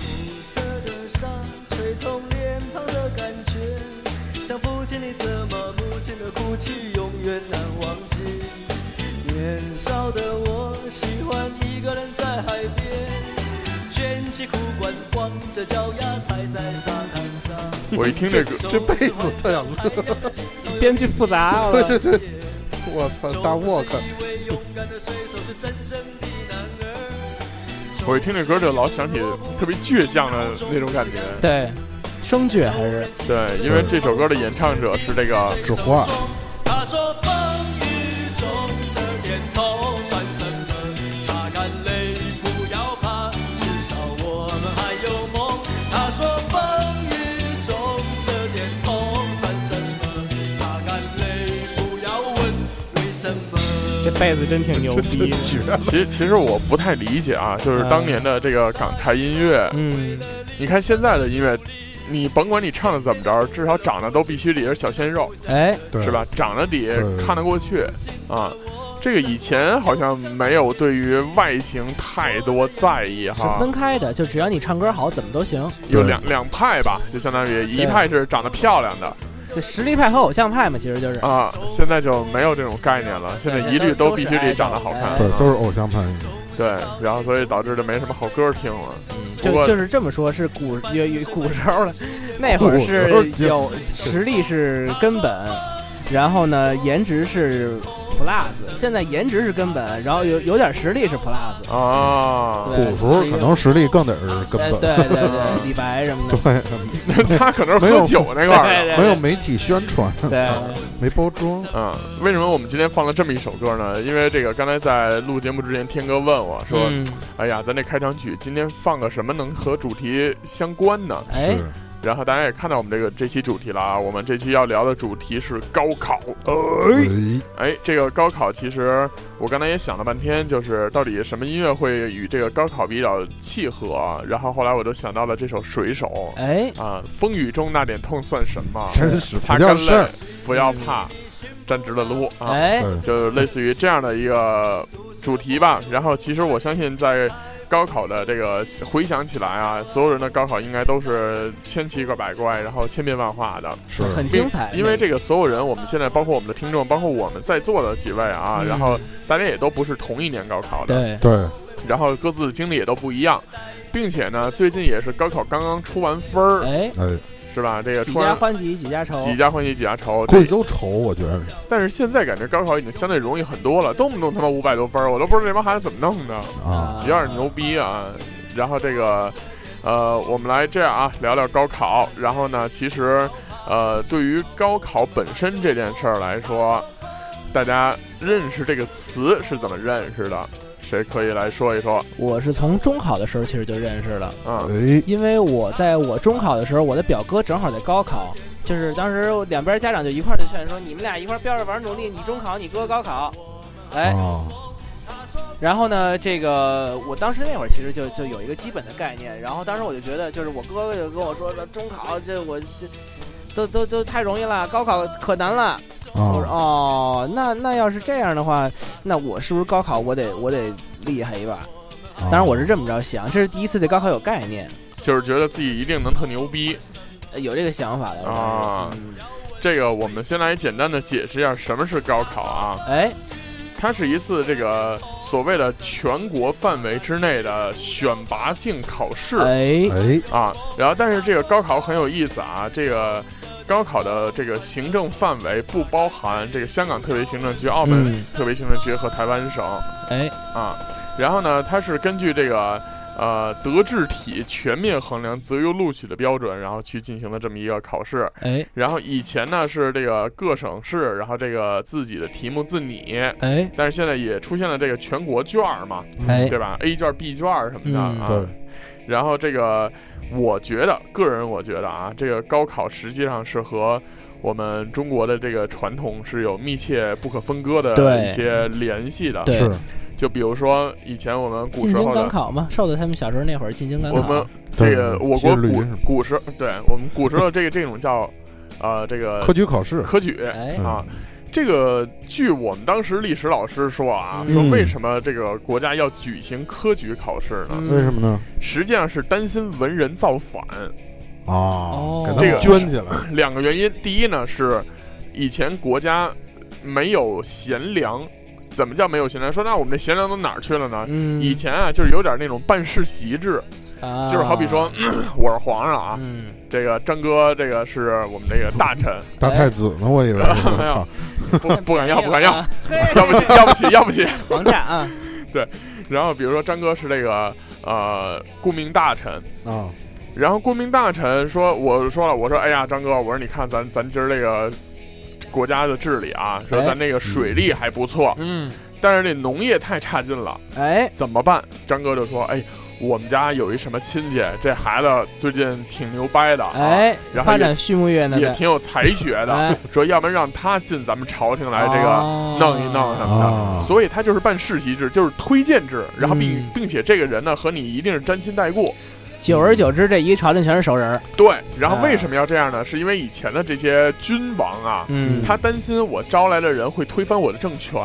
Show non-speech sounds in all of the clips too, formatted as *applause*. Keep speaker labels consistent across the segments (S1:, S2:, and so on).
S1: 金色的沙吹痛脸庞的感觉，想父亲你怎么，母亲的哭泣永远难忘记。年少的我喜欢一个人在海边，卷起裤管，光着脚丫踩在沙滩上。
S2: 我一听这
S3: *laughs*
S2: 歌，
S1: 这
S2: *laughs*
S3: 这辈子特想录，
S4: 编剧复杂，我
S3: 对对对，我操，大 walk，
S2: 我一听这歌就老想起特别倔强的那种感觉。
S4: 对，声剧还是
S2: 对，因为这首歌的演唱者是这
S3: *laughs*
S2: 个
S3: 纸花，
S1: 他说风雨中这点头算什么？擦干泪不要怕，至少我们还有梦。他说风雨中这点头算什么？擦干泪不要问为什么。
S4: 这辈子真挺牛逼的。
S2: 其实其实我不太理解啊，就是当年的这个港台音乐，
S4: 嗯，
S2: 你看现在的音乐，你甭管你唱的怎么着，至少长得都必须得是小鲜肉，
S4: 哎，
S3: 对
S2: 是？吧？长得得
S3: 对
S2: 看得过去啊。这个以前好像没有对于外形太多在意
S4: 是
S2: 哈，
S4: 分开的，就只要你唱歌好，怎么都行。
S2: 有
S3: 对
S2: 两两派吧，就相当于一
S4: 对
S2: 派是长得漂亮的
S4: 就实力派和偶像派嘛，其实就是。
S2: 啊，现在就没有这种概念了，现在一律
S4: 都
S2: 必须得长得好看啊
S4: 都，
S3: 对，都是偶像派，
S2: 对，然后所以导致就没什么好歌听了。不
S4: 就
S2: 过
S4: 就是这么说，是古有有古时候了，那会儿是有实力是根本，然后呢颜值是 plus，现在颜值是根本，然后有有点实力是 plus，
S2: 啊，
S4: 对
S3: 古时候可能实力更得是根
S4: 哎
S3: 本，
S4: 对对对，李白什么的，
S3: 对，
S2: 他可能是喝酒那块儿的。
S4: 对
S3: 没有媒体宣传，
S4: 对，
S3: 没包装，
S2: 嗯，为什么我们今天放了这么一首歌呢？因为这个刚才在录节目之前，天哥问我说：“
S4: 嗯
S2: 哎呀，咱这开场曲今天放个什么能和主题相关呢
S4: 哎，？”
S2: 然后大家也看到我们这个这期主题了啊，我们这期要聊的主题是高考。哎
S3: 哎，
S2: 哎，这个高考其实我刚才也想了半天，就是到底什么音乐会与这个高考比较契合啊？然后后来我就想到了这首《水手
S4: 哎》，
S2: 啊，风雨中那点痛算什么？
S3: 真是
S2: 擦
S3: 不
S2: 干
S3: 叫事
S2: 泪
S3: 儿，，
S2: 不要怕，站直了路啊！
S4: 哎，
S3: 对，
S2: 就是类似于这样的一个主题吧。然后其实我相信在。高考的这个回想起来啊，所有人的高考应该都是千奇百怪，然后千变万化的。
S3: 是
S4: 很
S2: 并
S4: 精彩，
S2: 因为这个所有人，我们现在包括我们的听众，包括我们在座的几位啊，
S4: 嗯
S2: 然后大家也都不是同一年高考的，
S4: 对，
S3: 对，
S2: 然后各自的经历也都不一样，并且呢，最近也是高考刚刚出完分儿，
S4: 哎，
S3: 哎，
S2: 是吧？这个
S4: 几
S2: 出
S4: 家
S2: 完
S4: 欢喜几家愁，
S2: 几家欢喜几家愁，
S3: 估计
S2: 这
S3: 都愁，我觉得，
S2: 但是现在感觉高考已经相对容易很多了，动不动他妈五百多分儿，我都不知道这帮孩子怎么弄的，
S3: 啊，
S2: 嗯有点牛逼啊。然后这个，呃，我们来这样啊，聊聊高考。然后呢，其实，呃，对于高考本身这件事儿来说，大家认识这个词是怎么认识的？谁可以来说一说？
S4: 我是从中考的时候其实就认识了，
S2: 啊、
S3: 哎，
S4: 因为我在我中考的时候，我的表哥正好在高考，就是当时两边家长就一块儿就劝说，你们俩一块儿标着玩努力，你中考，你哥高考。
S2: 嗯
S4: 哎，
S3: 啊，
S4: 然后呢，这个我当时那会儿其实就就有一个基本的概念，然后当时我就觉得，就是我哥哥就跟我说，中考这我这都都都太容易了，高考可难了。
S2: 嗯
S4: 我说
S3: 啊，
S4: 哦，那那要是这样的话，那我是不是高考我得我得厉害一把？
S3: 啊哦
S4: 当然我是这么着想，这是第一次对高考有概念，
S2: 就是觉得自己一定能特牛逼。
S4: 呃有这个想法的当时
S2: 啊
S4: 嗯
S2: 这个我们先来简单的解释一下什么是高考啊。
S4: 哎，
S2: 它是一次这个所谓的全国范围之内的选拔性考试
S4: 哎，
S3: 哎，
S2: 啊。然后，但是这个高考很有意思啊，这个高考的这个行政范围不包含这个香港特别行政区、澳门
S4: 嗯
S2: 特别行政区和台湾省
S4: 哎，
S2: 啊。然后呢，它是根据这个。呃，德智体全面衡量择优录取的标准，然后去进行了这么一个考试。
S4: 哎，
S2: 然后以前呢是这个各省市，然后这个自己的题目自拟，
S4: 哎，
S2: 但是现在也出现了这个全国卷儿嘛，
S4: 哎，
S2: 对吧？A 卷儿、B 卷儿什么的、
S4: 嗯
S2: 啊。
S3: 对，
S2: 然后这个，我觉得个人我觉得啊，这个高考实际上是和我们中国的这个传统是有密切不可分割的
S4: 对
S2: 一些联系的。
S4: 对
S3: 是
S2: 就比如说以前我们古
S4: 进
S2: 时
S4: 京
S2: 候
S4: 赶
S2: 的，
S4: 考嘛，瘦子他们小时候那会儿进京赶
S2: 我们
S4: 考，
S2: 这个
S3: 对
S2: 我
S3: 接
S2: 国
S3: 着捋
S2: 古
S3: 什么
S2: 古时候，对我们古时候这个这种叫，呃，这个
S3: 科举考试，
S2: 科举，
S4: 哎，
S3: 嗯
S2: 啊，这个据我们当时历史老师说啊，
S4: 嗯
S2: 说为什么这个国家要举行科举考试呢？
S3: 嗯为什么呢？
S2: 实际上是担心文人造反，
S3: 啊，
S4: 哦
S3: 给
S2: 这
S3: 他
S2: 个
S3: 们捐起来，
S2: 两个原因。第一呢是以前国家没有贤良，怎么叫没有贤良？说那我们这贤良都哪儿去了呢？
S4: 嗯，
S2: 以前啊，就是有点那种办世袭制，
S4: 啊
S2: 就是好比说， *clears throat* 我是皇上啊，
S4: 嗯，
S2: 这个张哥，这个是我们这个大
S4: *laughs*
S2: 臣，
S3: 大太子呢？我以为，
S2: 哎
S3: 我操，
S2: 不不敢要，不敢要，
S5: 啊
S2: *laughs* 要不起，要不起，要不起。
S5: 王炸啊，
S2: 然后比如说张哥是这个呃顾命大臣，
S3: 啊，
S2: 然后顾命大臣说，我说了，我说哎呀张哥，我说你看咱咱今儿这个国家的治理啊，说
S4: 哎
S2: 咱这个水利还不错， *laughs*
S4: 嗯，
S2: 但是这农业太差劲了，
S5: 哎，
S2: 怎么办？张哥就说，哎。我们家有一什么亲戚，这孩子最近挺牛掰的啊，
S4: 哎，
S2: 然后
S4: 发
S2: 也
S4: 展畜牧业呢，
S2: 也
S4: 对
S2: 挺有才学的，
S4: 哎，啊
S2: 说要不然让他进咱们朝廷来，这个、
S4: 个
S2: 弄一弄什么的。
S3: 啊
S2: 所以他就是办世袭制，就是推荐制，然后并、
S4: 嗯
S2: 并且这个人呢和你一定是沾亲带故，
S4: 久而久之，这一个朝廷全是熟人儿，
S2: 对。然后
S4: 啊
S2: 为什么要这样呢？是因为以前的这些君王啊，
S4: 嗯，
S2: 他担心我招来的人会推翻我的政权，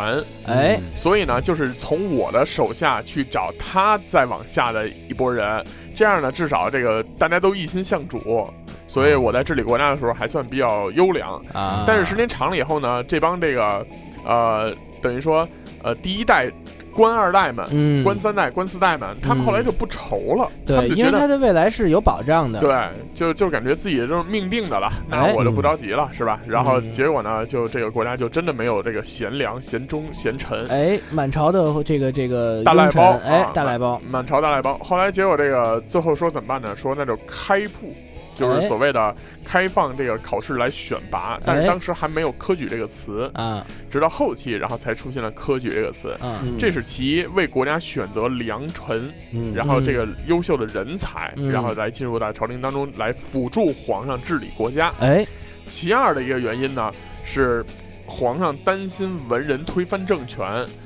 S4: 哎，
S2: 所以呢，就是从我的手下去找他再往下的一波人，这样呢，至少这个大家都一心向主。所以我在治理国家的时候还算比较优良，
S4: 啊，
S2: 但是时间长了以后呢，这帮这个，呃，等于说，呃，第一代官二代们，
S4: 嗯，
S2: 官三代、官四代们，他们后来就不愁了，他
S4: 对，
S2: 们就觉
S4: 因为他
S2: 得
S4: 的未来是有保障的，
S2: 对，就就感觉自己就是命定的了，那
S4: 哎
S2: 我就不着急了，是吧？然后
S4: 嗯
S2: 结果呢，就这个国家就真的没有这个贤良、贤忠、贤臣，
S4: 哎，满朝的这个这个
S2: 大
S4: 雍
S2: 赖
S4: 臣
S2: 包，
S4: 哎
S2: 啊，
S4: 大赖包，
S2: 满朝大赖包。后来结果这个最后说怎么办呢？说那就开铺。就是
S4: 哎
S2: 所谓的开放这个考试来选拔，但是
S4: 哎
S2: 当时还没有科举这个词，
S4: 啊
S2: 直到后期，然后才出现了科举这个词。
S4: 啊，
S2: 这是其一，为国家选择良臣，
S3: 嗯
S2: 然后这个优秀的人才，
S4: 嗯
S2: 然后来进入到朝廷当中来辅助皇上治理国家。
S4: 哎，
S2: 其二的一个原因呢是。皇上担心文人推翻政权，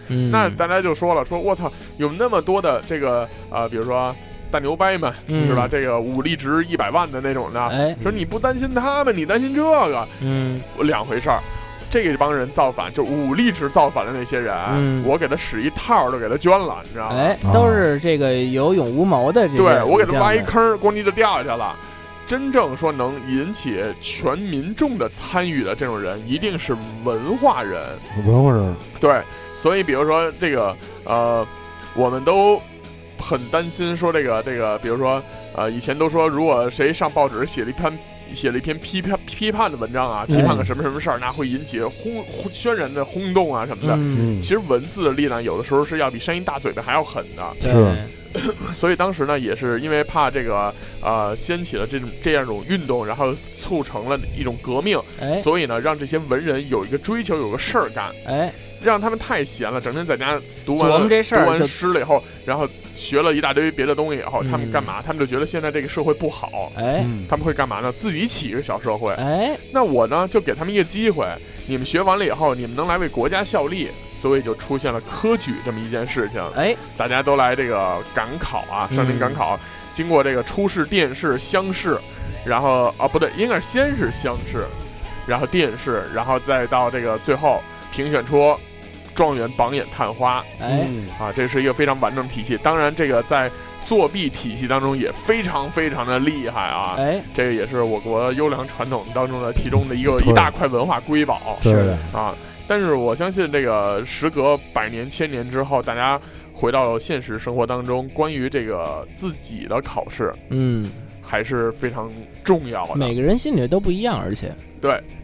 S4: 嗯，
S2: 那大家就说了，说我操，有那么多的这个呃，比如说大牛掰们、
S4: 嗯
S2: 是吧？这个武力值一百万的那种的，
S4: 哎，
S2: 说你不担心他们，你担心这个
S4: 嗯，
S2: 两回事儿。这帮人造反，就武力值造反的那些人，
S4: 嗯
S2: 我给他使一套儿都给他捐了，你知道吗？
S4: 哎，
S3: 啊
S4: 都是这个有勇无谋的这些武将
S2: 对
S4: 们，
S2: 啊我给他挖一坑儿，咣叽就掉下去了。真正说能引起全民众的参与的这种人，一定是文化人。
S3: 文化人，
S2: *laughs* 对，所以比如说这个呃，我们都很担心说这个这个，比如说呃，以前都说如果谁上报纸写了一篇。写了一篇批判批判的文章啊，
S4: 嗯
S2: 批判个什么什么事儿，那会引起轰轰轩然的轰动啊什么的。
S4: 嗯，
S3: 嗯
S2: 其实文字的力量有的时候是要比扇一大嘴巴还要狠的。
S4: 对
S3: 是
S2: 所以当时呢，也是因为怕这个呃掀起了这种这样一种运动，然后促成了一种革命，
S4: 哎
S2: 所以呢，让这些文人有一个追求，有个事儿干，
S4: 哎，
S2: 让他们太闲了，整天在家读
S4: 琢
S2: 完
S4: 磨这事
S2: 读
S4: 儿
S2: 完
S4: 就
S2: 诗了以后，然后学了一大堆别的东西以后，
S4: 嗯
S2: 他们干嘛？他们就觉得现在这个社会不好。
S4: 哎
S3: 嗯
S2: 他们会干嘛呢？自己起一个小社会。
S4: 哎，
S2: 那我呢，就给他们一个机会。你们学完了以后，你们能来为国家效力，所以就出现了科举这么一件事情。
S4: 哎，
S2: 大家都来这个赶考啊，上京赶考，经过这个初试、殿试、乡试，然后啊不对，应该是先是乡试，然后殿试，然后再到这个最后评选出状元、榜眼、探花
S4: 哎，
S2: 啊，这是一个非常完整体系。当然，这个在作弊体系当中也非常非常的厉害啊，
S4: 哎，
S2: 这个也是我国优良传统当中的其中的一个
S3: 对
S2: 一大块文化瑰宝。
S3: 对
S4: 是的
S2: 啊。但是我相信，这个时隔百年、千年之后，大家回到现实生活当中，关于这个自己的考试
S4: 嗯，
S2: 还是非常重要
S4: 每
S2: 的。
S4: 个人心里都不一样，而且，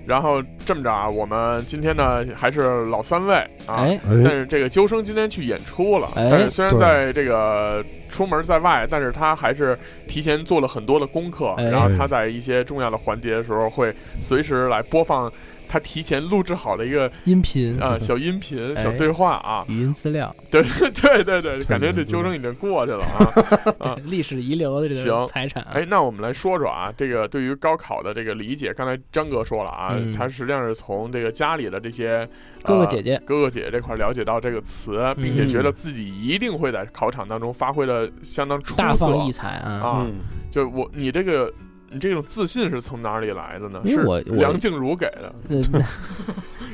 S2: 然后这么着啊，我们今天呢还是老三位啊，
S4: 哎，
S2: 但
S3: 哎，
S2: 是这个究生今天去演出了，
S4: 哎
S2: 但是虽然
S3: 对
S2: 在这个出门在外，但是他还是提前做了很多的功课，
S4: 哎
S2: 然后他在一些重要的环节的时候会随时来播放他提前录制好的一
S4: *laughs*
S2: 个
S4: 音频、
S2: 呃小音频、
S4: 哎
S2: 小对话啊。 *laughs*
S4: 语音资料、
S2: 对对对对，感觉这纠正已经过去了啊。啊
S4: 对历史遗留的这种
S2: 行
S4: 财产啊，
S2: 哎，那我们来说说啊，这个对于高考的这个理解，刚才张哥说了啊，
S4: 嗯
S2: 他实际上是从这个家里的这些
S4: 哥
S2: 呃
S4: 哥姐姐，
S2: 哥哥姐姐这块了解到这个词，
S4: 嗯
S2: 并且觉得自己一定会在考场当中发挥的相当出
S4: 大
S2: 色
S4: 放异彩啊！
S2: 啊。
S3: 嗯
S2: 就我你这个你这种自信是从哪里来的呢？
S4: 因
S2: 是
S4: 为我我
S2: 梁静茹给的
S4: 呃
S2: *laughs*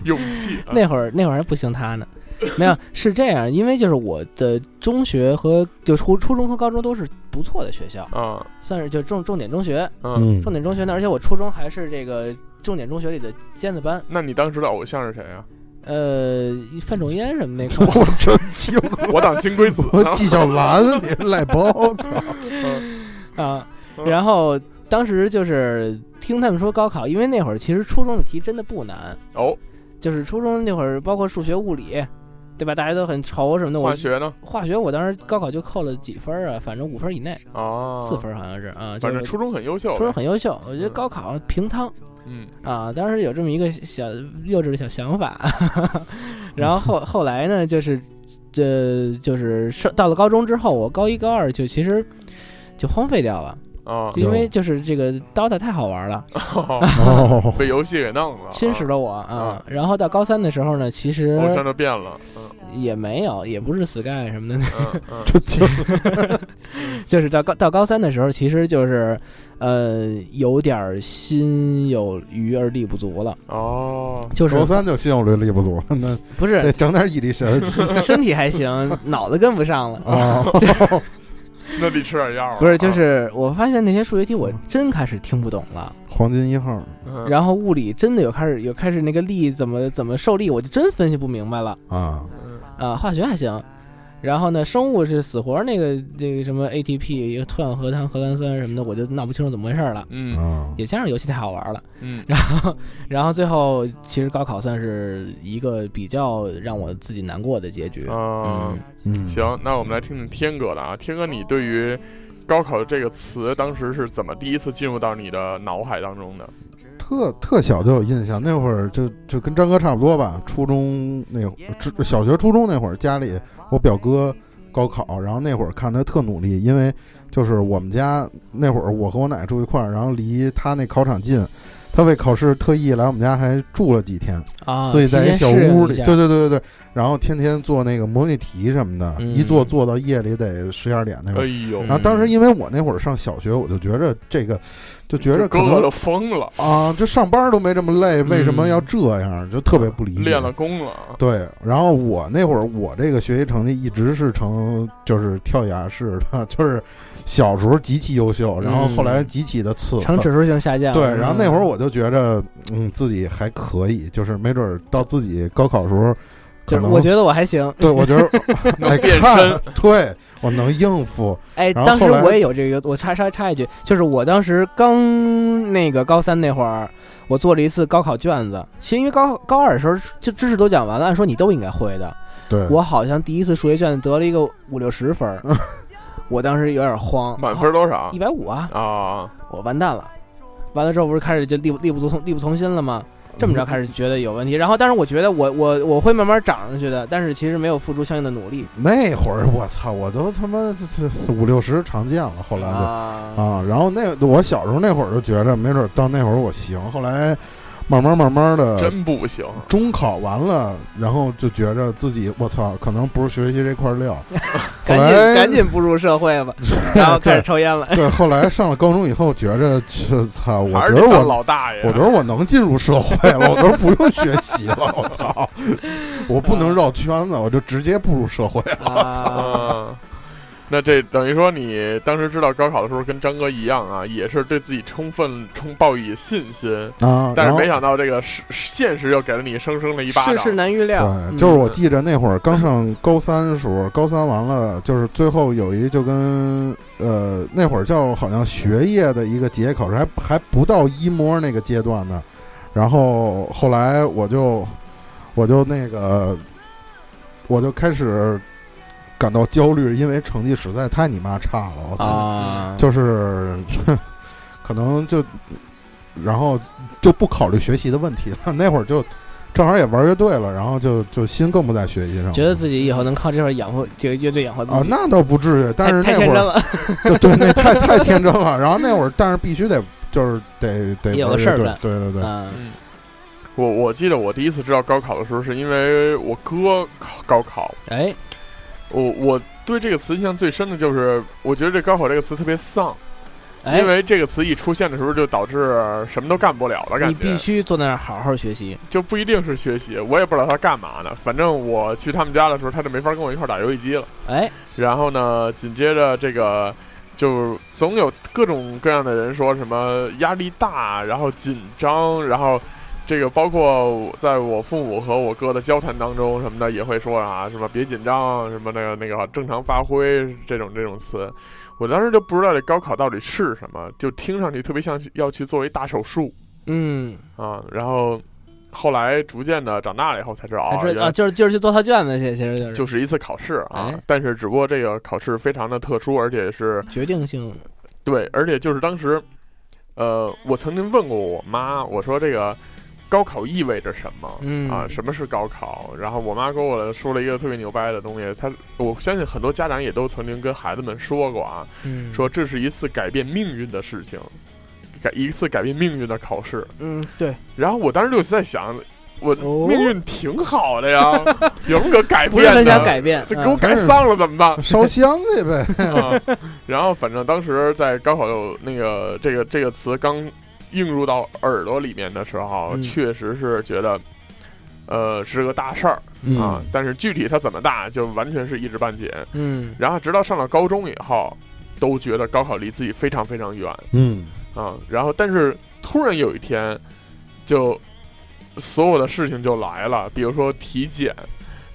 S2: 勇气。啊
S4: 那会儿那会儿还不行他呢，没有是这样，因为就是我的中学和就初初中和高中都是不错的学校，
S2: 啊
S4: 算是就重重点中学，
S2: 嗯，
S3: 嗯 *laughs*
S4: 重点中学呢，而且我初中还是这个重点中学里的尖子班，
S2: 那你当时的偶像是谁啊？ *laughs*
S4: 呃，范仲淹什么那块儿，
S3: 我真惊了，
S2: 我当金龟子
S4: *laughs*
S2: 啊呢。
S3: 我纪晓岚，你是赖包子，
S4: 啊，
S2: *laughs* 嗯
S4: 然后当时就是听他们说高考，因为那会儿其实初中的题真的不难，
S2: 哦，
S4: 就是初中那会儿包括数学、物理，对吧？大家都很愁什么的。我
S2: 化学呢？
S4: 化学我当时高考就扣了几分儿啊，反正五分儿以内，
S2: 啊，
S4: 四，分儿好像是啊，就
S2: 反正初中很优秀呗。
S4: 初中很优秀。我觉得
S2: 嗯
S4: 高考平汤
S2: 嗯
S4: 啊，当时有这么一个小幼稚的小想法， *laughs* 然后后后来呢，就是这就是上到了高中之后，我高一高二就其实就荒废掉了。
S2: 啊
S4: 就，因为就是这个 DOTA 太好玩了，
S2: *laughs*
S3: 哦，
S2: 被游戏给弄
S4: *laughs*
S2: 了，
S4: 侵蚀了我啊。然后到高三的时候呢，其实
S2: 啊，偶像就变了。嗯
S4: 也没有，也不是 Sky 什么的，
S2: 嗯
S4: *laughs*
S2: 嗯
S3: *laughs* 这惊，
S4: 就是到高到高三的时候，其实就是呃有点儿心有余而力不足了，
S2: 哦，
S4: 就是
S3: 高三就心有余力不足了，那
S4: 不
S3: 得
S4: 是
S3: 整点毅力神
S2: *laughs*
S4: 身体还行，脑子跟不上了。
S3: 啊！
S2: 那得吃点药啊。
S4: 不是，就是我发现那些数学题我真开始听不懂了，
S3: 黄金一号
S2: 嗯
S4: 然后物理真的有开始有开始那个力怎么怎么受力，我就真分析不明白了。
S3: 啊，
S2: 嗯
S4: 啊，化学还行。然后呢，生物是死活那个这个什么 ATP、脱氧核糖、核苷酸什么的，我就闹不清楚怎么回事儿了。
S2: 嗯
S3: 嗯，
S4: 也加上游戏太好玩了，
S2: 嗯
S4: 然后，然后最后其实高考算是一个比较让我自己难过的结局。
S2: 啊
S4: 嗯，，
S3: 嗯，
S2: 行，那我们来听听天哥的啊，天哥，你对于高考这个词当时是怎么第一次进入到你的脑海当中的？
S3: 特特小就有印象，那会儿就就跟张哥差不多吧，初中那会儿初小学、初中那会儿，家里我表哥高考，然后那会儿看他特努力，因为就是我们家那会儿我和我奶奶住一块儿，然后离他那考场近，他为考试特意来我们家还住了几天，
S4: 啊，
S3: 所以在
S4: 提前
S3: 小
S4: 适应
S3: 屋
S4: 一
S3: 里，
S4: 下
S3: 对对对对对，然后天天做那个模拟题什么的，
S4: 嗯
S3: 一做做到夜里得十一二点那会
S2: 哎
S3: 儿。
S2: 呦，
S3: 然后当时因为我那会儿上小学，我就觉着这个，就觉着
S2: 哥
S3: 可
S2: 哥
S3: 能
S2: 都疯了，
S3: 啊，这上班都没这么累，为什么要这样？就特别不理解。
S2: 嗯练了功了，
S3: 对，然后我那会儿我这个学习成绩一直是成就是跳崖式的， *laughs* 就是小时候极其优秀，然
S2: 嗯
S3: 后后来极其的次。呃
S4: 呈指数性下降。嗯
S3: 对，然后那会儿
S4: 我
S3: 我就觉着，嗯，自己还可以，就是没准儿到自己高考的时候，可
S4: 就是
S3: 能
S4: 我觉得我还行。
S3: *laughs* 对我
S2: *laughs*
S3: 觉得哎
S2: 能变
S3: 看
S2: 身，，
S3: 对我能应付，
S4: 哎，
S3: 然后
S4: 当时
S3: 后来
S4: 我也有这个，我插插插一句，就是我当时刚那个高三那会儿，我做了一次高考卷子。其实因为高高二的时候就知识都讲完了，按说你都应该会的。
S3: 对，嗯
S4: 我好像第一次数学卷子得了一个五六十分儿，我当时有点慌，
S2: 满分多少
S4: 一百五
S3: 嗯
S4: 啊，
S2: 啊？
S4: 我完蛋了。完了之后不是开始就力不力不从力不从心了吗？这么
S3: 嗯
S4: 着开始觉得有问题，然后但是我觉得我我我会慢慢长上去的，但是其实没有付出相应的努力
S3: 那会儿我操，我都他妈这这五六十常见了，后来就。
S4: 啊
S3: 啊，然后那我小时候那会儿就觉着，没准儿到那会儿我行。后来慢慢慢慢的，
S2: 真不行，
S3: 中考完了，然后就觉着自己我操，可能不是学习这块
S2: *laughs*
S3: 料。
S4: 赶
S3: 后来
S4: 紧赶紧步入社会
S3: *laughs*
S4: 吧，然后开始抽烟了。
S3: 对，后来上了高中以后，觉着这操，我
S2: 还是
S3: 觉得
S2: 得当
S3: 我，
S2: 老大爷。啊
S3: 我觉得我能进入社会 *laughs* 了，我都不用学习了，我操，我不能绕圈子，我就直接步入社会。
S4: 啊，
S2: 啊，那这等于说你当时知道高考的时候跟张哥一样啊，也是对自己充分充抱以信心，
S3: 啊，
S2: 但
S3: 然
S2: 是
S3: 后
S2: 没想到这个是现实又给了你生生的一巴掌。
S4: 世事难预料，
S3: 对，
S4: 嗯
S3: 就是我记着那会儿刚上高三的时候，高三完了就是最后有一就跟呃那会儿叫好像学业的一个结业考试，还还不到一模那个阶段呢。然后后来我就我就那个我就开始感到焦虑，因为成绩实在太你妈差了，我操！
S4: 啊，
S3: 就是哼可能就然后就不考虑学习的问题了。 *laughs* 那会儿就正好也玩乐队了，然后就就心更不在学习上了，
S4: 觉得自己以后能靠这份养活，这个乐队养活自己
S3: 啊，那倒不至于，但是
S4: 太
S3: 那
S4: 太天
S3: 会
S4: 真
S3: 儿
S4: 了，
S3: 对对，那太太天真了。然后那会儿，但是必须得就是得得
S4: 有
S3: 玩
S4: 个
S3: 乐
S4: 事儿
S3: 队
S4: 干
S3: 对对对，
S4: 啊
S2: 嗯，我我记得我第一次知道高考的时候，是因为我哥考高考。
S4: 哎，
S2: 我我对这个词印象最深的就是，我觉得这高考这个词特别丧，
S4: 哎
S2: 因为这个词一出现的时候，就导致什么都干不了了，
S4: 你
S2: 感
S4: 必
S2: 觉
S4: 须坐在那儿好好学习。
S2: 就不一定是学习，我也不知道他干嘛呢。反正我去他们家的时候，他就没法跟我一块儿打游戏机了。
S4: 哎，
S2: 然后呢，紧接着这个就总有各种各样的人说什么压力大，然后紧张，然后这个包括在我父母和我哥的交谈当中什么的也会说啊，什么别紧张，什么那个那个正常发挥这种这种词。我当时就不知道这高考到底是什么，就听上去特别像是要去做一大手术
S4: 嗯，
S2: 啊。然后后来逐渐的长大了以后才知道
S4: 才
S2: 啊，
S4: 知
S2: 原来
S4: 啊，就是就是去做套卷子去，其实就是
S2: 就是一次考试啊，
S4: 哎
S2: 但是只不过这个考试非常的特殊，而且是
S4: 决定性。
S2: 对，而且就是当时，呃，我曾经问过我妈，我说这个高考意味着什么、
S4: 嗯
S2: 啊？什么是高考？然后我妈给我说了一个特别牛掰的东西，她我相信很多家长也都曾经跟孩子们说过啊，
S4: 嗯，
S2: 说这是一次改变命运的事情，改一次改变命运的考试。
S4: 嗯，对，
S2: 然后我当时就在想，我
S4: 哦
S2: 命运挺好
S4: *laughs*
S2: 的呀，有什么可改
S4: 不是
S2: 变
S4: 很想
S2: 的？
S4: 改变，
S2: *laughs* 这给我
S4: 嗯
S2: 改丧了怎么
S4: *laughs*
S2: 办？
S3: 烧香去呗。
S2: 啊，然后反正当时在高考那个这个这个词刚映入到耳朵里面的时候，
S4: 嗯
S2: 确实是觉得，呃，是个大事儿啊。但是具体它怎么大，就完全是一知半解。
S4: 嗯
S2: 然后直到上了高中以后，都觉得高考离自己非常非常远
S3: 嗯，
S2: 啊。然后，但是突然有一天，就所有的事情就来了，比如说体检。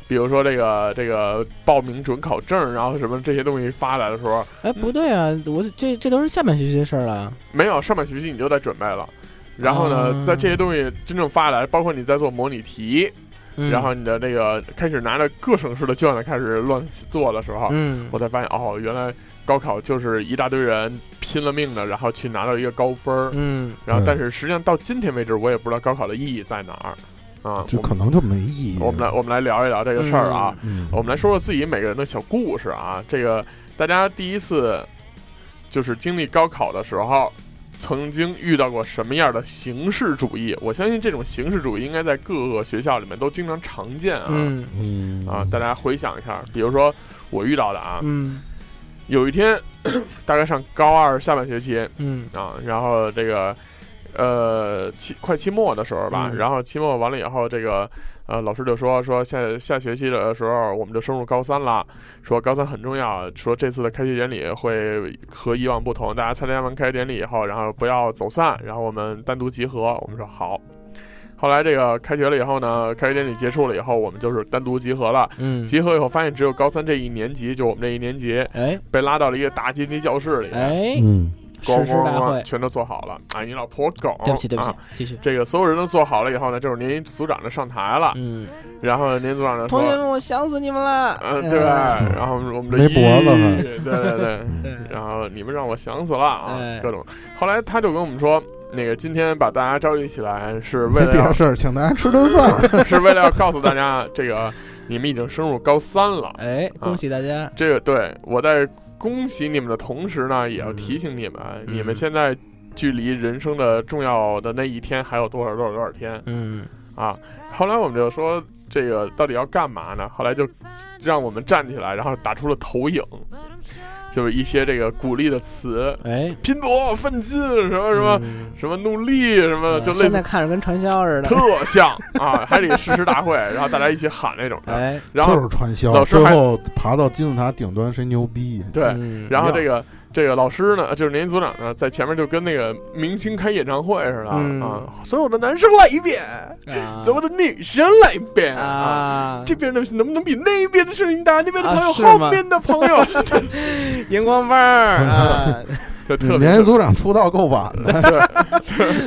S2: 比如说这个这个报名准考证，然后什么这些东西发来的时候，
S4: 哎，不对啊，我这这都是下半学期的事儿了。
S2: 没有上半学期你就在准备了。然后呢，
S4: 啊
S2: 在这些东西真正发来，包括你在做模拟题，
S4: 嗯
S2: 然后你的那个开始拿着各省市的卷子开始乱做的时候，
S4: 嗯
S2: 我，才发现哦，原来高考就是一大堆人拼了命的，然后去拿到一个高分儿。
S4: 嗯，
S2: 然后，
S3: 对
S2: 但是实际上到今天为止，我也不知道高考的意义在哪儿啊。
S3: 就
S2: 我
S3: 可能就没意义。
S2: 我们来我们来聊一聊这个事儿啊。
S3: 嗯，
S2: 我们来说说自己每个人的小故事啊。这个大家第一次就是经历高考的时候，曾经遇到过什么样的形式主义？我相信这种形式主义应该在各个学校里面都经常常见啊。
S4: 嗯
S3: 嗯
S2: 啊，大家回想一下，比如说我遇到的啊，
S4: 嗯
S2: 有一天 *coughs* 大概上高二下半学期
S4: 嗯
S2: 啊，然后这个呃期快期末的时候吧，
S4: 嗯
S2: 然后期末完了以后，这个呃老师就说说下下学期的时候我们就升入高三了，说高三很重要，说这次的开学典礼会和以往不同，大家参加完开学典礼以后，然后不要走散，然后我们单独集合。我们说好。后来这个开学了以后呢，开学典礼结束了以后，我们就是单独集合了。
S4: 嗯，
S2: 集合以后发现只有高三这一年级，就我们这一年级
S4: 哎
S2: 被拉到了一个大阶梯教室里，
S4: 哎，
S3: 嗯
S2: 咣
S4: 誓师
S2: 咣
S4: 大
S2: 咣
S4: 会，
S2: 全都做好了。啊，你老婆狗！
S4: 对不起对不起
S2: 啊，
S4: 继续。
S2: 这个所有人都做好了以后呢，这会儿年级组长就上台了，
S4: 嗯，
S2: 然后年级组长就
S4: 同学
S2: 说
S4: 们，我哎想死你们了。：“
S2: 嗯，对。
S3: 嗯
S2: 然后我们这
S3: 没脖子呢
S2: 一对对对，
S3: 嗯
S4: 对
S2: 然后你们让我想死了啊
S4: 哎，
S2: 各种。后来他就跟我们说，那个今天把大家召集起来是为
S3: 没
S2: 了
S3: 别
S2: 要
S3: 的事儿，请大家吃顿饭。
S2: 是为了要告诉大家，这个你们已经升入高三
S4: *laughs*
S2: 了。
S4: 哎，恭喜大家！
S2: 这个对我在恭喜你们的同时呢，也要提醒你们，
S4: 嗯
S2: 你们现在距离人生的重要的那一天还有多少多少多少天
S4: 嗯，
S2: 啊！后来我们就说这个到底要干嘛呢？后来就让我们站起来，然后打出了投影，就是一些这个鼓励的词，
S4: 哎，
S2: 拼搏、奋进，什么什么、
S4: 嗯
S2: 什么努力，什么
S4: 嗯
S2: 呃就类
S4: 现
S2: 似
S4: 在看着跟传销似的。 *laughs*
S2: 特像啊，还得誓师大会，然后大家一起喊那种的，
S4: 哎，
S2: 然
S3: 就
S2: 后
S3: 是传销，
S2: 老师
S3: 最
S2: 还
S3: 后爬到金字塔顶端谁牛逼？
S2: 对。
S4: 嗯
S2: 然后
S3: 一样
S2: 这个这个老师呢，就是年级组长呢，在前面就跟那个明星开演唱会似的、
S4: 嗯
S2: 啊，所有的男生来一遍，
S4: 啊
S2: 所有的女生来一遍啊。
S4: 啊，
S2: 这边的能不能比那边的声音大？那边的朋友，
S4: 啊是吗
S2: 后面的朋友，
S4: 荧光棒儿啊，
S2: 就
S3: 你
S2: 特
S3: 们年
S2: 别
S3: 级组长出道够晚的，
S2: *laughs*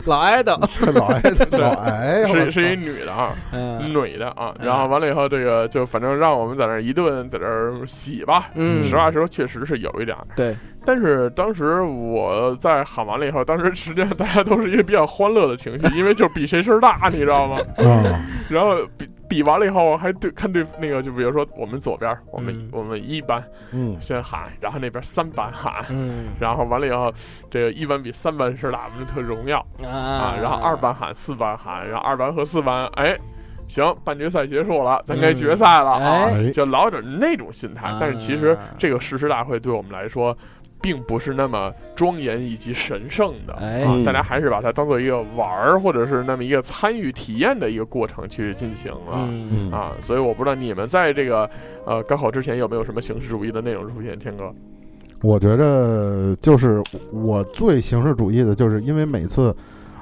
S5: 老爱豆，
S3: 这老挨老哎挨，我
S2: 是
S3: 操
S2: 是一女的啊，
S5: 嗯
S2: 女的啊，
S5: 嗯
S2: 然后完了以后，这个就反正让我们在那儿一顿在这儿洗吧。
S5: 嗯
S2: 实话实说，确实是有一点儿。
S6: 对，
S2: 但是当时我在喊完了以后，当时实际上大家都是一个比较欢乐的情绪，因为就是比谁声儿大，你知道吗？
S3: 嗯
S2: 然后比比完了以后，还对看对那个，就比如说我们左边，我们、
S5: 嗯
S2: 我们一班
S3: 嗯，
S2: 先喊，然后那边三班喊。
S5: 嗯
S2: 然后完了以后，这个一班比三班声儿大，我们就特荣耀啊
S5: 啊。
S2: 然后二班喊，四班喊，然后二班和四班，哎，行，半决赛结束了，咱该决赛
S5: 嗯
S2: 了啊，
S3: 哎
S2: 就老有点那种心
S5: 啊
S2: 态。但是其实这个誓师大会对我们来说，并不是那么庄严以及神圣的。
S5: 哎
S2: 啊
S3: 嗯，
S2: 大家还是把它当做一个玩儿，或者是那么一个参与体验的一个过程去进行了。
S5: 嗯
S3: 嗯
S2: 啊，所以我不知道你们在这个呃高考之前有没有什么形式主义的内容出现，天哥。
S3: 我觉着就是我最形式主义的，就是因为每次，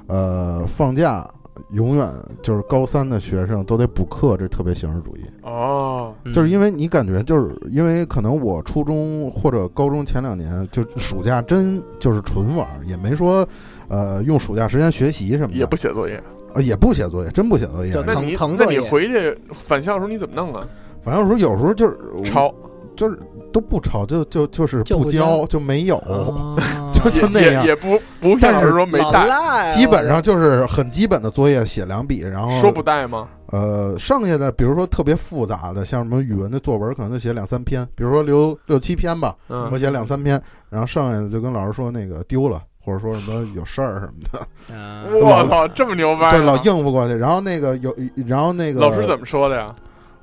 S3: 呃，放假永远就是高三的学生都得补课，这特别形式主义。
S2: 哦，
S4: 嗯
S3: 就是因为你感觉，就是因为可能我初中或者高中前两年，就暑假真就是纯玩儿，也没说，呃，用暑假时间学习什么的，
S2: 也不写作业。
S3: 呃也不写作业，真不写作业
S5: 就。
S2: 那
S5: 腾
S2: 你
S5: 腾
S2: 那
S5: 作
S2: 你
S5: 业
S2: 回去返校的时候你怎么弄啊？
S3: 反正说有时候就是
S2: 抄，
S3: 就是都不抄，就就就是
S4: 就不
S3: 不
S4: 交
S3: 交，就没有。
S4: 哦
S3: *laughs* 就就那
S2: 也
S3: 样
S2: 也不不骗
S3: 但
S2: 老
S3: 是
S2: 师说没带，
S4: 啊
S3: 基本上就是很基本的作业，写两笔，然后
S2: 说不带吗？
S3: 呃，剩下的比如说特别复杂的，像什么语文的作文，可能就写两三篇，比如说留六七篇吧，我
S2: 嗯，
S3: 写两三篇，然后剩下的就跟老师说那个丢了，或者说什么有事儿什么的，
S4: 啊
S2: *laughs* 我操，这么牛掰啊！
S3: 对，老应付过去。然后那个有，然后那个
S2: 老师怎么说的呀？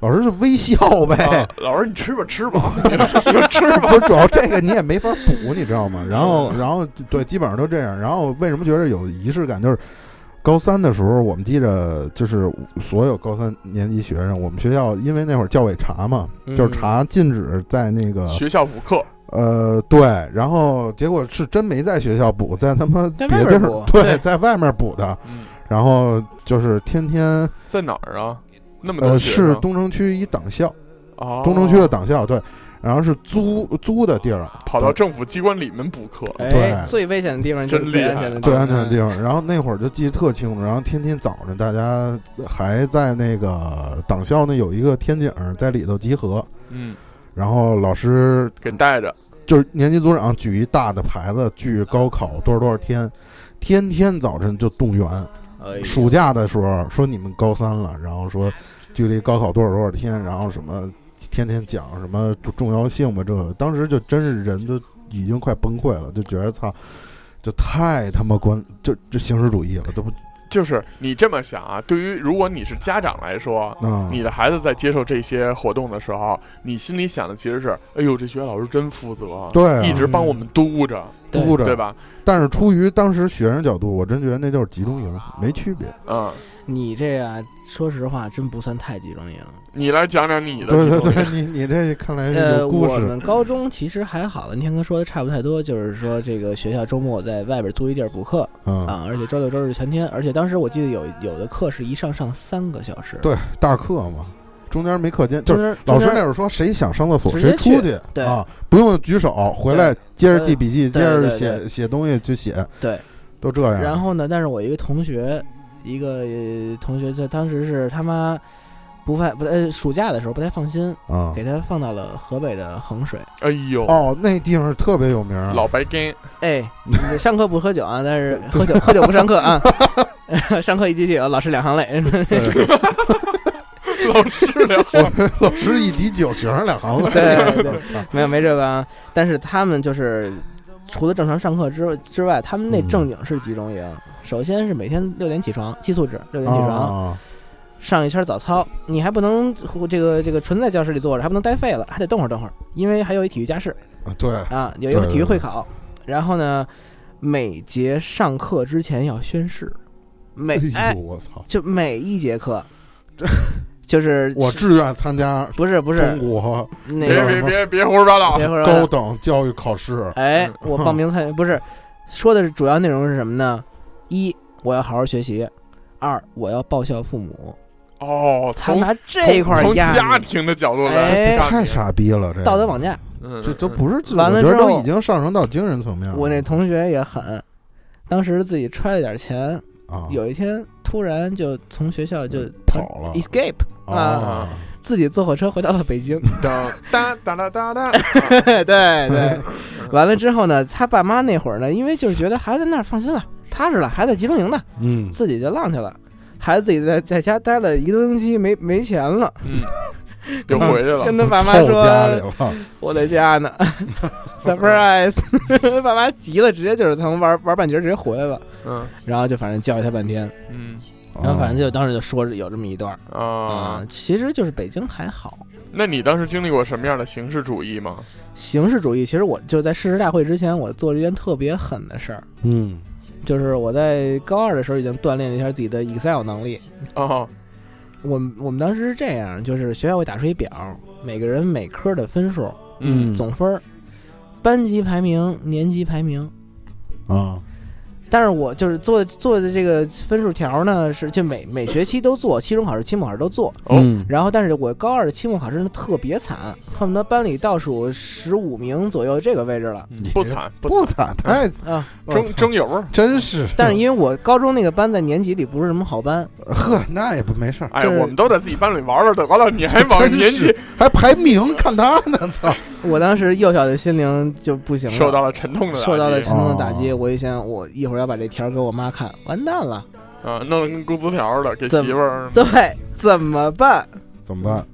S3: 老师是微笑呗
S2: 啊，老师你吃吧吃吧，你就
S3: *laughs*
S2: 吃吧。
S3: 不是主要这个你也没法补，你知道吗？然后，
S2: 嗯
S3: 然后对，基本上都这样。然后为什么觉得有仪式感？就是高三的时候，我们记着，就是所有高三年级学生，我们学校因为那会儿教委查嘛，就是查禁止在那个
S2: 嗯学校补课，
S3: 呃对，然后结果是真没在学校补，在他妈
S4: 在
S3: 别
S4: 外
S3: 地
S4: 面
S3: 儿
S4: 补
S3: 对，
S4: 对
S3: 在外面补的。
S2: 嗯，
S3: 然后就是天天
S2: 在哪儿啊？那么多
S3: 呃
S2: 学
S3: 是
S2: 生
S3: 东城区一党校，
S2: 哦，
S3: 东城区的党校对，然后是租租的地儿，
S2: 跑到政府机关里面补课，
S5: 哎，
S3: 对
S5: 最危险的地方就是
S2: 真
S5: 最
S2: 厉害
S5: 安全的地方
S3: 最安全
S4: 嗯
S3: 的地方。然后那会儿就记得特清楚，然后天天早上大家还在那个党校那有一个天井，在里头集合。
S2: 嗯，
S3: 然后老师
S2: 给带着，
S3: 就是年级组长举一大的牌子，距高考多少多少天，天天早晨就动员。
S5: 哎
S3: 暑假的时候说你们高三了，然后说距离高考多少多少天，然后什么天天讲什么重重要性吧，这个当时就真是人都已经快崩溃了，就觉得操，就太他妈关就这形式主义了，都不
S2: 就是你这么想啊，对于如果你是家长来说，*laughs*
S3: 啊，
S2: 你的孩子在接受这些活动的时候，你心里想的其实是，哎呦，这学校老师真负责，
S3: 对啊
S2: 一直帮我们督着，
S4: 对
S3: 嘟着，
S2: 对？吧？
S3: 但是出于当时学生角度，我真觉得那就是集中营，没区别。
S2: 嗯，
S4: 你这啊，说实话，真不算太集中营。
S2: 你来讲讲你的
S3: 对
S2: 集
S3: 对
S2: 中营，
S3: 对，你你这看来是
S4: 呃，
S3: 有故
S4: 我
S3: 事，
S4: 们高中其实还好，跟天哥说的差不太多，就是说这个学校周末在外边租一地儿补课
S3: 嗯，
S4: 啊，而且周六周日全天，而且当时我记得有有的课是一上上三个小时，
S3: 对，大课嘛，中间没课间，就是
S4: 是
S3: 老师那会儿说，谁想上厕所
S4: 直
S3: 谁
S4: 接
S3: 出
S4: 去
S3: 去
S4: 对
S3: 啊，不用举手，回来接着记笔记，接
S4: 对
S3: 着
S4: 对对
S3: 写写东西去写，
S4: 对，
S3: 都这样。
S4: 然后呢，但是我一个同学，一个、呃同学，他当时是他妈不放不呃暑假的时候不太放心，
S3: 啊，
S4: 给他放到了河北的衡水。
S2: 哎呦，
S3: 哦，那地方特别有名儿，啊
S2: 老白干，
S4: 哎，你上课不喝酒啊，
S3: *laughs*
S4: 但是喝酒喝酒不上课啊， *laughs* 上课一滴酒，老师两行泪。
S3: 对
S2: *laughs* 老师
S3: *laughs*
S2: 聊，
S3: 老师一滴酒，学生两行啊泪。
S4: *laughs*
S3: *laughs*
S4: 对对
S3: 我操
S4: 没有没这个啊，但是他们就是除了正常上课之之外，他们那
S3: 嗯
S4: 正经是集中营。首先是每天六点起床，寄宿制六点起床，
S3: 啊，
S4: 上一圈早操，你还不能呼这个这个纯在教室里坐着，还不能待废了，还得动会儿动会儿，因为还有一体育加试
S3: 对，
S4: 啊，有一会儿
S3: 对
S4: 体育会考。然后呢，每节上课之前要宣誓，每
S3: 哎
S4: 哎
S3: 呦，我操！
S4: 就每一节课，就是
S3: 我志愿参加
S4: 不是不是
S3: 中国
S4: 那
S2: 别
S4: 个
S2: 别别别胡说八道
S4: 别，会儿
S3: 高等教育考试，
S4: 哎，我报名参不是说的是主要内容是什么呢？一我要好好学习，二我要报效父母，
S2: 哦，
S4: 他
S2: 从
S4: 拿这
S2: 从
S4: 块儿
S2: 从
S4: 压
S2: 家
S4: 你
S2: 庭的角度来
S4: 哎
S2: 看
S3: 太
S2: 你，啊
S3: 傻逼了，这
S4: 道德绑架，
S2: 嗯，
S3: 这都不是自，
S4: 完了
S3: 我觉得
S4: 之后
S3: 都已经上升到精神层面了。
S4: 我那同学也狠，当时自己揣了点钱，
S3: 啊
S4: 有一天突然就从学校就
S3: 跑了
S4: escape，
S3: 啊，
S4: 自己坐火车回到了北京。
S2: 当嗯哒哒啦哒哒，
S3: *laughs*
S4: 对对， *laughs* 完了之后呢，他爸妈那会儿呢，因为就是觉得孩子那儿放心了，踏实了，还在集中营呢，
S3: 嗯，
S4: 自己就浪去了。孩子自己在在家待了一个多星期，没没钱了，
S2: 嗯，又回去了
S4: 跟。他爸妈
S3: 臭家里
S4: 说
S3: 了，：“
S4: 我在
S3: *laughs*
S4: 家呢，surprise！” *laughs* 爸妈急了，直接就是从玩玩半截儿直接回来了，
S2: 嗯
S4: 然后就反正教育他半天，
S2: 嗯
S4: 然后反正
S3: 就
S4: 就当时就说是有这么一段儿
S2: 啊，
S4: 其实就是北京还好。
S2: 那你当时经历过什么样的形式主义吗？
S4: 形式主义，其实我就在誓师大会之前，我做了一件特别狠的事儿，
S3: 嗯
S4: 就是我在高二的时候已经锻炼了一下自己的 Excel 能力。
S2: 哦，
S4: 我们我们当时是这样，就是学校会打出一表，每个人每科的分数、
S3: 嗯
S4: 总分儿、班级排名、年级排名。
S3: 啊
S4: 但是我就是做做的这个分数条呢，是就每每学期都做，期中考试、期末考试都做。
S2: 哦
S3: 嗯
S4: 然后，但是我高二的期末考试呢特别惨，恨不得班里倒数十五名左右这个位置了
S2: 嗯不惨不
S3: 不
S2: 惨，
S3: 惨，太
S4: 啊！
S2: 争争油儿。
S3: 真是，
S4: 但是因为我高中那个班在年级里不是什么好班，
S3: 呵，那也不没事儿，
S2: 哎，
S4: 就是
S2: 我们都在自己班里玩玩得了，你 *laughs* 还往
S3: *laughs* 真
S2: 年
S3: 是
S2: 纪
S3: 还排名，看他呢，
S2: *laughs*
S3: 操，
S4: 我当时幼小的心灵就不行了，
S2: 受到了沉痛的打击
S4: 受到了沉重的打击。
S3: 哦
S4: 我一想，我一会儿要把这条给我妈看，完蛋了， *laughs*
S2: 啊，弄得跟工资条似的，给
S4: 怎
S2: 媳妇儿
S4: 对，怎么办？
S3: 怎么办？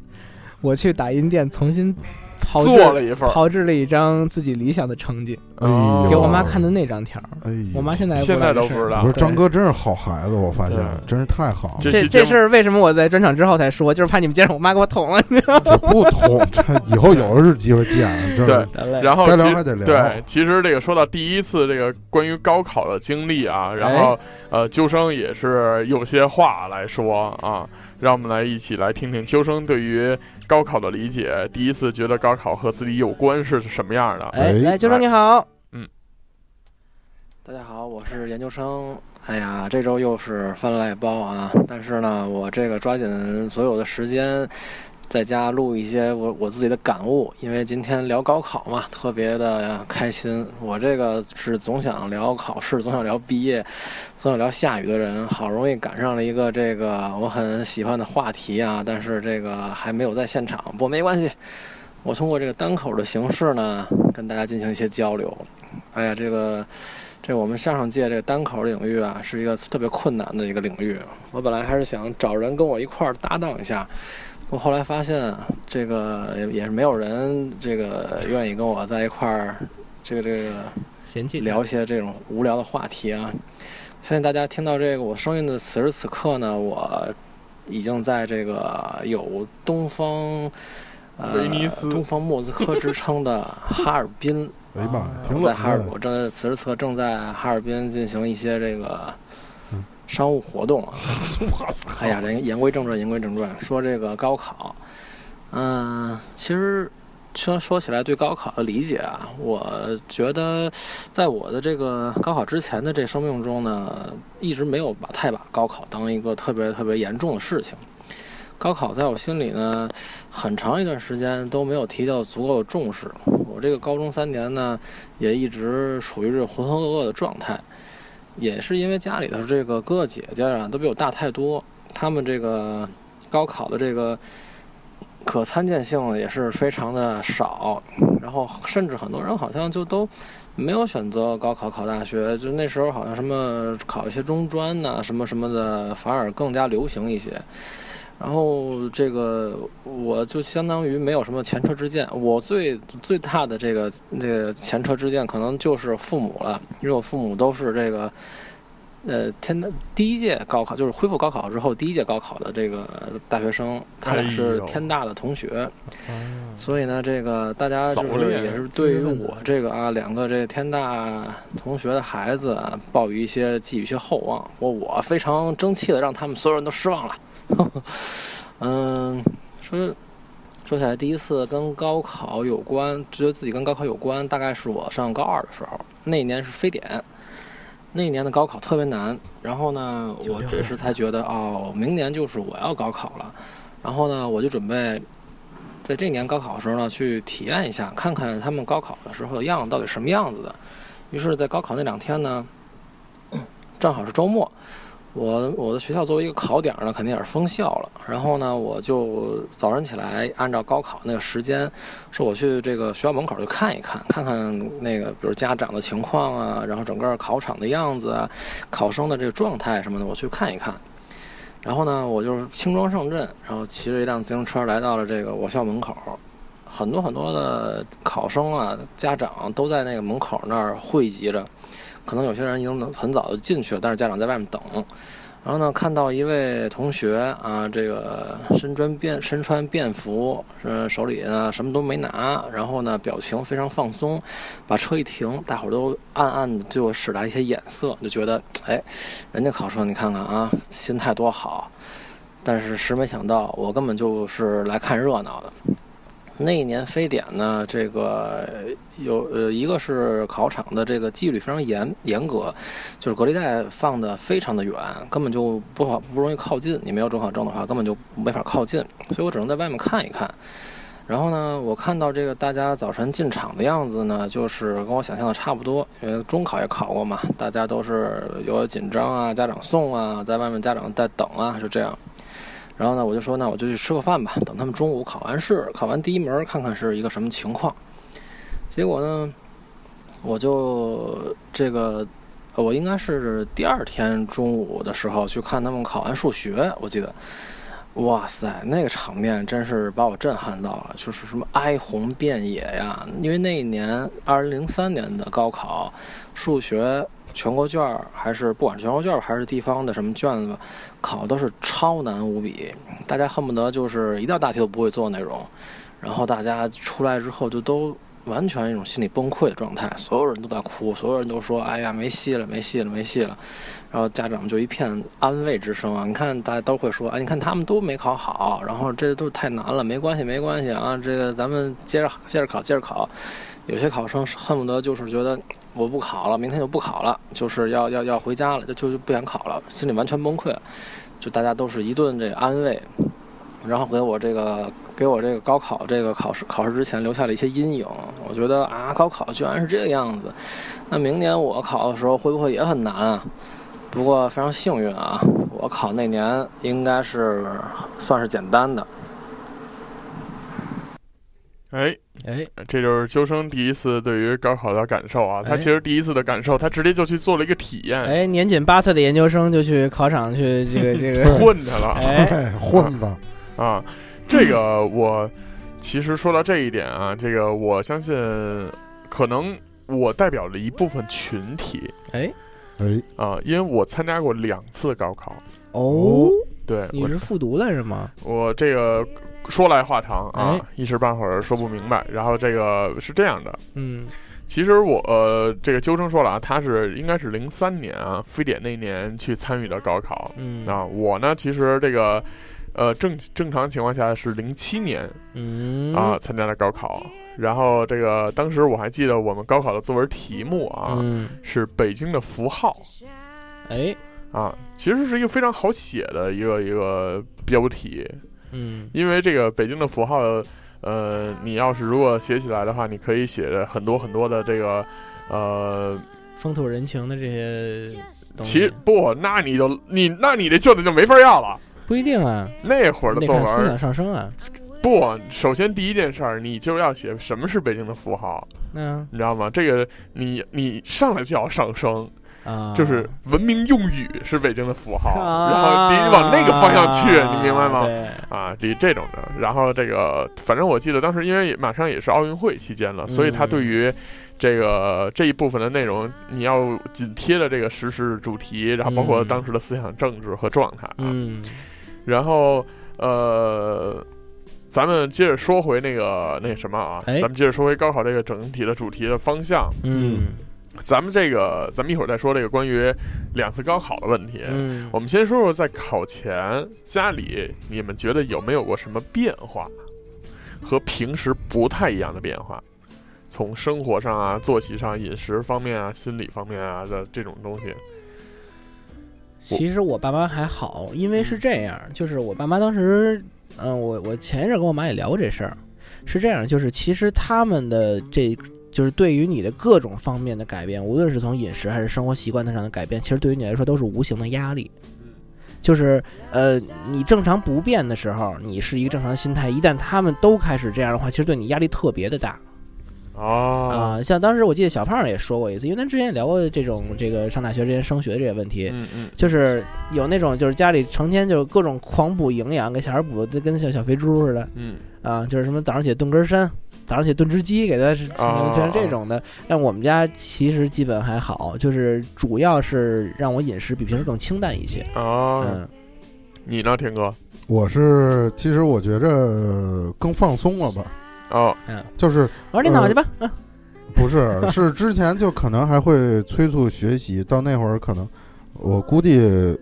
S4: 我去打印店重新炮制
S2: 做了一份儿。
S4: 炮制了一张自己理想的成绩，
S3: 哎呦
S4: 给我妈看的那张条，
S3: 哎呦，
S4: 我妈现在还
S2: 现在
S4: 知
S2: 都
S4: 道
S2: 不
S4: 这事儿
S2: 知道
S3: 不是
S4: 对
S3: 张哥真是好孩子，我发现
S2: 对
S3: 真是太好了，
S2: 这
S4: 这
S2: 期节
S4: 这
S2: 目
S4: 事儿为什么我在专场之后才说，就是怕你们见着我妈给我捅了。
S3: 这不同，
S2: *laughs*
S3: 这以后有的是机会见，真
S2: 对
S3: 是
S2: 然后
S3: 该
S2: 其
S3: 聊
S2: 实
S3: 还得聊，
S2: 对，其实这个说到第一次这个关于高考的经历啊，
S4: 哎
S2: 然后呃，究生也是有些话来说啊，让我们来一起来听听究生对于高考的理解，第一次觉得高考和自己有关是什么样的？
S4: *laughs* 哎，
S3: 哎
S4: 来，教授你好，
S7: 大家好，我是研究生。哎呀，这周又是翻赖包啊！但是呢，我这个抓紧所有的时间，在家录一些我我自己的感悟，因为今天聊高考嘛，特别的开心。我这个是总想聊考试，总想聊毕业，总想聊下雨的人，好容易赶上了一个这个我很喜欢的话题啊，但是这个还没有在现场，不过没关系。我通过这个单口的形式呢，跟大家进行一些交流。哎呀，这个这我们相声界这个单口领域啊，是一个特别困难的一个领域。我本来还是想找人跟我一块儿搭档一下，不过后来发现啊这个也也是没有人这个愿意跟我在一块儿，这个这个
S4: 嫌弃
S7: 聊一些这种无聊的话题啊。相信大家听到这个我声音的此时此刻呢，我已经在这个有东方呃
S2: 威尼斯
S7: 东方莫斯科之称的哈尔滨。
S3: 哎呀妈，呀，
S2: 啊
S3: 嗯挺
S7: 我在
S3: 冷
S7: 哈尔，
S3: 的，
S7: 我正在此时此刻正在哈尔滨进行一些这个
S3: 嗯
S7: 商务活动啊。
S3: *laughs* 我操，
S7: 哎呀，言言归正传，言归正传，说这个高考，嗯、其实说说起来对高考的理解啊，我觉得在我的这个高考之前的这生命中呢，一直没有把太把高考当一个特别特别严重的事情。高考在我心里呢，很长一段时间都没有提到足够的重视。我这个高中三年呢，也一直处于这种浑浑噩噩的状态，也是因为家里头这个哥哥姐姐啊都比我大太多，他们这个高考的这个可参见性也是非常的少，然后甚至很多人好像就都没有选择高考考大学，就那时候好像什么考一些中专呐、什么什么的，反而更加流行一些。然后这个我就相当于没有什么前车之鉴，我最最大的这个这个前车之鉴可能就是父母了，因为我父母都是这个呃天南第一届高考就是恢复高考之后第一届高考的这个大学生，他俩
S2: 哎
S7: 是
S2: 呦
S7: 天大的同学，所以呢，这个大家就
S2: 早
S7: 是
S2: 恋
S7: 也是对于
S4: 知识分子
S7: 我这个啊两个这天大同学的孩子啊，抱有一些寄予一些厚望，我我非常争气的让他们所有人都失望了。嗯，说说起来，第一次跟高考有关，觉得自己跟高考有关，大概是我上高二的时候，那一年是非典，那一年的高考特别难。然后呢，我这时才觉得，哦，明年就是我要高考了。然后呢，我就准备在这年高考的时候呢，去体验一下，看看他们高考的时候的样子到底什么样子的。于是，在高考那两天呢，正好是周末，我我的学校作为一个考点呢，肯定也是封校了。然后呢，我就早上起来，按照高考那个时间，说我去这个学校门口去看一看，看看那个比如家长的情况啊，然后整个考场的样子啊，考生的这个状态什么的，我去看一看。然后呢，我就是轻装上阵，然后骑着一辆自行车来到了这个我校门口，很多很多的考生啊、家长都在那个门口那儿汇集着，可能有些人已经很早就进去了，但是家长在外面等。然后呢，看到一位同学啊，这个身穿便身穿便服，呃，手里呢什么都没拿，然后呢表情非常放松，把车一停，大伙儿都暗暗的对我使来一些眼色，就觉得哎，人家考生你看看啊，心态多好。但是实没想到，我根本就是来看热闹的。那一年非典呢，这个有呃，一个是考场的这个纪律非常严严格，就是隔离带放的非常的远，根本就不好不容易靠近。你没有准考证的话，根本就没法靠近，所以我只能在外面看一看。然后呢，我看到这个大家早晨进场的样子呢，就是跟我想象的差不多，因为中考也考过嘛，大家都是有点紧张啊，家长送啊，在外面家长在等啊，是这样。然后呢，我就说那我就去吃个饭吧，等他们中午考完试，考完第一门，看看是一个什么情况。结果呢，我就这个，呃我应该是第二天中午的时候去看他们考完数学，我记得。哇塞，那个场面真是把我震撼到了，就是什么哀鸿遍野呀！因为那一年二零零三年的高考，数学全国卷儿还是不管是全国卷儿还是地方的什么卷子，考都是超难无比，大家恨不得就是一道大题都不会做那种。然后大家出来之后就都完全一种心理崩溃的状态，所有人都在哭，所有人都说：“哎呀，没戏了，没戏了，没戏了。”然后家长就一片安慰之声啊！你看，大家都会说，哎， *laughs* 你看他们都没考好，然后这都太难了，没关系，没关系啊，这个咱们接着接着考，接着考。有些考生是恨不得就是觉得我不考了，明天就不考了，就是要要要回家了，就就就不想考了，心里完全崩溃了。就大家都是一顿这个安慰，然后给我这个给我这个高考这个考试考试之前留下了一些阴影。我觉得啊，高考居然是这个样子，那明年我考的时候会不会也很难啊？不过非常幸运啊，我考那年应该是算是简单的。
S2: 哎，
S4: 哎，
S2: 这就是究生第一次对于高考的感受啊。他
S4: 哎
S2: 其实第一次的感受，他直接就去做了一个体验，
S4: 哎，年仅八岁的研究生就去考场去这个
S3: *laughs*
S4: 这个，
S2: 混着了。
S4: 哎，
S3: 哎，混子，
S2: 啊，这个我其实说到这一点啊，这个我相信可能我代表了一部分群体
S4: 哎，
S3: 哎，
S2: 啊，因为我参加过两次高考，
S4: 哦，
S2: 对
S4: 你
S2: 我
S4: 是复读了是吗？
S2: 我这个说来话长啊
S4: 哎，
S2: 一时半会儿说不明白。然后这个是这样的，
S4: 嗯，
S2: 其实我呃这个纠正说了啊，他是应该是零三年啊，非典那年去参与的高考，
S4: 嗯
S2: 啊，我呢其实这个。呃，正正常情况下是零七年
S4: 嗯
S2: 啊，，参加了高考。然后这个当时我还记得我们高考的作文题目啊、
S4: 嗯，
S2: 是北京的符号
S4: 哎，
S2: 啊，其实是一个非常好写的一个一个标题，
S4: 嗯，
S2: 因为这个北京的符号，呃，你要是如果写起来的话，你可以写的很多很多的这个。呃，
S4: 风土人情的这些东
S2: 其
S4: 西
S2: 实不，那你就你那你这旧的就没法要了。
S4: 不一定啊，
S2: 那会儿
S4: 你
S2: 的
S4: 得
S2: 作
S4: 看思
S2: 文
S4: 想，上升啊，
S2: 不，首先第一件事儿，你就要写什么是北京的符号，
S4: 嗯
S2: 你知道吗？这个你你上来就要上升，
S4: 啊，
S2: 就是文明用语是北京的符号，
S4: 啊，
S2: 然后你往那个方向去，你明白吗？
S4: 对
S2: 啊，你这种的。然后这个，反正我记得当时因为马上也是奥运会期间
S4: 嗯
S2: 了，所以他对于这个这一部分的内容，你要紧贴着这个时事主题，然后包括
S4: 嗯
S2: 当时的思想、政治和状态啊。
S4: 嗯，
S2: 然后呃，咱们接着说回那个那什么啊，
S4: 哎
S2: 咱们接着说回高考这个整体的主题的方向。
S4: 嗯
S2: 咱们这个，咱们一会儿再说这个关于两次高考的问题。
S4: 嗯，
S2: 我们先说说在考前家里，你们觉得有没有过什么变化，和平时不太一样的变化？从生活上啊、作息上、饮食方面啊、心理方面啊的这种东西。
S4: 其实我爸妈还呃好，因为是这样，就是我爸妈当时，嗯、我我前一阵跟我妈也聊过这事儿，是这样，就是其实他们的这就是对于你的各种方面的改变，无论是从饮食还是生活习惯上的改变，其实对于你来说都是无形的压力。就是呃，你正常不变的时候，你是一个正常的心态；一旦他们都开始这样的话，其实对你压力特别的大。
S2: 哦，
S4: 啊、像当时我记得小胖也说过一次，因为咱之前也聊过这种这个上大学之前升学这些问题，
S2: 嗯嗯，
S4: 就是有那种就是家里成天就是各种狂补营养，给小孩补的跟小小肥猪似的
S2: 嗯，
S4: 啊，就是什么早上起来炖根参，早上起来炖只鸡，给他是
S2: 啊
S4: 全是这种的。但我们家其实基本还好，就是主要是让我饮食比平时更清淡一些。
S2: 哦，
S4: 嗯，
S2: 你呢，天哥？
S3: 我是其实我觉着更放松了吧，
S2: 哦，
S3: 就是
S4: 玩电脑去吧。嗯
S3: 不是是之前就可能还会催促学习，到那会儿可能我估计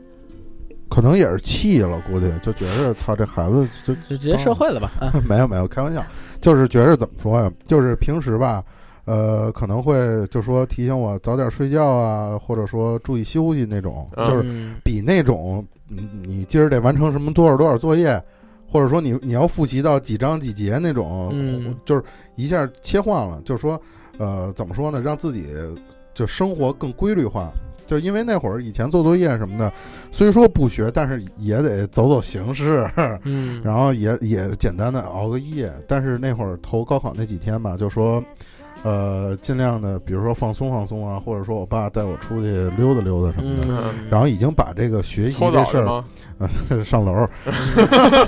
S3: 可能也是气了，估计就觉着操这孩子就
S4: 就直接社会了吧，啊，
S3: *laughs* 没有没有，开玩笑，就是觉着怎么说呀？就是平时吧，呃，可能会就说提醒我早点睡觉啊，或者说注意休息那种，
S2: 嗯
S3: 就是
S4: 嗯
S3: 比那种嗯你今儿得完成什么多少多少作业，或者说你你要复习到几章几节那种，
S4: 嗯
S3: 就是一下切换了，就是说，呃，怎么说呢？让自己就生活更规律化。就因为那会儿以前做作业什么的，虽说不学，但是也得走走形式， *laughs*
S4: 嗯，
S3: 然后也也简单的熬个夜，但是那会儿投高考那几天吧，就说，呃，尽量的，比如说放松放松啊，或者说我爸带我出去溜达溜达什么的，
S4: 嗯，
S3: 然后已经把这个学习
S2: 搓
S3: 这
S2: 澡
S3: 事
S2: 去
S3: 儿、
S2: 吗？
S3: 呃、 *laughs* 上楼，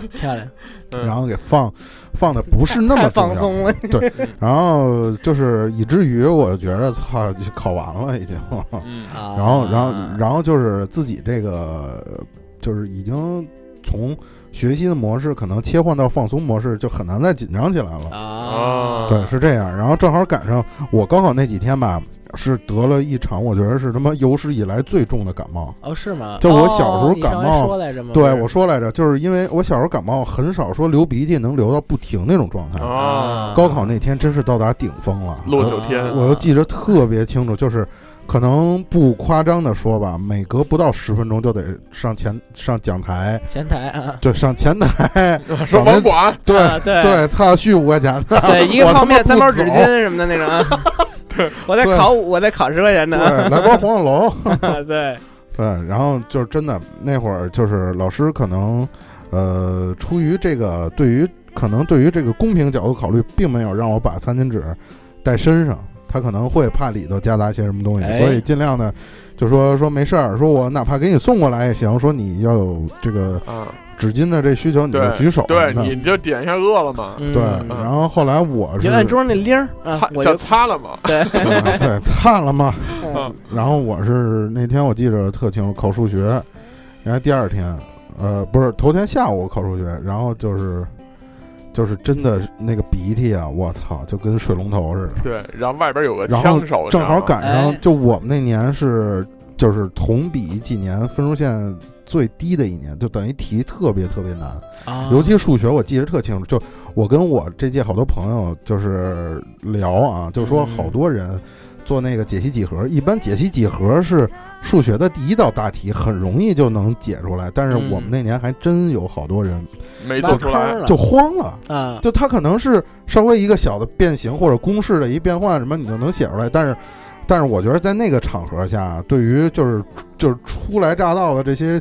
S4: 漂亮，
S2: 嗯
S3: 然后给放放的不是那么
S4: 太
S3: 重要
S4: 放松了，
S3: 对，
S2: 嗯
S3: *laughs* 然后就是以至于我觉得操，就考完了已经， *laughs*
S2: 嗯，
S3: 然
S4: 然
S3: 后，然
S4: 啊
S3: 后，然后就是自己这个，呃就是已经从学习的模式可能切换到放松模式，就很难再紧张起来了。
S2: 啊
S4: 啊，
S3: 对，是这样。然后正好赶上我高考那几天吧，是得了一场我觉得是他妈有史以来最重的感冒。
S4: 哦，是吗？
S3: 就我小时候感冒
S4: 哦你上回说来着吗？
S3: 对我说来着，就是因为我小时候感冒很少说流鼻涕能流到不停那种状态。
S2: 哦，
S3: 高考那天真是到达顶峰了，
S2: 啊落九
S4: 啊
S2: 天
S3: 我又记得特别清楚，就是可能不夸张的说吧，每隔不到十分钟就得上前上讲台，
S4: 前台啊，
S3: 对，上前台，
S2: *laughs* 说甭管，哎
S3: 对、
S5: 啊对
S3: 对，擦续五块钱的，
S5: 对，一个
S3: *laughs* 我他
S5: 泡
S3: 妈
S5: 面，三包
S3: 不
S5: 纸
S3: 走
S5: 巾什么的那种啊。我在
S3: *laughs* 对
S5: 考五，我在考十块钱
S3: 对，
S5: 呢。
S3: 来包黄鹤楼，
S4: *laughs* 啊
S5: 对，
S3: 对，然后就是真的那会儿就是老师可能呃出于这个对于可能对于这个公平角度考虑，并没有让我把餐巾纸带身上。他可能会怕里头夹杂些什么东西，
S4: 哎
S3: 所以尽量的就说说没事儿，说我哪怕给你送过来也行，说你要有这个
S2: 啊，
S3: 纸巾的这需求，你就
S2: 对，
S3: 举手。
S2: 对，
S3: 那
S2: 你就点一下饿了嘛，
S4: 嗯
S3: 对，然后后来我
S4: 你
S3: 是
S4: 就按桌上那铃儿啊
S2: 擦，
S4: 我
S2: 叫
S4: 就
S2: 擦了嘛，
S4: 对，
S3: *laughs*
S4: *laughs*
S3: 嗯对擦了嘛，
S2: 嗯
S3: 然后我是那天我记着特清楚，考数学，然后第二天，呃，不是头天下午我考数学，然后就是就是真的是那个鼻涕啊，我操，就跟水龙头似的。
S2: 对，然后外边有个
S3: 然后
S2: 枪手，
S3: 正好赶
S4: 哎
S3: 上，就我们那年是就是同比几年分数线最低的一年，就等于题特别特别难，
S4: 啊
S3: 尤其数学我记得特清楚。就我跟我这届好多朋友就是聊啊，就说好多人做那个解析几何，一般解析几何是数学的第一道大题，很容易就能解出来。但是我们那年还真有好多人
S2: 没做出
S4: 挖坑
S2: 来，
S4: 了
S3: 就慌了。
S4: 啊，
S3: 就它可能是稍微一个小的变形或者公式的一变换什么，你就能写出来。但是，但是我觉得在那个场合下，对于就是就是初来乍到的这些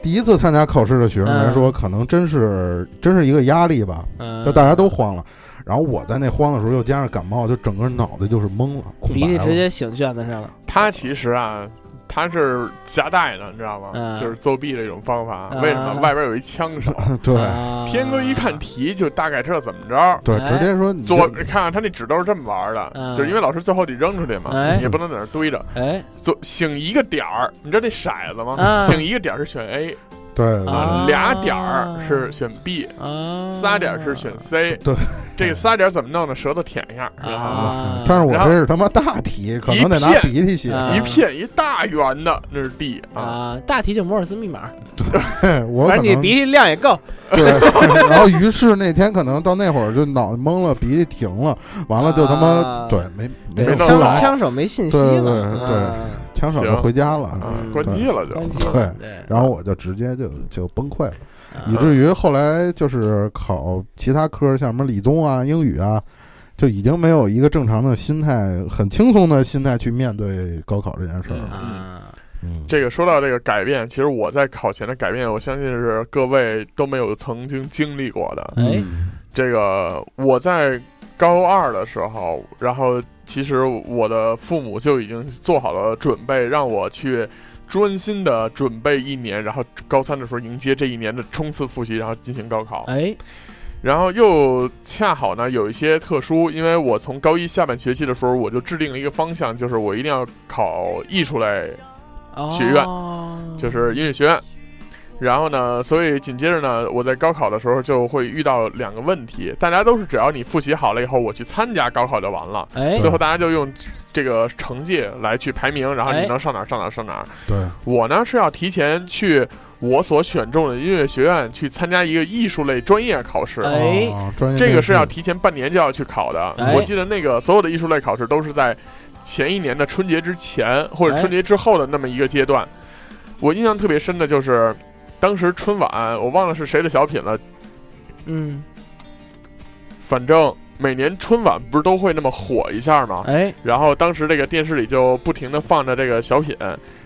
S3: 第一次参加考试的学生来说，可能真是真是一个压力吧，
S4: 嗯
S3: 就大家都慌了。然后我在那慌的时候，又加上感冒，就整个脑袋就是懵了，空
S4: 鼻
S3: 白
S4: 涕直
S3: 了。
S4: 接醒卷子上了，
S2: 他其实啊，他是夹带的，你知道吗？
S4: 嗯
S2: 就是作弊的一种方法。
S4: 嗯
S2: 为什么外边有一枪
S3: *laughs*
S2: 手？
S3: 对
S4: 啊
S2: 天哥一看，题就大概知道怎么着。
S3: 对，
S4: 哎
S3: 直接说你就
S2: 左看啊看他那纸都是这么玩的，
S4: 嗯
S2: 就是因为老师最后得扔出去嘛，
S4: 哎
S2: 你也不能在那儿堆着。
S4: 哎，
S2: 左醒一个点儿，你知道那骰子吗？
S4: 嗯
S2: 醒一个点儿是选 A，、
S3: 对对对
S4: 啊
S2: 俩点儿是选 B，、 *laughs*
S4: 啊，
S2: 仨点儿是选 C。
S3: 对，
S2: 这个仨点儿怎么弄呢？舌头舔一下，是吧
S4: 啊，
S3: 但是我
S2: 然后
S3: 这是他妈大题，可能得拿
S2: 一片
S3: 鼻涕写。
S4: 啊
S2: 一片一大圆的，那是 D 啊。
S4: 啊，大题就摩尔斯密码，
S3: 我
S5: 反
S3: 可
S5: 正你
S3: 能
S5: 鼻涕量也够。
S3: *laughs* 对，然后于是那天可能到那会儿就脑袋懵了，鼻涕停了，完了就他妈、
S5: 啊
S3: 对没
S2: 没弄
S3: 弄出
S2: 好
S5: 枪
S3: 来，
S5: 枪手没信息
S3: 对对
S5: 了，
S3: 对
S5: 啊
S3: 枪枪手就
S2: 行
S3: 回家了。
S2: 啊
S4: 嗯，
S2: 关机了就。
S4: 关机
S3: 对
S4: 对，
S3: 然后我就直接就就崩溃了，
S4: 啊
S3: 以至于后来就是考其他科，像什么理综啊、英语啊，就已经没有一个正常的心态，很轻松的心态去面对高考这件事儿了。
S4: 啊，
S3: 嗯，
S2: 这个说到这个改变，其实我在考前的改变，我相信是各位都没有曾经经历过的。
S4: 哎，
S3: 嗯
S2: 这个我在高二的时候，然后其实我的父母就已经做好了准备，让我去专心的准备一年，然后高三的时候迎接这一年的冲刺复习，然后进行高考。
S4: 哎，
S2: 然后又恰好呢有一些特殊，因为我从高一下半学期的时候，我就制定了一个方向，就是我一定要考艺术类学院
S4: 哦
S2: 就是音乐学院。然后呢，所以紧接着呢，我在高考的时候就会遇到两个问题，大家都是只要你复习好了以后，我去参加高考就完了。
S4: 哎，
S2: 最后大家就用这个成绩来去排名，然后
S4: 哎
S2: 你能上哪儿上哪儿上哪儿。
S3: 对，
S2: 我呢是要提前去我所选中的音乐学院去参加一个艺术类专业考试。
S4: 哎
S3: 哦，专业
S2: 这个是要
S3: 面
S2: 提前半年就要去考的。
S4: 哎
S2: 我记得那个所有的艺术类考试都是在前一年的春节之前或者
S4: 哎
S2: 春节之后的那么一个阶段。我印象特别深的就是，当时春晚我忘了是谁的小品了，
S4: 嗯，
S2: 反正每年春晚不是都会那么火一下
S3: 嗯
S2: 吗？
S4: 哎，
S2: 然后当时这个电视里就不停的放着这个小品，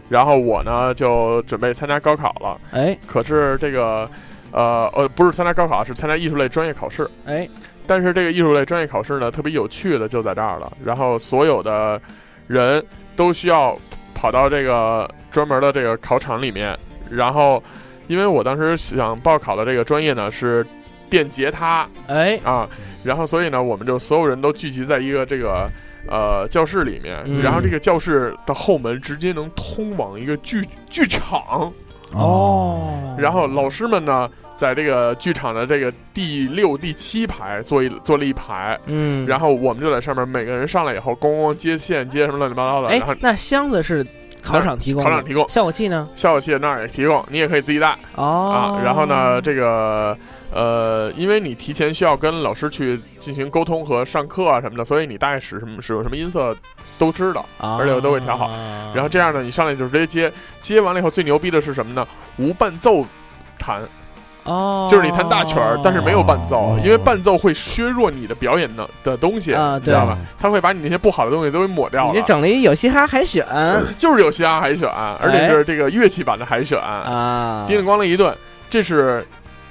S2: 然后我呢就准备参加高考了，
S4: 哎，
S2: 可是这个。呃呃，不是参加高考，是参加艺术类专业考试。
S4: 哎，
S2: 但是这个艺术类专业考试呢，特别有趣的就在这儿了。然后所有的人都需要跑到这个专门的这个考场里面。然后，因为我当时想报考的这个专业呢是电吉他
S4: 哎，
S2: 啊，然后所以呢，我们就所有人都聚集在一个这个。呃，教室里面，
S4: 嗯
S2: 然后这个教室的后门直接能通往一个剧剧场，
S3: 试哦，
S2: 然后老师们呢，在这个剧场的这个第六、第七排坐一坐了一排，
S4: 嗯，
S2: 然后我们就在上面，每个人上来以后，咣咣接线，接什么乱七八糟的。
S4: 哎
S2: 然后，
S4: 那箱子是考场提供的，
S2: 考场提供
S4: 效果器呢？
S2: 效果器那儿也提供，你也可以自己带、
S4: 哦
S2: 啊。，然后呢，，这个呃，因为你提前需要跟老师去进行沟通和上课啊什么的，所以你大概使什么使用什么音色都知道。
S4: 而
S2: 而且我都会调好
S4: 哦啊
S2: 然后这样呢，你上来就直接接，接完了以后最牛逼的是什么呢？无伴奏弹，
S4: 哦，
S2: 就是你弹大曲儿，但是没有伴奏
S3: 哦，
S2: 因为伴奏会削弱你的表演的的东西，
S4: 啊，
S2: 你知，
S4: 对
S2: 道吧？它会把你那些不好的东西都给抹掉了。
S4: 你这整了一有嘻哈海选
S2: 就是有嘻哈海选，而且是这个乐器版的海选，
S4: 哎啊，
S2: 叮铃咣啷一顿。这是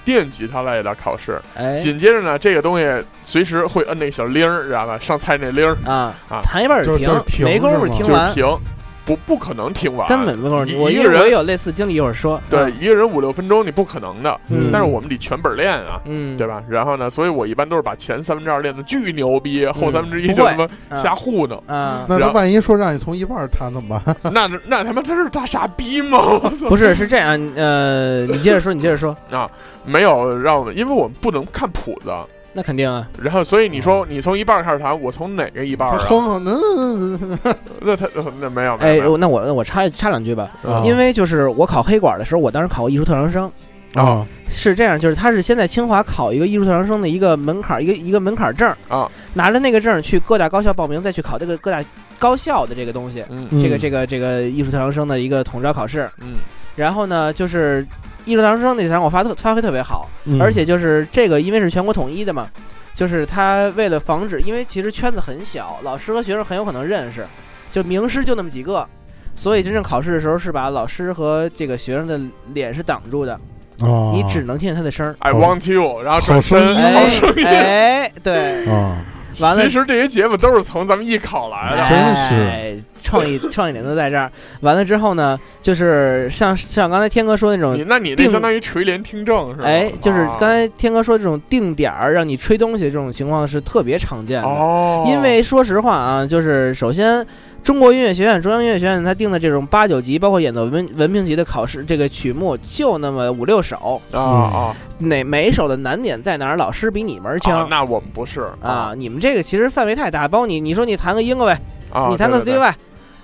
S2: 电吉他类的考试。
S4: 哎
S2: 紧接着呢，这个东西随时会摁那个小铃儿，知道吧？上菜那铃儿
S4: 啊
S2: 啊
S4: 弹一半儿
S3: 就是就是停
S4: 停，没工夫
S3: 是吗
S4: 听
S2: 就是
S4: 完，
S2: 停，不不可能听完，
S4: 根本没工夫
S2: 一
S4: 听。我
S2: 一
S4: 因
S2: 个
S4: 为
S2: 人
S4: 我也有类似经历，一会儿说。
S2: 对
S4: 啊，
S2: 一个人五六分钟你不可能的。
S4: 嗯
S2: 但是我们得全本练啊。
S4: 嗯，
S2: 对吧？然后呢，所以我一般都是把前三分之二练的巨牛逼，后三分之一
S4: 嗯不
S2: 就
S4: 会
S2: 他妈
S4: 啊
S2: 瞎糊
S4: *laughs*
S2: 弄，
S3: *laughs*
S4: 啊，
S3: 那
S2: 然
S3: 他
S2: 后
S3: 万一说让你从一半儿弹怎么办？
S2: 那那他妈这是大傻逼吗？ *laughs* 我操！
S4: 不是是这样，呃，你接着说，你接着说，
S2: 啊没有让我们，因为我们不能看谱子，
S4: 那肯
S3: *laughs*
S4: 定啊，
S2: 然后，所以你说你从一半儿开始弹，我从哪个一半儿
S3: 嗯他
S2: 啊？
S3: 哼哼，嗯，
S2: 那他呃那没有没
S4: 哎
S2: 有没，有
S4: 我那我我插插两句吧，
S3: 啊
S4: 因为就是我考黑管的时候，我当时考过艺术特长生，
S3: 啊，
S4: 是这样，就是他是先在清华考一个艺术特长生的一个门槛儿，一个一个门槛儿证儿
S2: 啊，
S4: 拿着那个证儿去各大高校报名，再去考这个各大高校的这个东西，
S2: 嗯
S3: 嗯
S4: 这个这个这个艺术特长生的一个统招考试。
S2: 嗯
S4: 然后呢，就是艺术特长生那堂我发特发挥特别好，
S3: 嗯
S4: 而且就是这个因为是全国统一的嘛，就是他为了防止，因为其实圈子很小，老师和学生很有可能认识，就名师就那么几个。所以真正考试的时候是把老师和这个学生的脸是挡住的，
S3: 啊，
S4: 你只能听见他的声儿。
S2: ，I want you，然后转
S3: 好声
S2: 身，
S3: 音
S2: 哦好声音。
S4: 哎，对，
S3: 啊，
S4: 完了
S2: 其实这些节目都是从咱们艺考来的。
S3: 真是
S4: 哎创意创意点都在这儿。完了之后呢，就是像像刚才天哥说那
S2: 你
S4: 种，
S2: 那你那
S4: 定
S2: 相当于垂帘听政是吧？
S4: 哎，就是
S2: 啊
S4: 刚才天哥说这种定点儿让你吹东西这种情况是特别常见的。
S2: 哦，
S4: 因为说实话啊，就是首先，中国音乐学院、中央音乐学院它定的这种八九级，包括演奏文文凭级的考试，这个曲目就那么五六首，
S2: 啊
S4: 嗯
S2: 啊
S4: 哪每首的难点在哪儿，老师比你门儿
S2: 啊
S4: 清，。
S2: 那我们不是
S4: 啊，你们这个其实范围太大，包括你，你说你弹个英个呗，
S2: 啊，
S4: 你弹个
S2: 对
S4: Stevie，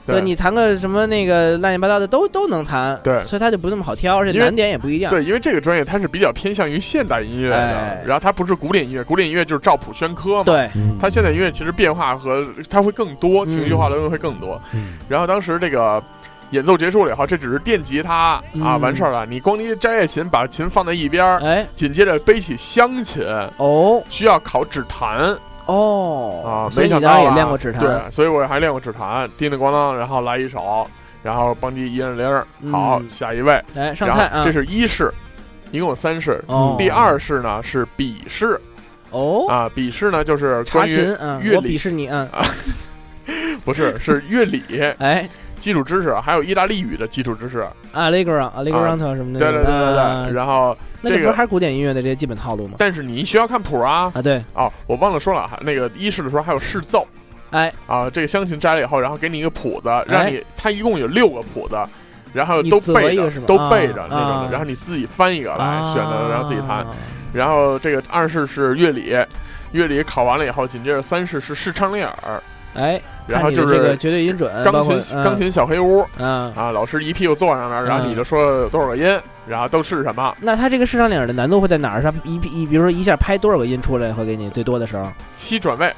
S2: 对
S4: 你弹个什么那个乱七八糟的都都能弹，
S2: 对
S4: 所以它就不那么好挑，而且
S2: 因为
S4: 难点也不一样，
S2: 对，因为这个专业它是比较偏向于现代音乐
S4: 哎
S2: 的，然后它不是古典音乐，古典音乐就是照谱宣科嘛。
S4: 对，
S3: 嗯
S2: 它现
S4: 嗯
S2: 在音乐其实变化和它会更多，情绪化的东西会更多。
S3: 嗯
S2: 然后当时这个演奏结束了以后，这只是电吉他啊，
S4: 嗯
S2: 完事儿了。你光你摘下琴，把琴放在一边儿，
S4: 哎，
S2: 紧接着背起湘琴，
S4: 哦
S2: 需要考指弹
S4: 哦
S2: 啊。没
S4: 所以你
S2: 想
S4: 当
S2: 到
S4: 然
S2: 啊
S4: 也练过指弹，
S2: 对，所以我还练过指弹，叮叮咣啷，然后来一首，然后邦迪一摁铃儿，好，
S4: 嗯
S2: 下一位，
S4: 来上
S2: 然
S4: 菜
S2: 后
S4: 啊，
S2: 这是一式，一共有三式。
S4: 哦
S2: 第二式呢是笔试
S4: 哦，
S2: 啊，笔试呢就是
S4: 查
S2: 关于
S4: 琴啊，
S2: 乐
S4: 我
S2: 理
S4: 鄙视你啊，
S2: *laughs* 不是是乐理
S4: 哎
S2: 基础知识，还有意大利语的基础知
S4: *laughs*
S2: 识。
S4: ，allegro allegro 什么的，
S2: 对对对对
S4: 啊
S2: 对，然后
S4: 那这
S2: 这
S4: 不
S2: 个
S4: 是还是古典音乐的这些基本套路吗？
S2: 但是你需要看谱啊。
S4: 啊，对，
S2: 哦，我忘了说了，还那个一式的时候还有试奏
S4: 哎，
S2: 啊，这个湘琴摘了以后，然后给你一个谱子，让你它一共有六个谱子。然后
S4: 你
S2: 都
S4: 自
S2: 背
S4: 为一
S2: 着
S4: 个是，吗
S2: 都
S4: 啊
S2: 背着那种
S4: 啊
S2: 的，然后你自己翻一个来
S4: 啊
S2: 选择，然后自己弹。，然后这个二试是乐理，乐理考完了以后，紧接着三试是视唱练耳，
S4: 哎，
S2: 然后
S4: 看你的
S2: 就
S4: 这个
S2: 是
S4: 绝对音准，
S2: 钢
S4: 包括
S2: 琴钢，琴小黑屋
S4: 嗯啊。
S2: 啊，老师一屁股坐上那儿，然后你就说有多少个音，然后都是什么，
S4: 那他这个视唱练耳的难度会在哪儿？他一一，比如说一下拍多少个音出来会给你最多的时候
S2: 七转位，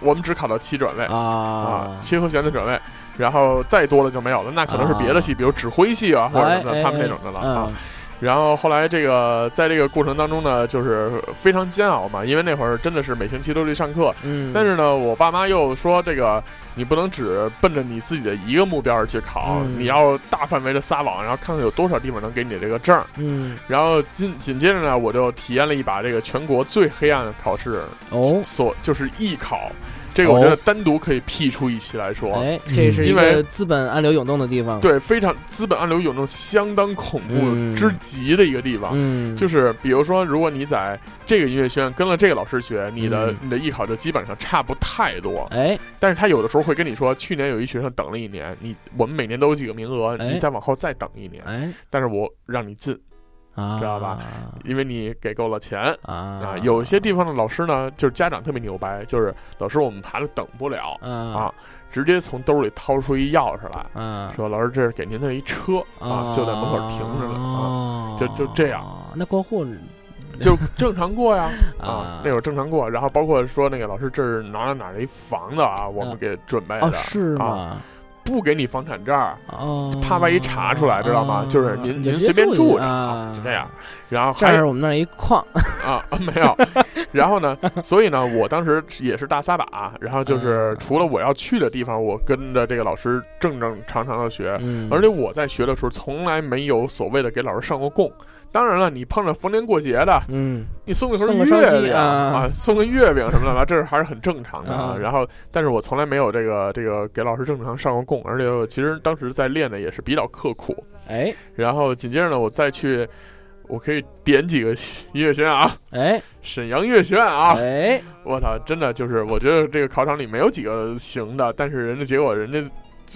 S2: 我们只考到七转位
S4: 啊？
S2: 七和弦的转位，然后再多的就没有了，那可能是别的系，比如指挥系啊或者什么
S4: 哎
S2: 的，
S4: 哎
S2: 他们那种的了啊
S4: 嗯。，
S2: 然后后来这个在这个过程当中呢，就是非常煎熬嘛，因为那会儿真的是每星期都去上课，
S4: 嗯，
S2: 但是呢，我爸妈又说这个你不能只奔着你自己的一个目标而去考，
S4: 嗯
S2: 你要大范围的撒网，然后看看有多少地方能给你这个证儿。
S4: 嗯
S2: 然后紧紧接着呢，我就体验了一把这个全国最黑暗的考试，
S4: 哦，
S2: 所就是艺考，这个我
S4: 哦
S2: 觉得单独可以辟出一期来说。
S4: 哎，这是
S2: 嗯
S4: 一
S2: 因为
S4: 个资本暗流涌动的地方，，
S2: 对，非常资本暗流涌动，相当恐怖
S4: 嗯
S2: 之极的一个地方。
S4: 嗯，
S2: 就是是比如说，如果你在这个音乐学院跟了这个老师学，你的、
S4: 嗯
S2: 你的艺考就基本上差不太多。
S4: 哎，
S2: 但是他有的时候会跟你说，去年有一学生等了一年，你我们每年都有几个名额，
S4: 哎
S2: 你再往后再等一年，
S4: 哎
S2: 但是我让你进，
S4: 啊，
S2: 知道吧？因为你给够了钱
S4: 啊
S2: 啊。有一些地方的老师呢，就是家长特别牛掰，就是老师我们孩子等不了，
S4: 啊
S2: 直接从兜里掏出一钥匙来，
S4: 啊
S2: 说老师这是给您的一车啊，就在门口停着呢啊，
S4: 呢
S2: 就就这样。
S4: 哦那过户 *laughs*
S2: 就正常过呀。
S4: 啊，
S2: 那会儿正常过，然后包括说那个老师这是哪儿哪儿哪儿的一房子啊，我们
S4: 嗯
S2: 给准备
S4: 哦
S2: 的，
S4: 是吗？
S2: 不给你房产证儿，
S4: 哦，
S2: 怕啊万一查出来，知道吗？
S4: 啊
S2: 就是您
S4: 你就
S2: 您
S4: 直接
S2: 随便
S4: 住
S2: 住
S4: 一
S2: 着
S4: 啊，
S2: 就这样。。然后
S4: 这
S2: 还
S4: 儿我们那儿一矿，
S2: 啊 *laughs* 没有，然后呢，所以呢，我当时也是大撒把，然后就是
S4: 嗯
S2: 除了我要去的地方，我跟着这个老师正正常常的学，
S4: 嗯，
S2: 而且我在学的时候从来没有所谓的给老师上过供。当然了，你碰上逢年过节的，
S4: 嗯
S2: 你送一盒
S4: 送个双
S2: 月
S4: 击
S2: 饼
S4: 啊
S2: 啊，送个月饼什么的，这是还是很正常的啊
S4: 啊。
S2: 然后，但是我从来没有这个这个给老师正常上过供，而且我其实当时在练的也是比较刻苦。
S4: 哎
S2: 然后紧接着呢，我再去，我可以点几个音乐学院啊，
S4: 哎
S2: 沈阳音乐学院啊，
S4: 哎，
S2: 我操，真的就是，我觉得这个考场里没有几个行的，但是人家结果人家。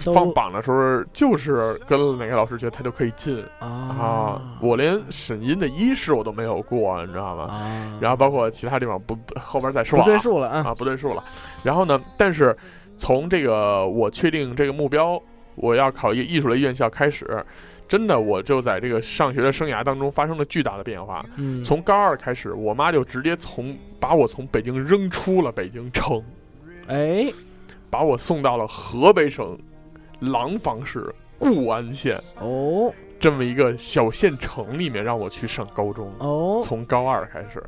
S4: 都
S2: 放榜的时候，就是跟了哪个老师学，他就可以进啊！我连沈音的一试我都没有过，你知道吗？
S4: 啊，
S2: 然后包括其他地方不不后边再说
S4: 不
S2: 啊
S4: 赘述了啊，
S2: 啊，不对数了。然后呢，但是从这个我确定这个目标，我要考一个艺术类院校开始，真的我就在这个上学的生涯当中发生了巨大的变化。
S4: 嗯，
S2: 从高二开始，我妈就直接从把我从北京扔出了北京城，
S4: 哎
S2: 把我送到了河北省廊坊市固安县
S4: 哦
S2: 这么一个小县城里面，让我去上高中。
S4: 哦，
S2: 从高二开始，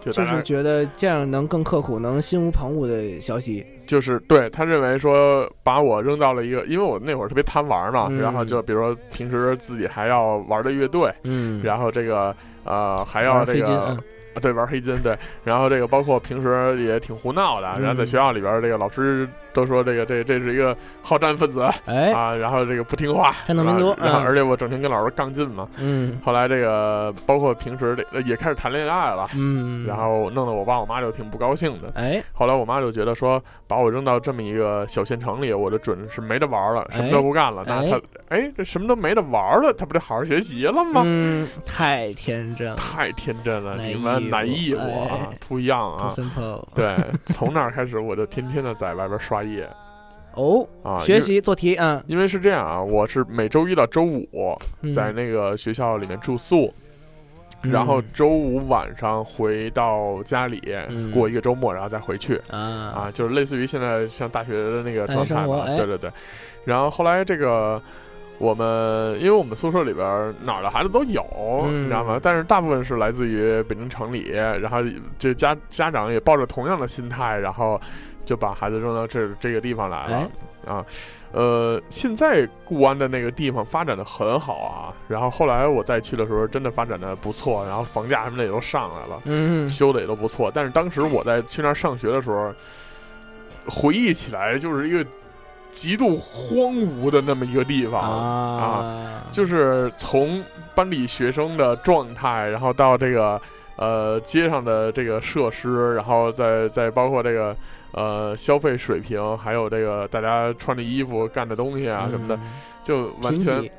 S2: 就大
S4: 就
S2: 家
S4: 是觉得这样能更刻苦，能心无旁骛的消息，
S2: 就是对他认为说把我扔到了一个，因为我那会儿特别贪玩嘛，
S4: 嗯
S2: 然后就比如说平时自己还要玩的乐队，
S4: 嗯，
S2: 然后这个呃还要
S4: 玩
S2: 这
S4: 黑金
S2: 个
S4: 嗯
S2: 啊对玩黑金对，然后这个包括平时也挺胡闹的，
S4: 嗯
S2: 然后在学校里边这个老师都说这个这这是一个好战分子
S4: 哎
S2: 啊，然后这个不听话，
S4: 战斗民族
S2: 是吧然后
S4: 嗯
S2: 而且我整天跟老师杠劲嘛，
S4: 嗯
S2: 后来这个包括平时这呃也开始谈恋爱了，
S4: 嗯，
S2: 然后弄得我爸我妈就挺不高兴的。
S4: 哎
S2: 后来我妈就觉得说，把我扔到这么一个小县城里，我就准是没得玩了，什么都不干了。那
S4: 哎
S2: 她，哎，这什么都没得玩了，她不就好好学习了吗？
S4: 嗯，太天真了
S2: 太天真了，
S4: naive
S2: 你们难意我啊
S4: 哎
S2: 不一样
S4: ，too
S2: 啊！
S4: simple
S2: 对，从那儿开始，我就天天的在外边刷夜
S4: 哦，
S2: 啊，
S4: 学。习做题啊，
S2: 因为是这样啊，我是每周一到周五
S4: 嗯
S2: 在那个学校里面住宿，
S4: 嗯
S2: 然后周五晚上回到家里、
S4: 嗯
S2: 过一个周末，然后再回去。
S4: 啊
S2: 啊，就是类似于现在像大学的那个
S4: 大学
S2: 状态
S4: 生活
S2: 嘛，
S4: 哎
S2: 对对对。然后后来这个我们，因为我们宿舍里边儿哪儿的孩子都有，
S4: 嗯
S2: 你知道吗？但是大部分是来自于北京城里，然后这家家长也抱着同样的心态，然后就把孩子扔到这这个地方
S4: 哎
S2: 来了、啊。呃，现在固安的那个地方发展的很好啊，然后后来我再去的时候，真的发展的不错，然后房价什么的也都上来了。
S4: 嗯
S2: 修的也都不错。但是当时我在去那儿上学的时候，回忆起来就是一个极度荒芜的那么一个地方。
S4: 啊
S2: 就是从班里学生的状态，然后到这个呃街上的这个设施，然后再再包括这个呃消费水平，还有这个大家穿的衣服、干的东西
S4: 嗯
S2: 啊什么的，，就完
S4: 贫
S2: 全
S4: 瘠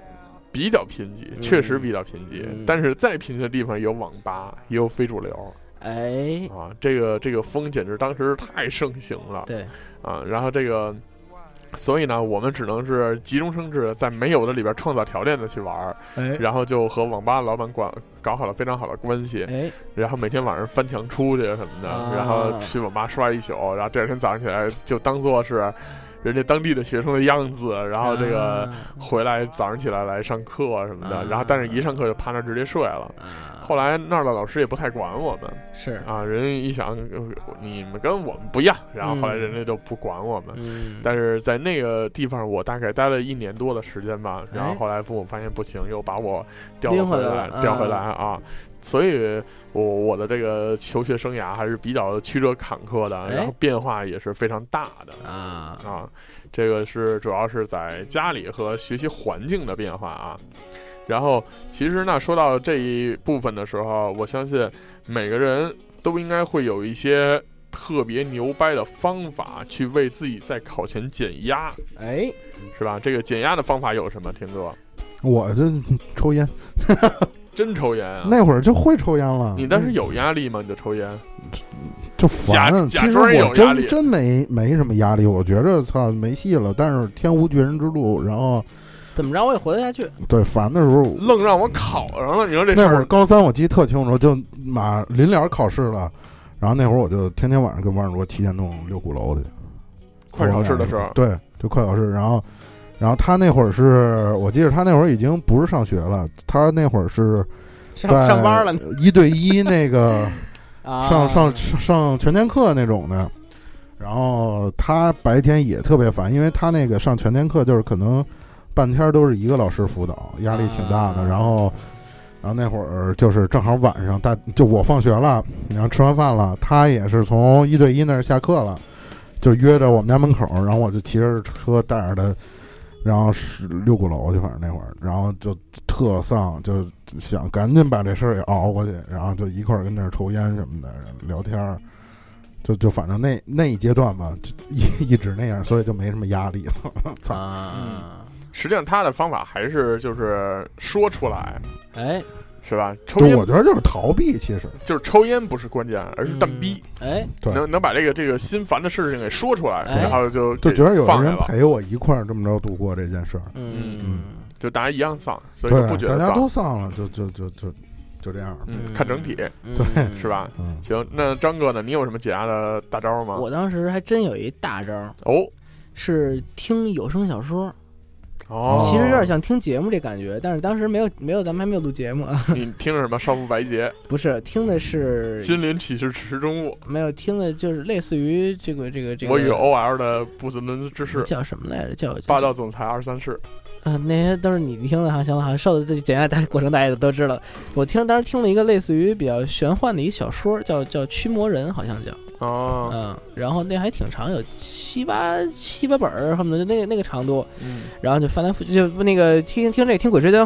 S2: 比较贫瘠，
S4: 嗯
S2: 确实比较贫瘠。
S4: 嗯
S2: 但是再贫瘠的地方有网吧，也有非主流，
S4: 哎，
S2: 啊，这个这个风简直当时太盛行了
S4: 对，
S2: 啊！然后这个，所以呢，我们只能是急中生智，在没有的里边创造条件的去玩儿，
S4: 哎
S2: 然后就和网吧老板管搞好了非常好的关系，
S4: 哎，
S2: 然后每天晚上翻墙出去什么的，
S4: 啊
S2: 然后去网吧刷一宿，然后第二天早上起来就当做是人家当地的学生的样子，然后这个
S4: 啊
S2: 回来早上起来来上课什么的，
S4: 啊
S2: 然后但是一上课就趴那儿直接睡了。
S4: 啊
S2: 后来那儿的老师也不太管我们。
S4: 是
S2: 啊，人家一想呃你们跟我们不一样，然后后来
S4: 嗯
S2: 人家就不管我们。
S4: 嗯，
S2: 但是在那个地方，我大概待了一年多的时间吧，然后
S4: 哎
S2: 后来父母发现不行，又把我调
S4: 拎回
S2: 回
S4: 来
S2: 来，
S4: 了
S2: 调回
S4: 嗯
S2: 来啊。所以我我的这个求学生涯还是比较曲折坎坷的，然
S4: 哎
S2: 后变化也是非常大的。
S4: 啊
S2: 啊，这个是主要是在家里和学习环境的变化啊。然后，其实呢，说到这一部分的时候，我相信每个人都应该会有一些特别牛掰的方法去为自己在考前减压，
S4: 哎，
S2: 是吧？这个减压的方法有什么？听哥，
S3: 我这抽烟
S2: 真抽烟啊？
S3: 那会儿就会抽烟了，
S2: 你当时有压力吗？你就抽烟？
S3: 就烦
S2: 假。
S3: 其
S2: 假
S3: 实
S2: 装有
S3: 我
S2: 压力
S3: 真真没没什么压力，我觉着操没戏了。但是天无绝人之路，然后
S4: 怎么着我也活得下去，
S3: 对烦的时候，
S2: 愣让我考上了，你说这事
S3: 那会儿
S2: 儿
S3: 高三我记得特清楚，就马临了考试了，然后那会儿我就天天晚上跟王志卓提前弄六鼓楼去。
S2: 快考试的时候，
S3: 对，就快考试，然后，然后他那会儿是我记得他那会儿已经不是上学了，他那会儿是
S4: 上
S3: 在
S4: 上班了呢
S3: 一对一那个
S4: *laughs* 啊，
S3: 上上上全天课那种的。然后他白天也特别烦，因为他那个上全天课就是可能半天都是一个老师辅导，压力挺大的。
S4: 啊
S3: 然后，然后那会儿就是正好晚上大就我放学了，然后吃完饭了，他也是从一对一那儿下课了，就约着我们家门口，然后我就骑着车带着他，然后是六鼓楼去，反正那会儿，然后就特丧，就想赶紧把这事儿给熬过去，然后就一块儿跟那儿抽烟什么的聊天儿。就就反正那 *laughs* 那一阶段吧，就一一直那样，所以就没什么压力了。操，
S4: 啊，
S2: 实际上他的方法还是就是说出来，
S4: 哎
S2: 是吧？抽
S3: 就
S2: 烟
S3: 我觉得就是逃避，其实
S2: 就是抽烟不是关键，而是蛋逼，
S4: 哎，
S3: 对，
S2: 能能把这个这个心烦的事情给说出来，
S4: 哎
S2: 然后就
S3: 就
S2: 给
S3: 觉得有
S2: 放
S3: 人
S2: 开了，
S3: 陪我一块儿这么着度过这件事儿。
S4: 嗯
S2: 就大家一样丧，所以就不觉
S3: 对，大
S2: 得
S3: 家
S2: 丧。
S3: 都丧了，就就就就就这样。
S2: 嗯
S4: 嗯，
S2: 看整体
S4: 对
S2: 是吧？？
S3: 嗯，
S2: 行，那张哥呢？你有什么解压的大招吗？
S4: 我当时还真有一大招儿，
S2: 哦
S4: 是听有声小说，
S2: 哦，
S4: 其实有点像听节目这感觉，但是当时没有没有，咱们还没有录节目啊， *laughs*
S2: 你听着什么《少妇白洁》
S4: 不是听的是
S2: 《金鳞岂是池中物
S4: 没有听的，就是类似于这个这个这》，个，
S2: 我与 OL 的不子门之事，
S4: 叫什么来着？叫
S2: 霸道总裁二三世。
S4: 啊，那些都是你听的哈，行了哈，瘦的这简单大家过程大家都知道了。我听当时听了一个类似于比较玄幻的一小说，叫叫《驱魔人》，好像叫，
S2: 哦，
S4: 嗯，然后那还挺长，有七八七八本儿，恨不得就那个那个长度，
S2: 嗯，
S4: 然后就翻来覆去，就那个听听这个听《鬼吹灯》，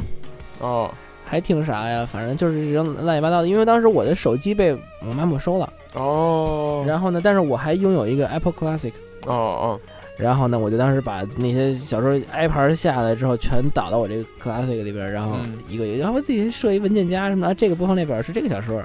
S2: 哦，
S4: 还听啥呀？反正就是扔乱七八糟的。因为当时我的手机被我妈没收了，
S2: 哦，
S4: 然后呢，但是我还拥有一个 Apple Classic，
S2: 哦哦，
S4: 然后呢，我就当时把那些小说 i 盘下来之后，全导到我这个 Classic 里边儿，然后
S2: 嗯
S4: 一个一个，然后我自己设一文件夹什么的，啊这个播放列表是这个小说，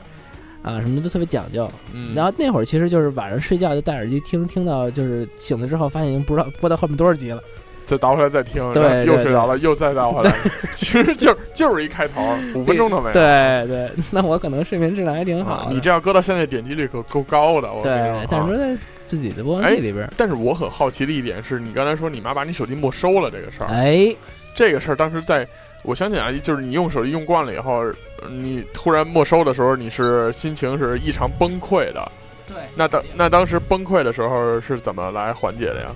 S4: 啊，什么都特别讲究。
S2: 嗯，
S4: 然后那会儿其实就是晚上睡觉就戴耳机听，听到就是醒了之后发现已经不知道播到后面多少集了，
S2: 再倒回来再听，
S4: 对
S2: 然后又
S4: 对
S2: 睡着了，又再倒回来， *laughs* 其实就就是一开头，五分钟都没有。
S4: 对对， *laughs* 那我可能睡眠质量还挺
S2: 啊
S4: 好的。
S2: 你这要搁到现在点击率可够高的，我跟你说
S4: 对
S2: 啊，
S4: 但是说在自己的播放器里边儿，
S2: 但是我很好奇的一点是，你刚才说你妈把你手机没收了这个事儿，
S4: 哎，
S2: 这个事儿当时在我相信啊，就是你用手机用惯了以后，呃你突然没收的时候，你是心情是异常崩溃的。
S4: 对，
S2: 那当那当时崩溃的时候是怎么来缓解的呀？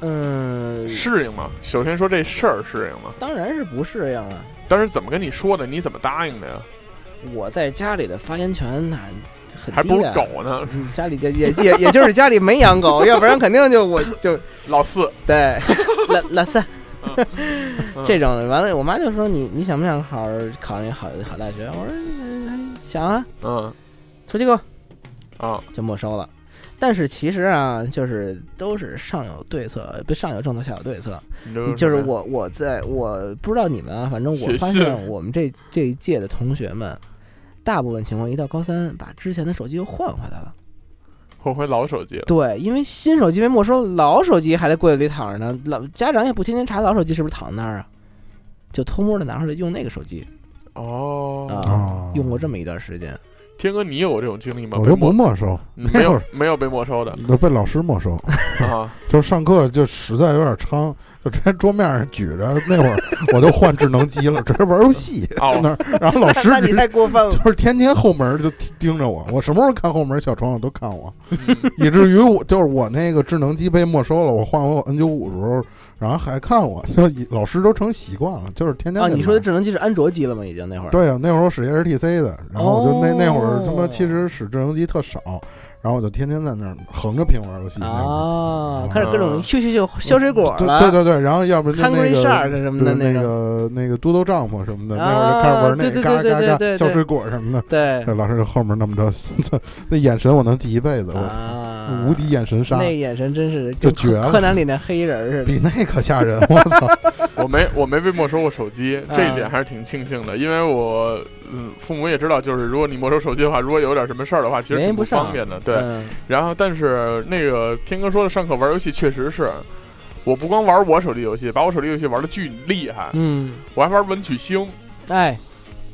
S4: 嗯，
S2: 适应吗？首先说这事儿适应吗？
S4: 当然是不适应了。
S2: 当时怎么跟你说的？你怎么答应的呀？
S4: 我在家里的发言权那很
S2: 还不
S4: 低
S2: 如
S4: 的，
S2: 狗呢，
S4: 嗯家里就 *laughs* 也也也就是家里没
S2: *laughs*
S4: 养狗，要不然肯定就我就
S2: 老四。 *laughs*
S4: 对，老老三
S2: 嗯嗯，
S4: 这种的完了，我妈就说你你想不想好好考那好好大学？我说嗯想啊，
S2: 嗯
S4: 出去给我
S2: 啊，
S4: 就没收了。但是其实啊，就是都是上有对策，不上有政策，下有对策。
S2: 你这
S4: 就是我我在我不知道你们啊，反正我
S2: 写
S4: 发
S2: 信
S4: 现我们这这一届的同学们，大部分情况一到高三，把之前的手机又换回来了。
S2: 换回老手机了。
S4: 对，因为新手机被没收，老手机还在柜子里躺着呢，老家长也不天天查老手机是不是躺那儿啊，就偷摸的拿出来用那个手机啊、
S2: 哦，
S3: 哦
S4: 用过这么一段时间。
S2: 天哥，你有这种经历吗？
S3: 我
S2: 被
S3: 都不
S2: 没
S3: 没收，
S2: 没
S3: 那会
S2: 有
S3: 儿
S2: 没有被没收
S3: *laughs*
S2: 的
S3: 都被老师没收。
S2: 啊。
S3: 就是上课就实在有点猖，就直接桌面上举着。那会儿我就换智能机了，直接玩游戏
S2: *laughs* 哦
S3: 在那儿。然后老师只是
S4: 过分
S3: 就是天天后门就盯盯着我，我什么时候看后门小窗户都看我，
S2: 嗯
S3: 以至于我就是我那个智能机被没收了，我换回我 N 九五时候，然后还看我，就老师都成习惯了，就是天天
S4: 啊！
S3: 给
S4: 你说的
S3: 拿
S4: 智能机是安卓机了吗？已经那会儿，
S3: 对呀、那会儿我使 HTC 的，然后我就那、
S4: 哦
S3: 那会儿他妈其实使智能机特少，然后我就天天在那儿横着屏玩游戏。那会儿
S4: 啊
S3: 嗯，
S4: 开始各种咻咻咻削水果
S3: 对
S4: 了，
S3: 对对对，然后要不就那
S4: Hungry
S3: 个
S4: Shark 什么的
S3: 对
S4: 那
S3: 个那个嘟嘟帐篷什么的，
S4: 啊
S3: 那会儿就开始玩那
S4: 对
S3: 个
S4: 对
S3: 嘎
S4: 对
S3: 嘎
S4: 对
S3: 嘎
S4: 对对
S3: 小水果什么的。
S4: 对
S3: 对，老师后面那么着， *laughs* 那眼神我能记一辈子，我操，
S4: 啊，
S3: 无敌眼神杀，
S4: 那眼神真是
S3: 就
S4: 跟
S3: 绝了
S4: 柯南里那黑人似的。
S3: 比那可吓人，我
S4: *laughs*
S3: 操！
S2: 我没我没被没收过手机，
S4: 啊
S2: 这一点还是挺庆幸的，因为我嗯父母也知道，就是如果你没收手机的话，如果有点什么事儿的话，其实
S4: 联系
S2: 挺
S4: 不上
S2: 方便的。对，
S4: 嗯
S2: 然后但是那个天哥说的上课玩游戏，确实是。我不光玩我手机游戏，把我手机游戏玩的巨厉害，
S4: 嗯，
S2: 我还玩文曲星。
S4: 哎，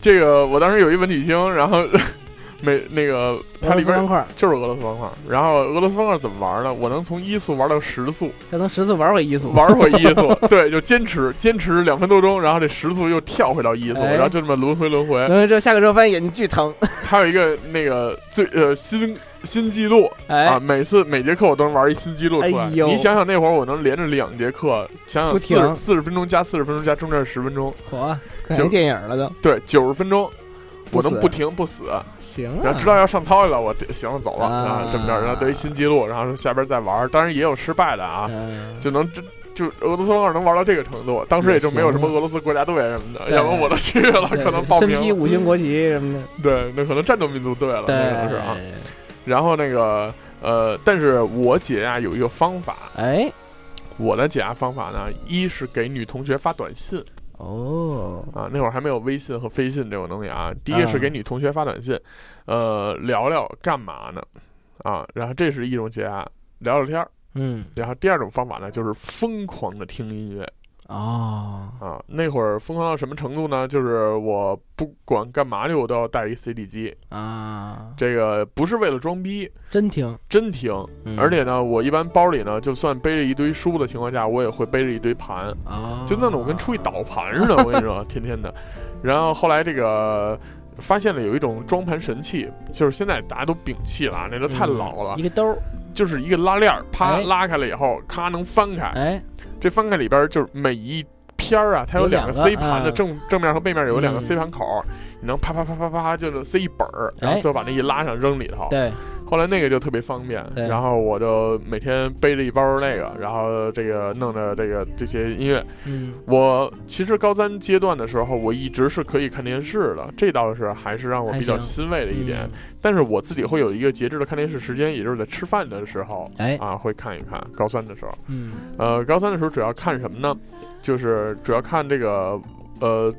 S2: 这个我当时有一文曲星，然后 *laughs* 每那个它
S4: 俄罗
S2: 里
S4: 斯方
S2: 边
S4: 块儿
S2: 就是俄罗斯方块，然后俄罗斯方块怎么玩呢？我能从一速玩到十速，
S4: 要从十次玩回一组，
S2: 玩会儿一
S4: *laughs*
S2: 速，对，就坚持坚持两分多钟，然后这时速又跳回到一速，
S4: 哎
S2: 然后就这么轮回轮回。
S4: 然后之后下课之后发现眼睛
S2: *laughs*
S4: 巨疼，
S2: 还有一个那个最呃新新纪录啊，
S4: 哎，
S2: 每次每节课我都能玩一新纪录出来。
S4: 哎呦
S2: 你想想那会儿我能连着两节课，想
S4: 不
S2: 想四
S4: 停
S2: 十四十分钟加四十分钟加中间十分钟，
S4: 火，看
S2: 就
S4: 见电影了都，
S2: 对，九十分钟。
S4: 不
S2: 我
S4: 死
S2: 能不停不死，
S4: 行
S2: 然
S4: 啊
S2: 后，知道要上操去了，我得行了走了，
S4: 啊
S2: 然后这么着，然后得一新纪录，然后下边再玩，当然也有失败的啊，
S4: 嗯
S2: 就能这就俄罗斯方块能玩到这个程度，当时也就没有什么俄罗斯国家队什么的，
S4: 对
S2: 要不然我都去了，*laughs*
S4: 对
S2: 可能报
S4: 身披
S2: 名
S4: 五星国旗什么的，
S2: 对，那可能战斗民族队了，那可能是啊。
S4: 对，
S2: 然后那个呃，但是我解压有一个方法，
S4: 哎，
S2: 我的解压方法呢，一是给女同学发短信
S4: 哦，
S2: 啊，那会儿还没有微信和飞信这种东西啊，第一个是给女同学发短信，呃，聊聊干嘛呢啊，然后这是一种解压，聊聊天儿。
S4: 嗯，
S2: 然后第二种方法呢，就是疯狂的听音乐。
S4: 哦，
S2: 啊，那会儿疯狂到什么程度呢？就是我不管干嘛去，我都要带一 CD 机。
S4: 啊，
S2: 这个不是为了装逼，
S4: 真听，
S2: 真听。
S4: 嗯
S2: 而且呢，我一般包里呢，就算背着一堆书的情况下，我也会背着一堆盘，
S4: 哦，
S2: 就弄得我跟出去倒盘似的。我跟你说，天天的。然后后来这个发现了有一种装盘神器，就是现在大家都摒弃了啊，那都太
S4: 嗯
S2: 老了
S4: 一，个兜儿，
S2: 就是一个拉链儿，啪
S4: 哎
S2: 拉开了以后，咔能翻开。
S4: 哎，
S2: 这翻开里边儿就是每一片儿啊，它有
S4: 有
S2: 两个
S4: 两个
S2: C 盘的
S4: 嗯
S2: 正正面和背面有两个
S4: 嗯
S2: C 盘口儿，你能啪啪啪啪啪就是塞一本儿，然后
S4: 哎
S2: 最后把那一拉上扔里头。
S4: 对，
S2: 后来那个就特别方便，
S4: 对
S2: 然后我就每天背着一包那个，然后这个弄着这个这些音乐。
S4: 嗯，
S2: 我其实高三阶段的时候，我一直是可以看电视的，这倒是还是让我
S4: 还
S2: 比较
S4: 行
S2: 欣慰的一点。
S4: 嗯，
S2: 但是我自己会有一个节制的看电视时间，也就是在吃饭的时候
S4: 哎，
S2: 啊，会看一看。高三的时候。
S4: 嗯，
S2: 呃，高三的时候主要看什么呢？就是主要看这个呃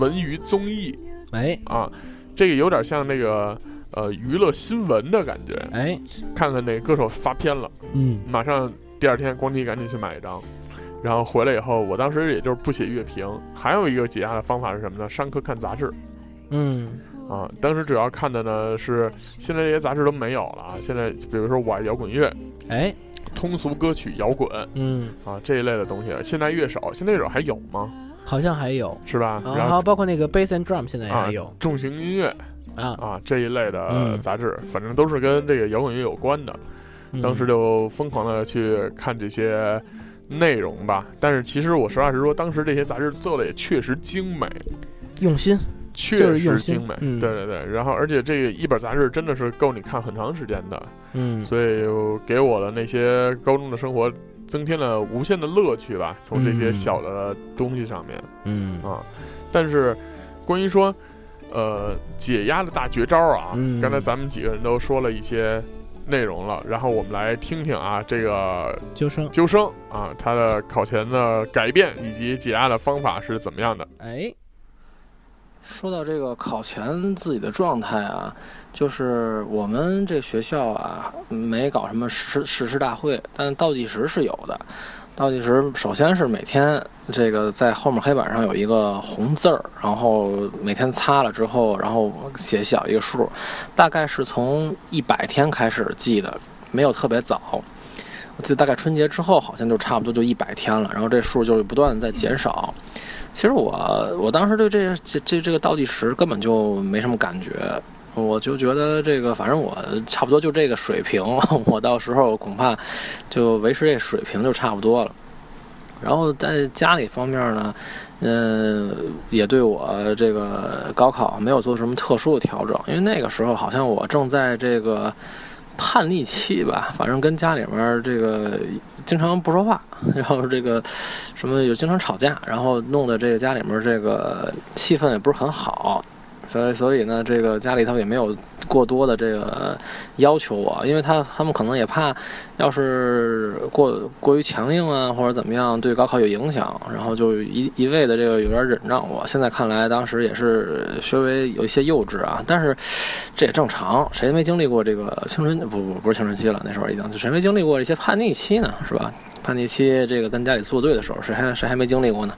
S2: 文娱综艺
S3: 嗯
S4: 哎，
S2: 啊，这个有点像那个呃娱乐新闻的感觉，
S4: 哎，
S2: 看看那歌手发片了，
S4: 嗯，
S2: 马上。第二天光体赶紧去买一张。然后回来以后，我当时也就是不写乐评。还有一个解压的方法是什么呢？上课看杂志
S4: 嗯
S2: 啊。当时主要看的呢是，现在这些杂志都没有了啊。现在比如说我爱摇滚乐、
S4: 哎
S2: 通俗歌曲、摇滚
S4: 嗯，
S2: 啊这一类的东西，现代乐手，现代乐手还有吗？
S4: 好像还有，
S2: 是吧？
S4: 啊
S2: 然
S4: 还有
S2: 后
S4: 包括那个 bass and drum 现在也
S2: 啊
S4: 还有
S2: 重型音乐
S4: 啊。
S2: 啊这一类的
S4: 嗯
S2: 杂志，反正都是跟这个摇滚乐有关的。
S4: 嗯
S2: 当时就疯狂的去看这些内容吧。但是其实我实话实说，当时这些杂志做的也确实精美，
S4: 用心，
S2: 确
S4: 就是
S2: 实
S4: 用心
S2: 精美。
S4: 嗯
S2: 对对对，然后而且这个一本杂志真的是够你看很长时间的，
S4: 嗯
S2: 所以给我的那些高中的生活增添了无限的乐趣吧。从这些
S4: 嗯
S2: 小的东西上面、
S4: 嗯
S2: 啊，但是关于说。呃，解压的大绝招啊！
S4: 嗯
S2: 刚才咱们几个人都说了一些内容了，然后我们来听听啊，这个
S4: 究生，
S2: 究生啊，他的考前的改变以及解压的方法是怎么样的？
S4: 哎，
S7: 说到这个考前自己的状态啊，就是我们这学校啊，没搞什么实实施大会，但倒计时是有的。倒计时首先是每天这个在后面黑板上有一个红字儿，然后每天擦了之后，然后写小一个数，大概是从一百天开始记的，没有特别早。我记得大概春节之后好像就差不多就一百天了，然后这数就是不断的在减少。其实我我当时对这这这这个倒计时根本就没什么感觉，我就觉得这个反正我差不多就这个水平， *laughs* 我到时候恐怕就维持这水平就差不多了。然后在家里方面呢，嗯、也对我这个高考没有做什么特殊的调整，因为那个时候好像我正在这个叛逆期吧，反正跟家里面儿这个经常不说话， *laughs* 然后这个什么有经常吵架，然后弄得这个家里面这个气氛也不是很好，所以所以呢，这个家里头也没有过多的这个要求我，因为他他们可能也怕，要是过过于强硬啊或者怎么样对高考有影响，然后就一一味的这个有点忍让我。现在看来，当时也是稍微有一些幼稚啊，但是这也正常，谁没经历过这个青春不不不是青春期了，那时候已经谁没经历过一些叛逆期呢，是吧？叛逆期这个跟家里作对的时候，谁还谁还没经历过呢？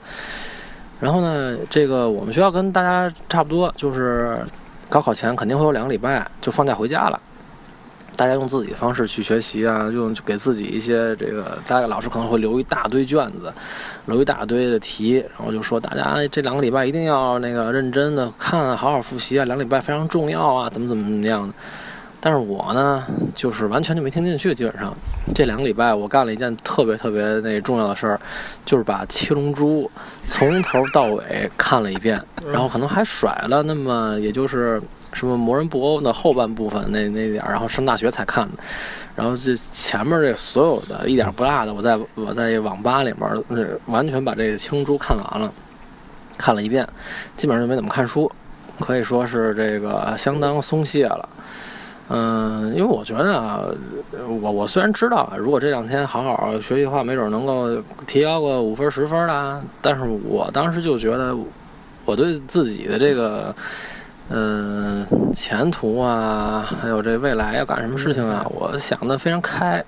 S7: 然后呢，这个我们学校跟大家差不多，就是高考前肯定会有两个礼拜就放假回家了。大家用自己的方式去学习啊，用就给自己一些这个，大概老师可能会留一大堆卷子，留一大堆的题，然后就说大家这两个礼拜一定要那个认真的看啊，好好复习啊，两个礼拜非常重要啊，怎么怎么怎么样的。但是我呢，就是完全就没听进去，基本上这两个礼拜我干了一件特别特别那重要的事儿，就是把《七龙珠》从头到尾看了一遍，然后可能还甩了那么也就是什么《魔人布欧》的后半部分那那点儿，然后上大学才看的。然后这前面这所有的一点不落的，我在我在网吧里面儿呃完全把这个《七龙珠》看完了，看了一遍，基本上就没怎么看书，可以说是这个相当松懈了。嗯，因为我觉得啊，我我虽然知道啊，如果这两天好好学习的话，没准能够提高个五分十分儿啦。但是我当时就觉得，我对自己的这个，嗯、前途啊，还有这未来要干什么事情啊，我想的非常开。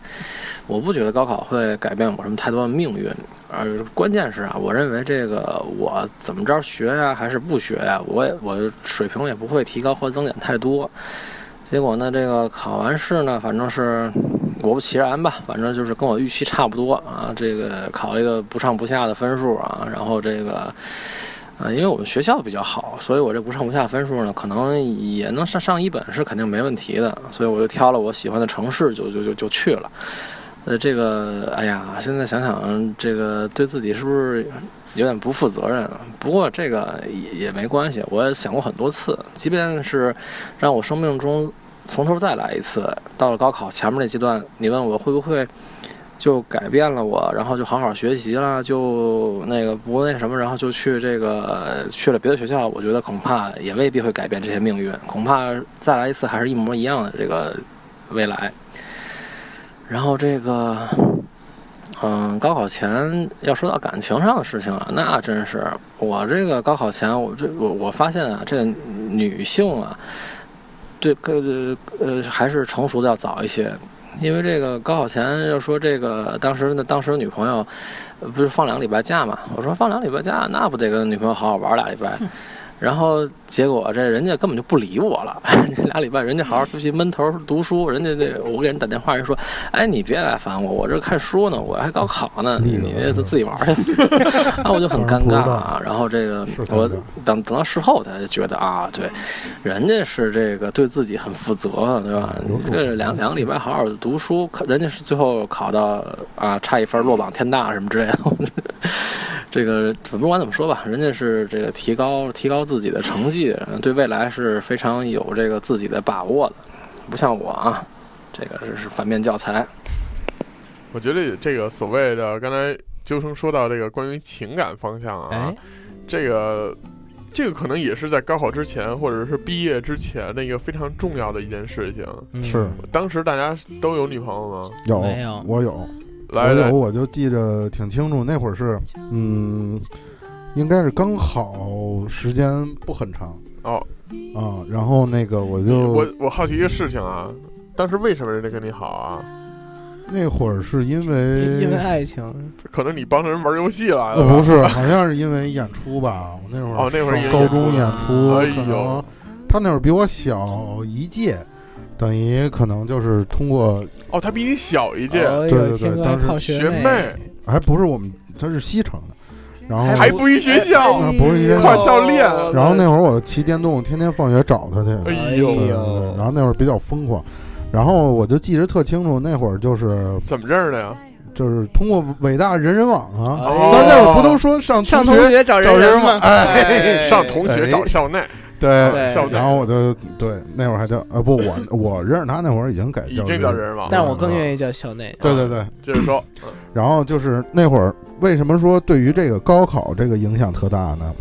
S7: 我不觉得高考会改变我什么太多的命运，而关键是啊，我认为这个我怎么着学呀、还是不学呀、我也我水平也不会提高或增减太多。结果呢，这个考完试呢，反正是果不其然吧，反正就是跟我预期差不多啊。这个考了一个不上不下的分数啊，然后这个，呃，因为我们学校比较好，所以我这不上不下分数呢，可能也能上上一本是肯定没问题的，所以我就挑了我喜欢的城市就就就就去了。呃，这个，哎呀，现在想想，这个对自己是不是有点不负责任啊？不过这个也也没关系，我也想过很多次，即便是让我生命中从头再来一次。到了高考前面那阶段，你问我会不会就改变了我，然后就好好学习了，就那个不那什么，然后就去这个去了别的学校，我觉得恐怕也未必会改变这些命运，恐怕再来一次还是一模一样的这个未来。然后这个。嗯，高考前要说到感情上的事情了，那真是我这个高考前，我这我我发现啊，这个女性啊，对，呃呃，还是成熟的要早一些。因为这个高考前就说这个当时的当时女朋友，呃不是放两个礼拜假嘛？我说放两个礼拜假，那不得跟女朋友好好玩俩礼拜？然后结果这人家根本就不理我了， *laughs* 这俩礼拜人家好好学习，闷头读书，人家这我给人打电话，人说，哎，你别来烦我，我这看书呢，我还高考呢，你你这自己玩去。 *laughs* 那我就很尴尬啊。然后这个
S3: 是尴尬
S7: 我等等到事后才觉得啊，对，人家是这个对自己很负责的，对吧？
S3: 有
S7: 你
S3: 种
S7: 这个两两个礼拜好好读书，可人家是最后考到啊差一分落榜天大什么之类的。 *laughs* 这个不管怎么说吧，人家是这个提高提高自己的成绩，对未来是非常有这个自己的把握的，不像我啊，这个是是反面教材。
S2: 我觉得这个所谓的刚才究生说到这个关于情感方向啊，
S4: 哎，
S2: 这个这个可能也是在高考之前或者是毕业之前的一个非常重要的一件事情。
S4: 嗯
S3: 是
S2: 当时大家都有女朋友吗？
S3: 有
S4: 没有
S3: 我有
S2: 来
S3: 我
S2: 来
S3: 有，，我就记着挺清楚，那会儿是嗯，应该是刚好时间不很长
S2: 哦，
S3: 啊，然后那个我就
S2: 我我好奇一个事情啊，当时为什么人家跟你好啊？
S3: 那会儿是因为
S4: 嗯因为爱情，
S2: 可能你帮着人玩游戏来
S3: 呃
S2: 了吧？*laughs*
S3: 不是，好像是因为演出吧，我那会儿
S2: 哦那会儿
S3: 上
S2: 也
S3: 高
S2: 演
S3: 中
S2: 出
S3: 演出，
S2: 哎
S3: 可能
S2: 呦
S3: 他那会儿比我小一届。等于可能就是通过，
S2: 哦，他比你小一届，
S4: 哦
S3: 对对
S4: 有
S3: 对
S4: 听过
S3: 当时
S4: 泡
S2: 学
S4: 妹，
S3: 还不是我们，他是西城的，然后
S2: 还不一学校，
S4: 哎
S3: 啊不是一个
S2: 跨校恋
S3: 然后那会儿我骑电动，天天放学找他去。
S2: 哎
S3: 对对
S2: 呦，
S3: 对然后那会儿比较疯狂，然后我就记得特清楚，那会儿就是
S2: 怎么认识的呀？
S3: 就是通过伟大人人网啊，
S2: 哦
S3: 那那会儿不都说上
S5: 上
S3: 同
S5: 同学找
S3: 找人
S5: 人
S3: 吗
S5: 吗？
S3: 哎
S2: 上同学找校内，
S3: 对，
S5: 对
S2: 校内
S3: 然后我就对那会儿还叫呃不我我认识他那会儿已经改
S2: 已
S3: 叫
S2: 经叫人网了，
S4: 但我更愿意叫小内。啊
S3: 对对对，
S2: 接着说，嗯
S3: 然后就是那会儿为什么说对于这个高考这个影响特大呢？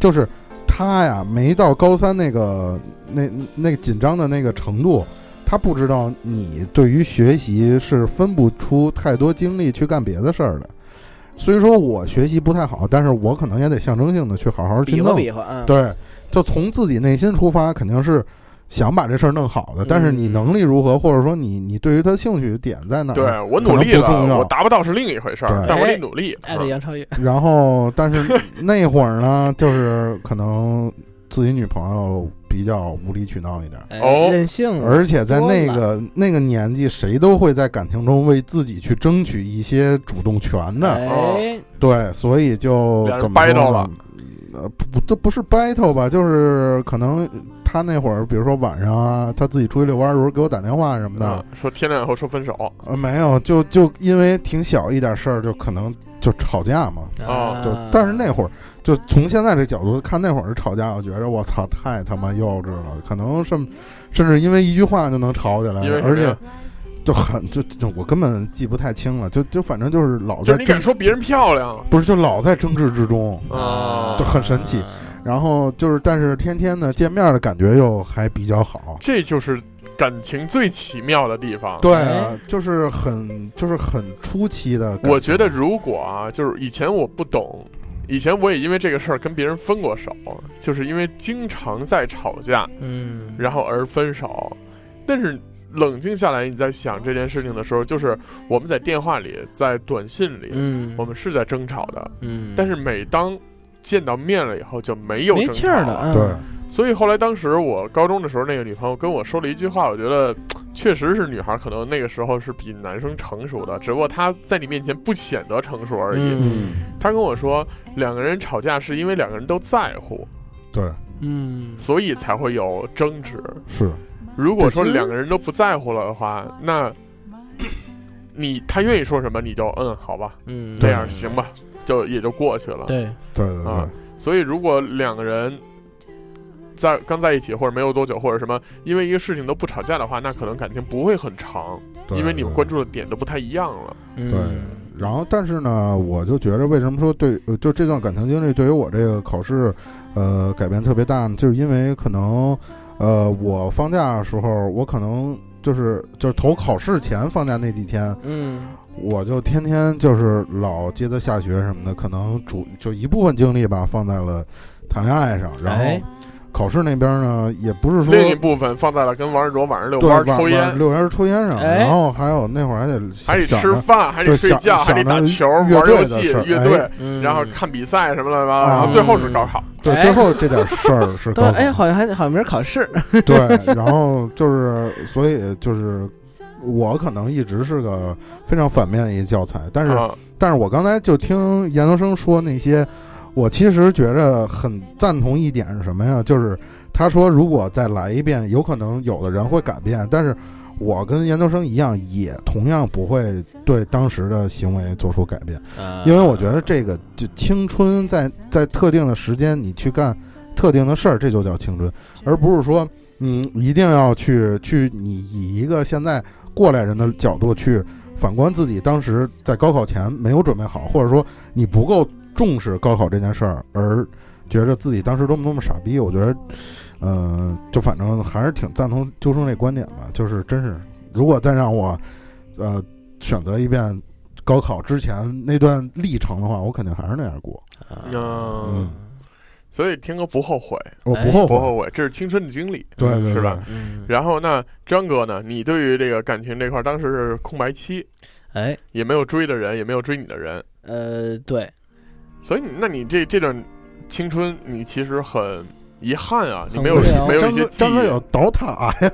S3: 就是他呀没到高三那个那那个紧张的那个程度。他不知道你对于学习是分不出太多精力去干别的事儿的，虽说我学习不太好，但是我可能也得象征性的去好好去
S5: 比划
S3: 弄
S5: 比划
S4: 嗯
S5: 啊，
S3: 对，就从自己内心出发，肯定是想把这事儿弄好的。但是你
S5: 嗯
S3: 能力如何，或者说你你对于他兴趣点在哪儿？
S2: 对我努力
S3: 啊可能不重
S2: 了，
S3: 要
S2: 我达不到是另一回事儿
S3: 对，
S2: 但我得努力。
S4: 爱的杨超越，
S3: 然后，但是那会儿呢，就是可能自己女朋友比较无理取闹一点儿，
S4: 哎
S2: 哦
S4: 任性了，
S3: 而且在那
S4: 作
S3: 个那个年纪，谁都会在感情中为自己去争取一些主动权的。
S4: 哎，
S3: 对，所以就
S2: 俩人
S3: 怎么说
S2: battle
S3: 呢
S2: 了？
S3: 呃，不不，这不是 battle 吧？就是可能他那会儿，比如说晚上啊，他自己出去遛弯儿的时候给我打电话什么的
S2: 嗯，说天亮以后说分手，
S3: 呃，没有，就就因为挺小一点事儿，就可能就吵架嘛。
S2: 哦
S3: 就
S4: 啊
S3: 但是那会儿，就从现在这角度看，那会儿吵架，我觉着我操，太他妈幼稚了，可能甚甚至因为一句话就能吵起来
S2: 因为，什
S3: 而
S2: 么呀
S3: 且就很就就我根本记不太清了，就就反正就是老
S2: 就
S3: 在
S2: 是你敢
S3: 争，
S2: 说别人漂亮
S3: 不是就老在争执之中。
S2: 啊
S3: 就？很神奇
S4: 啊
S3: 然后就是，但是天天呢见面的感觉又还比较好。
S2: 这就是感情最奇妙的地方。
S3: 对啊，就是很就是很初期的感。
S2: 我觉得如果啊，就是以前我不懂，以前我也因为这个事儿跟别人分过手，就是因为经常在吵架，
S4: 嗯，
S2: 然后而分手。但是冷静下来，你在想这件事情的时候，就是我们在电话里，在短信里，
S4: 嗯，
S2: 我们是在争吵的，
S4: 嗯，
S2: 但是每当见到面了以后就没有啊
S4: 没
S2: 争
S4: 气儿
S2: 吵
S4: 了，嗯
S3: 对，
S2: 所以后来当时我高中的时候，那个女朋友跟我说了一句话，我觉得确实是女孩可能那个时候是比男生成熟的，只不过她在你面前不显得成熟而已。
S4: 嗯
S2: 她跟我说，两个人吵架是因为两个人都在乎，
S3: 对，
S4: 嗯，
S2: 所以才会有争执。
S3: 是
S2: 如果说
S3: 对其实
S2: 两个人都不在乎了的话，那你她愿意说什么你就嗯好吧，
S4: 嗯，
S2: 这样行吧，就也就过去了。
S4: 对，
S3: 对对对
S2: 啊，所以如果两个人在刚在一起或者没有多久或者什么，因为一个事情都不吵架的话，那可能感情不会很长，
S3: 对
S2: 因为你们
S3: 对
S2: 关注的点都不太一样了。
S4: 嗯
S3: 对，然后但是呢，我就觉着为什么说对，呃就这段感情经历对于我这个考试，呃，改变特别大呢，就是因为可能，呃，我放假的时候，我可能就是就是投考试前放假那几天，
S4: 嗯，
S3: 我就天天就是老接他下学什么的，可能主就一部分精力吧放在了谈恋爱上，然后
S4: 哎
S3: 考试那边呢，也不是说
S2: 另一部分放在了跟王志卓晚上遛
S3: 对
S2: 弯儿
S3: 晚
S2: 抽
S3: 晚
S2: 烟，
S3: 遛弯儿抽烟上，
S5: 哎
S3: 然后还有那会儿还得
S2: 还得
S3: 想
S2: 吃
S3: 着
S2: 饭，还得
S3: 对
S2: 睡
S3: 想
S2: 觉，还
S3: 想
S2: 得打
S3: 着
S2: 球、
S3: 乐
S2: 玩
S3: 队
S2: 游
S3: 的
S2: 戏、
S3: 事儿
S2: 乐
S3: 哎
S2: 队，
S5: 嗯
S2: 然后看比赛什么乱七八糟，
S3: 啊
S2: 然后最后是高考。
S3: 对，
S5: 哎
S3: 最后这点事儿是
S4: 对，
S3: 高考
S4: 哎，好像还好像没人
S3: *laughs*
S4: 考试，
S3: 对，然后就是，所以就是，我可能一直是个非常反面的一教材，但是，
S2: 啊
S3: 但是我刚才就听研究生说那些，我其实觉着很赞同一点是什么呀？就是他说如果再来一遍，有可能有的人会改变，但是我跟研究生一样，也同样不会对当时的行为做出改变。
S4: 啊
S3: 因为我觉得这个就青春在在特定的时间你去干特定的事儿，这就叫青春，而不是说嗯一定要去去你以一个现在过来人的角度去反观自己当时在高考前没有准备好，或者说你不够重视高考这件事儿，而觉得自己当时多么多么傻逼。我觉得，呃，就反正还是挺赞同究生这观点吧，就是真是如果再让我呃选择一遍。高考之前那段历程的话，我肯定还是那样过。
S2: 嗯
S3: 嗯，
S2: 所以听歌不后悔，
S3: 我
S4: 哎
S3: 不后
S2: 不
S3: 悔，
S2: 后悔，这是青春的经历，
S3: 对对
S2: 是
S3: 对
S2: 吧？？
S4: 嗯
S2: 然后那张哥呢？你对于这个感情这块儿，当时是空白期，
S4: 哎，
S2: 也没有追的人，也没有追你的人，
S4: 呃，对，
S2: 所以你那你这这段青春，你其实很遗憾啊，你
S4: 很
S2: 没有
S4: 无聊
S2: 没有一
S3: 张
S2: 些
S3: 哥，
S2: 记
S3: 张哥有
S2: 忆。
S3: 倒塔
S2: *laughs*
S3: 呀，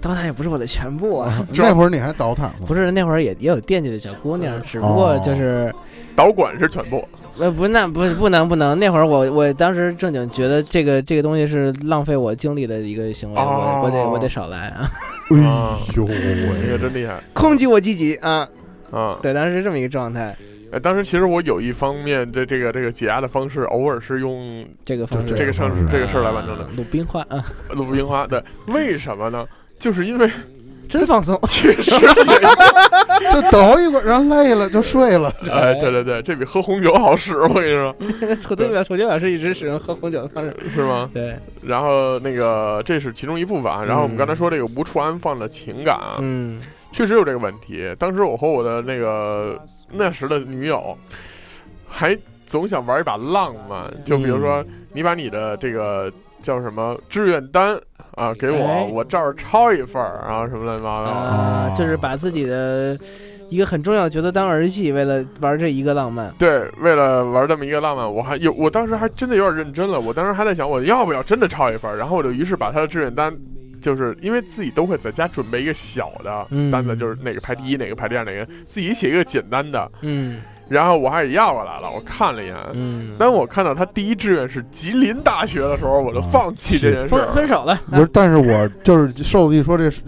S4: 当然也不是我的全部啊，
S2: 这
S3: 那会儿你还倒塔吗？
S4: 不是那会儿也也有惦记的小姑娘，只不
S3: 哦
S4: 过就是
S2: 导管是全部，
S4: 呃不那不不能不能，那会儿我我当时正经觉得这个这个东西是浪费我精力的一个行为，我我得我得少来啊，
S2: 嗯
S3: 哎呦
S2: 你可
S3: 喂，
S2: 真厉害
S4: 控制我自己啊，
S2: 啊！
S4: 对，当时是这么一个状态，
S2: 哎，当时其实我有一方面的这个这个解压的方式，偶尔是用
S4: 啊这个方式
S2: 这个事儿
S3: 嗯
S2: 这个事儿来完成的。
S4: 鲁冰花啊，
S2: 鲁冰花，对，为什么呢？就是因为，
S4: 真放松 *laughs*
S2: 确实也，
S3: 就倒一会儿，然后累了就
S2: *laughs*
S3: 睡了。
S2: 哎，对对对，这比喝红酒好使，我跟你说，
S4: 土豆表土豆表是一直使用喝红酒
S2: *laughs*
S4: 的方式，
S2: 是吗？
S4: 对，
S2: 然后那个这是其中一部分啊。然后我们刚才说这个无处安放的情感啊，
S4: 嗯，
S2: 确实有这个问题。当时我和我的那个那时的女友，还总想玩一把浪漫，就比如
S4: 嗯
S2: 说你把你的这个叫什么志愿单啊给我，
S4: 哎
S2: 我照着抄一份儿，然后什么乱七八糟的。
S4: 啊，就是把自己的一个很重要的角色当儿戏，为了玩这一个浪漫，
S2: 对，为了玩这么一个浪漫，我还有，我当时还真的有点认真了。我当时还在想，我要不要真的抄一份儿？然后我就于是把他的志愿单，就是因为自己都会在家准备一个小的
S4: 嗯
S2: 单子，就是哪个排第一，哪个排第二，哪个自己写一个简单的。
S4: 嗯
S2: 然后我还给要过来了，我看了一眼。
S4: 嗯，
S2: 当我看到他第一志愿是吉林大学的时候，我就放弃这件事
S4: 分
S2: 儿。
S4: 分手了，啊
S3: 不是，但是我就是瘦子一说这事，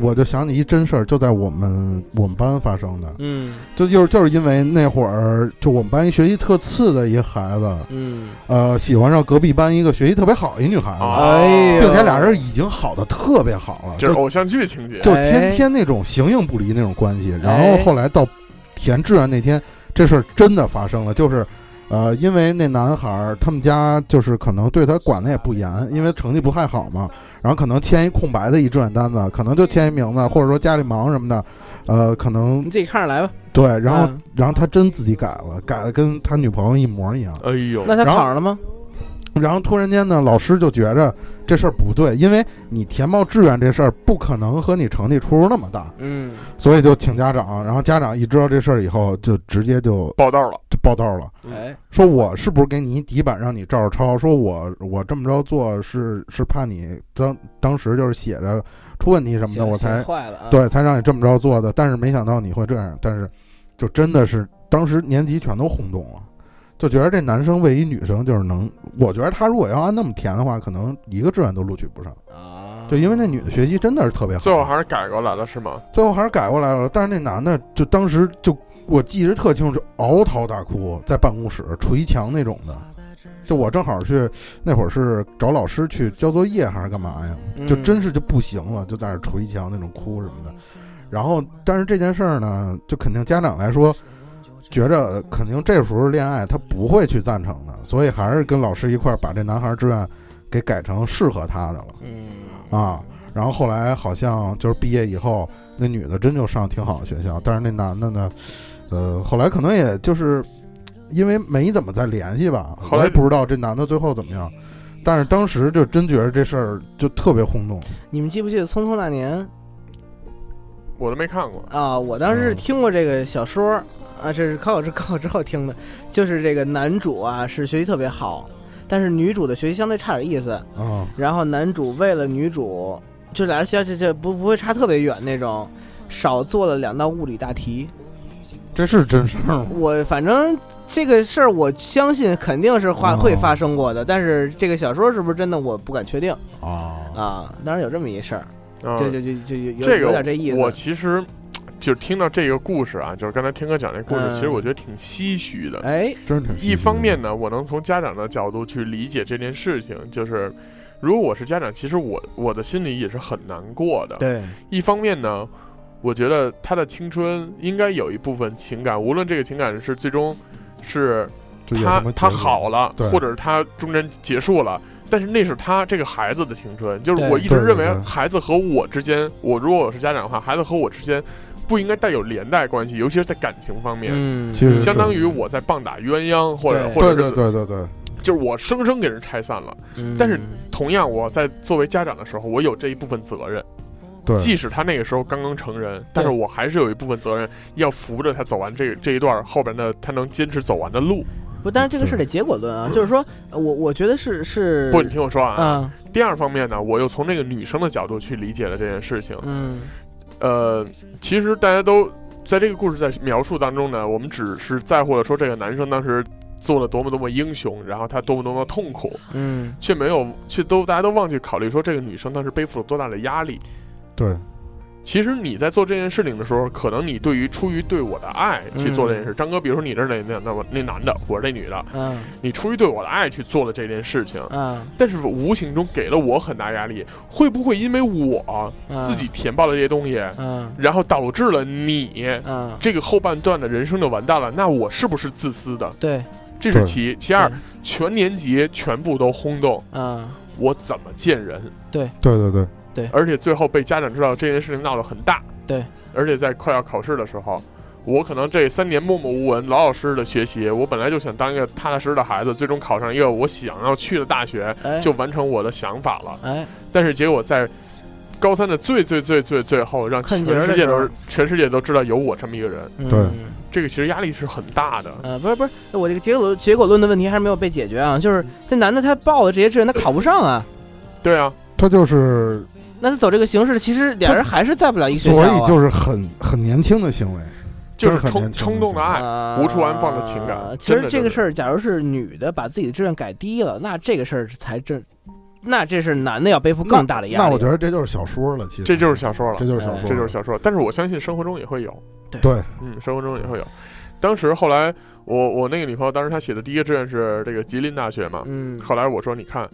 S3: 我就想起一真事儿，就在我们我们班发生的，
S4: 嗯
S3: 就就是就是因为那会儿就我们班一学习特次的一孩子，
S4: 嗯，
S3: 呃，喜欢上隔壁班一个学习特别好一女孩
S2: 啊
S3: 子，
S4: 哎呦，
S3: 并且俩人已经好的特别好了，
S2: 这
S3: 就是
S2: 偶像剧情节，
S3: 就
S4: 哎
S3: 天天那种形影不离那种关系。然后后来到填志愿那天，这事儿真的发生了，就是。呃，因为那男孩儿他们家就是可能对他管的也不严，因为成绩不太好嘛，然后可能签一空白的一志愿单子，可能就签一名字，或者说家里忙什么的，呃，可能
S4: 你自己看着来吧。
S3: 对，然后、
S4: 嗯
S3: 然后他真自己改了，改的跟他女朋友一模一样，
S2: 哎呦，
S4: 那他
S3: 然后
S4: 考上了吗？
S3: 然后突然间呢，老师就觉着这事儿不对，因为你填报志愿这事儿不可能和你成绩出入那么大，
S4: 嗯，
S3: 所以就请家长。然后家长一知道这事儿以后，就直接就
S2: 报道了，
S3: 就报道了，
S4: 哎，
S3: 说我是不是给你一底板让你照着抄？说我我这么着做是是怕你当当时就是写着出问题什么
S4: 写
S3: 的，我
S4: 写
S3: 才
S4: 坏了啊。，
S3: 对才让你这么着做的。但是没想到你会这样，但是就真的是当时年级全都轰动了。就觉得这男生为一女生就是能，我觉得他如果要按那么填的话，可能一个志愿都录取不上，
S4: 啊，
S3: 就因为那女的学习真的是特别好。
S2: 最后还是改过来了，是吗？
S3: 最后还是改过来了。但是那男的就当时就我记得特清楚，就嗷啕大哭，在办公室捶墙那种的。就我正好去那会儿是找老师去交作业还是干嘛呀？
S6: 嗯
S3: 就真是就不行了，就在那儿捶墙那种哭什么的。然后，但是这件事儿呢，就肯定家长来说，觉着肯定这时候恋爱他不会去赞成的，所以还是跟老师一块儿把这男孩志愿给改成适合他的了。
S4: 嗯
S3: 啊。然后后来好像就是毕业以后，那女的真就上挺好的学校，但是那男的呢，呃，后来可能也就是因为没怎么再联系吧，
S2: 后
S3: 我
S2: 来
S3: 也不知道这男的最后怎么样。但是当时就真觉得这事儿就特别轰动，
S4: 你们记不记得《匆匆那年》
S2: 我都没看过。
S4: 啊？我当时是
S3: 嗯
S4: 听过这个小说儿啊，这是高考之高考之后听的，就是这个男主啊是学习特别好，但是女主的学习相对差点意思，
S3: 啊，
S4: 然后男主为了女主，就俩人相这这不不会差特别远那种，少做了两道物理大题。
S3: 这是真事儿吗？
S4: 我反正这个事儿，我相信肯定是话
S3: 哦
S4: 会发生过的，但是这个小说是不是真的，我不敢确定
S3: 啊，
S4: 啊。当然有这么一事儿，
S2: 嗯
S4: 就就就就有
S2: 这个
S4: 有点这意
S2: 我
S4: 思。
S2: 其实就是听到这个故事啊，就是刚才天哥讲这故事，
S4: 嗯
S2: 其实我觉得挺唏嘘的。
S4: 哎，
S3: 真挺
S2: 一方面呢，我能从家长的角度去理解这件事情，就是如果我是家长，其实我我的心里也是很难过的。
S4: 对，
S2: 一方面呢，我觉得他的青春应该有一部分情感，无论这个情感是最终是
S3: 就有
S2: 他
S3: 什么
S2: 他
S3: 结果
S2: 好了
S3: 对，
S2: 或者是他中间结束了。但是那是他这个孩子的青春，就是
S4: 对
S2: 我一直
S3: 对对
S2: 认为
S3: 对
S2: 孩子和我之间，我如果我是家长的话，孩子和我之间不应该带有连带关系，尤其是在感情方面，
S4: 嗯，
S3: 其实是
S2: 相当于我在棒打鸳鸯，或者
S4: 对
S2: 或者
S3: 对
S2: 是
S3: 对对对对，
S2: 就是我生生给人拆散了。
S4: 嗯
S2: 但是同样，我在作为家长的时候，我有这一部分责任，
S3: 对
S2: 即使他那个时候刚刚成人，但是我还是有一部分责任要扶着他走完这这一段后边的他能坚持走完的路。
S4: 不，但是这个是得结果论啊，就是说我我觉得是是
S2: 不，你听我说啊。
S4: 啊，
S2: 第二方面呢，我又从这个女生的角度去理解了这件事情。
S4: 嗯
S2: 呃，其实大家都在这个故事在描述当中呢，我们只是在乎了说这个男生当时做了多么多么英雄，然后他多么多么痛苦。
S4: 嗯，
S2: 却没有，却都大家都忘记考虑说这个女生当时背负了多大的压力。
S3: 对，
S2: 其实你在做这件事情的时候，可能你对于出于对我的爱去做这件事。张哥，比如说你这那那那我那男的，我是那女的，
S4: 嗯
S2: 你出于对我的爱去做了这件事情，
S4: 嗯
S2: 但是无形中给了我很大压力。会不会因为我
S4: 嗯，
S2: 自己填报了这些东西，
S4: 嗯
S2: 然后导致了你
S4: 嗯，
S2: 这个后半段的人生就完蛋了？那我是不是自私的？
S4: 对，
S2: 这是
S3: 对
S2: 其一其二，全年级全部都轰动，
S4: 嗯
S2: 我怎么见人？
S3: 对对对，
S2: 而且最后被家长知道这件事情闹得很大。
S4: 对，
S2: 而且在快要考试的时候，我可能这三年默默无闻、老老实实的学习，我本来就想当一个踏踏实实的孩子，最终考上一个我想要去的大学，
S4: 哎
S2: 就完成我的想法了。
S4: 哎
S2: 但是结果在高三的最最最最最后，让
S4: 看
S2: 全
S4: 节儿的
S2: 世界都
S4: 时
S2: 是全世界都知道有我这么一个人，
S4: 嗯
S3: 对
S2: 这个其实压力是很大的。
S4: 呃，不是不是，我这个结果结果论的问题还是没有被解决啊。就是这男的他报了这些志愿，他考不上啊，
S2: 对啊，
S3: 他就是
S4: 那他走这个形式，其实俩人还是在不了一学校、
S3: 所
S4: 啊。
S3: 以就是很很年轻的行为，
S2: 就
S3: 这
S2: 是
S3: 是很
S2: 冲
S3: 年轻
S2: 冲动的
S3: 的
S2: 爱，
S4: 啊
S2: 无处安放的情感
S4: 其
S2: 真
S4: 实
S2: 的
S4: 这
S2: 就
S4: 个
S2: 是
S4: 事儿，假如是女的把自己的志愿改低了，那这个事儿才真，那这是男的要背负更大的压力。哎
S3: 那我觉得这就是小说了，其实
S2: 这就是小说了
S3: 这。就是小说了，
S2: 这就是小说，但是我相信生活中也会有。
S3: 对，
S2: 嗯，生活中也会有。当时后来我我那个女朋友，当时她写的第一个志愿是这个吉林大学嘛。
S4: 嗯
S2: 后来我说，你看，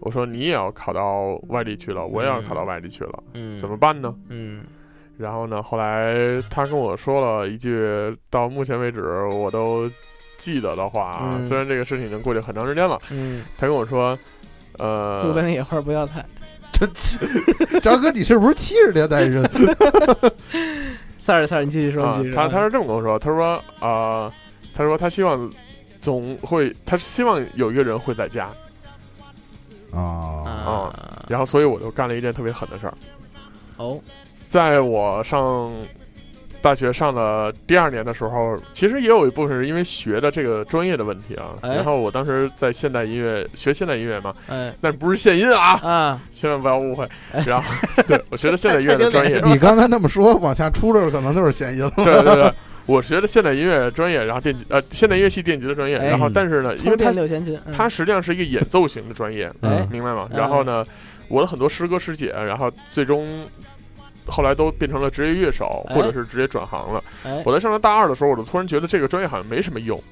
S2: 我说你也要考到外地去了，我也要考到外地去了，
S4: 嗯，
S2: 怎么办呢？
S4: 嗯
S2: 然后呢，后来她跟我说了一句，到目前为止我都记得的话啊，
S4: 嗯
S2: 虽然这个事情已经过去很长时间了，
S4: 嗯，
S2: 她跟我说，
S5: 路
S2: 呃，
S5: 边野花不要采。
S3: *laughs* 张哥，你是不是七十年代
S2: *laughs*
S3: 人？
S4: 三儿三儿，你继续说，
S2: 啊
S4: 你继续，说。
S2: 她她是这么跟我说，她说啊、呃她说她希望总会，她希望有一个人会在家。
S3: 啊，
S2: 啊然后所以我就干了一件特别狠的事儿。
S4: 哦，
S2: 在我上大学上了第二年的时候，其实也有一部分是因为学的这个专业的问题啊。
S4: 哎
S2: 然后我当时在现代音乐学现代音乐嘛，
S4: 哎
S2: 但不是现音啊，
S4: 啊，
S2: 千万不要误会。
S4: 哎
S2: 然后 *laughs* 对我学的现代音乐的专业，
S3: 你刚才那么说，往下出这儿可能就是嫌疑了。
S2: 对对对对。我学的现代音乐专业，然后电吉呃现代音乐系电吉的专业，
S4: 哎
S2: 然后但是呢，因为
S4: 通
S2: 它
S4: 电六弦琴，嗯
S2: 它实际上是一个演奏型的专业，
S4: 哎
S2: 明白吗？
S4: 嗯
S2: 然后呢，我的很多师哥师姐，然后最终后来都变成了职业乐手，
S4: 哎
S2: 或者是直接转行了。
S4: 哎
S2: 我在上到大二的时候，我就突然觉得这个专业好像没什么用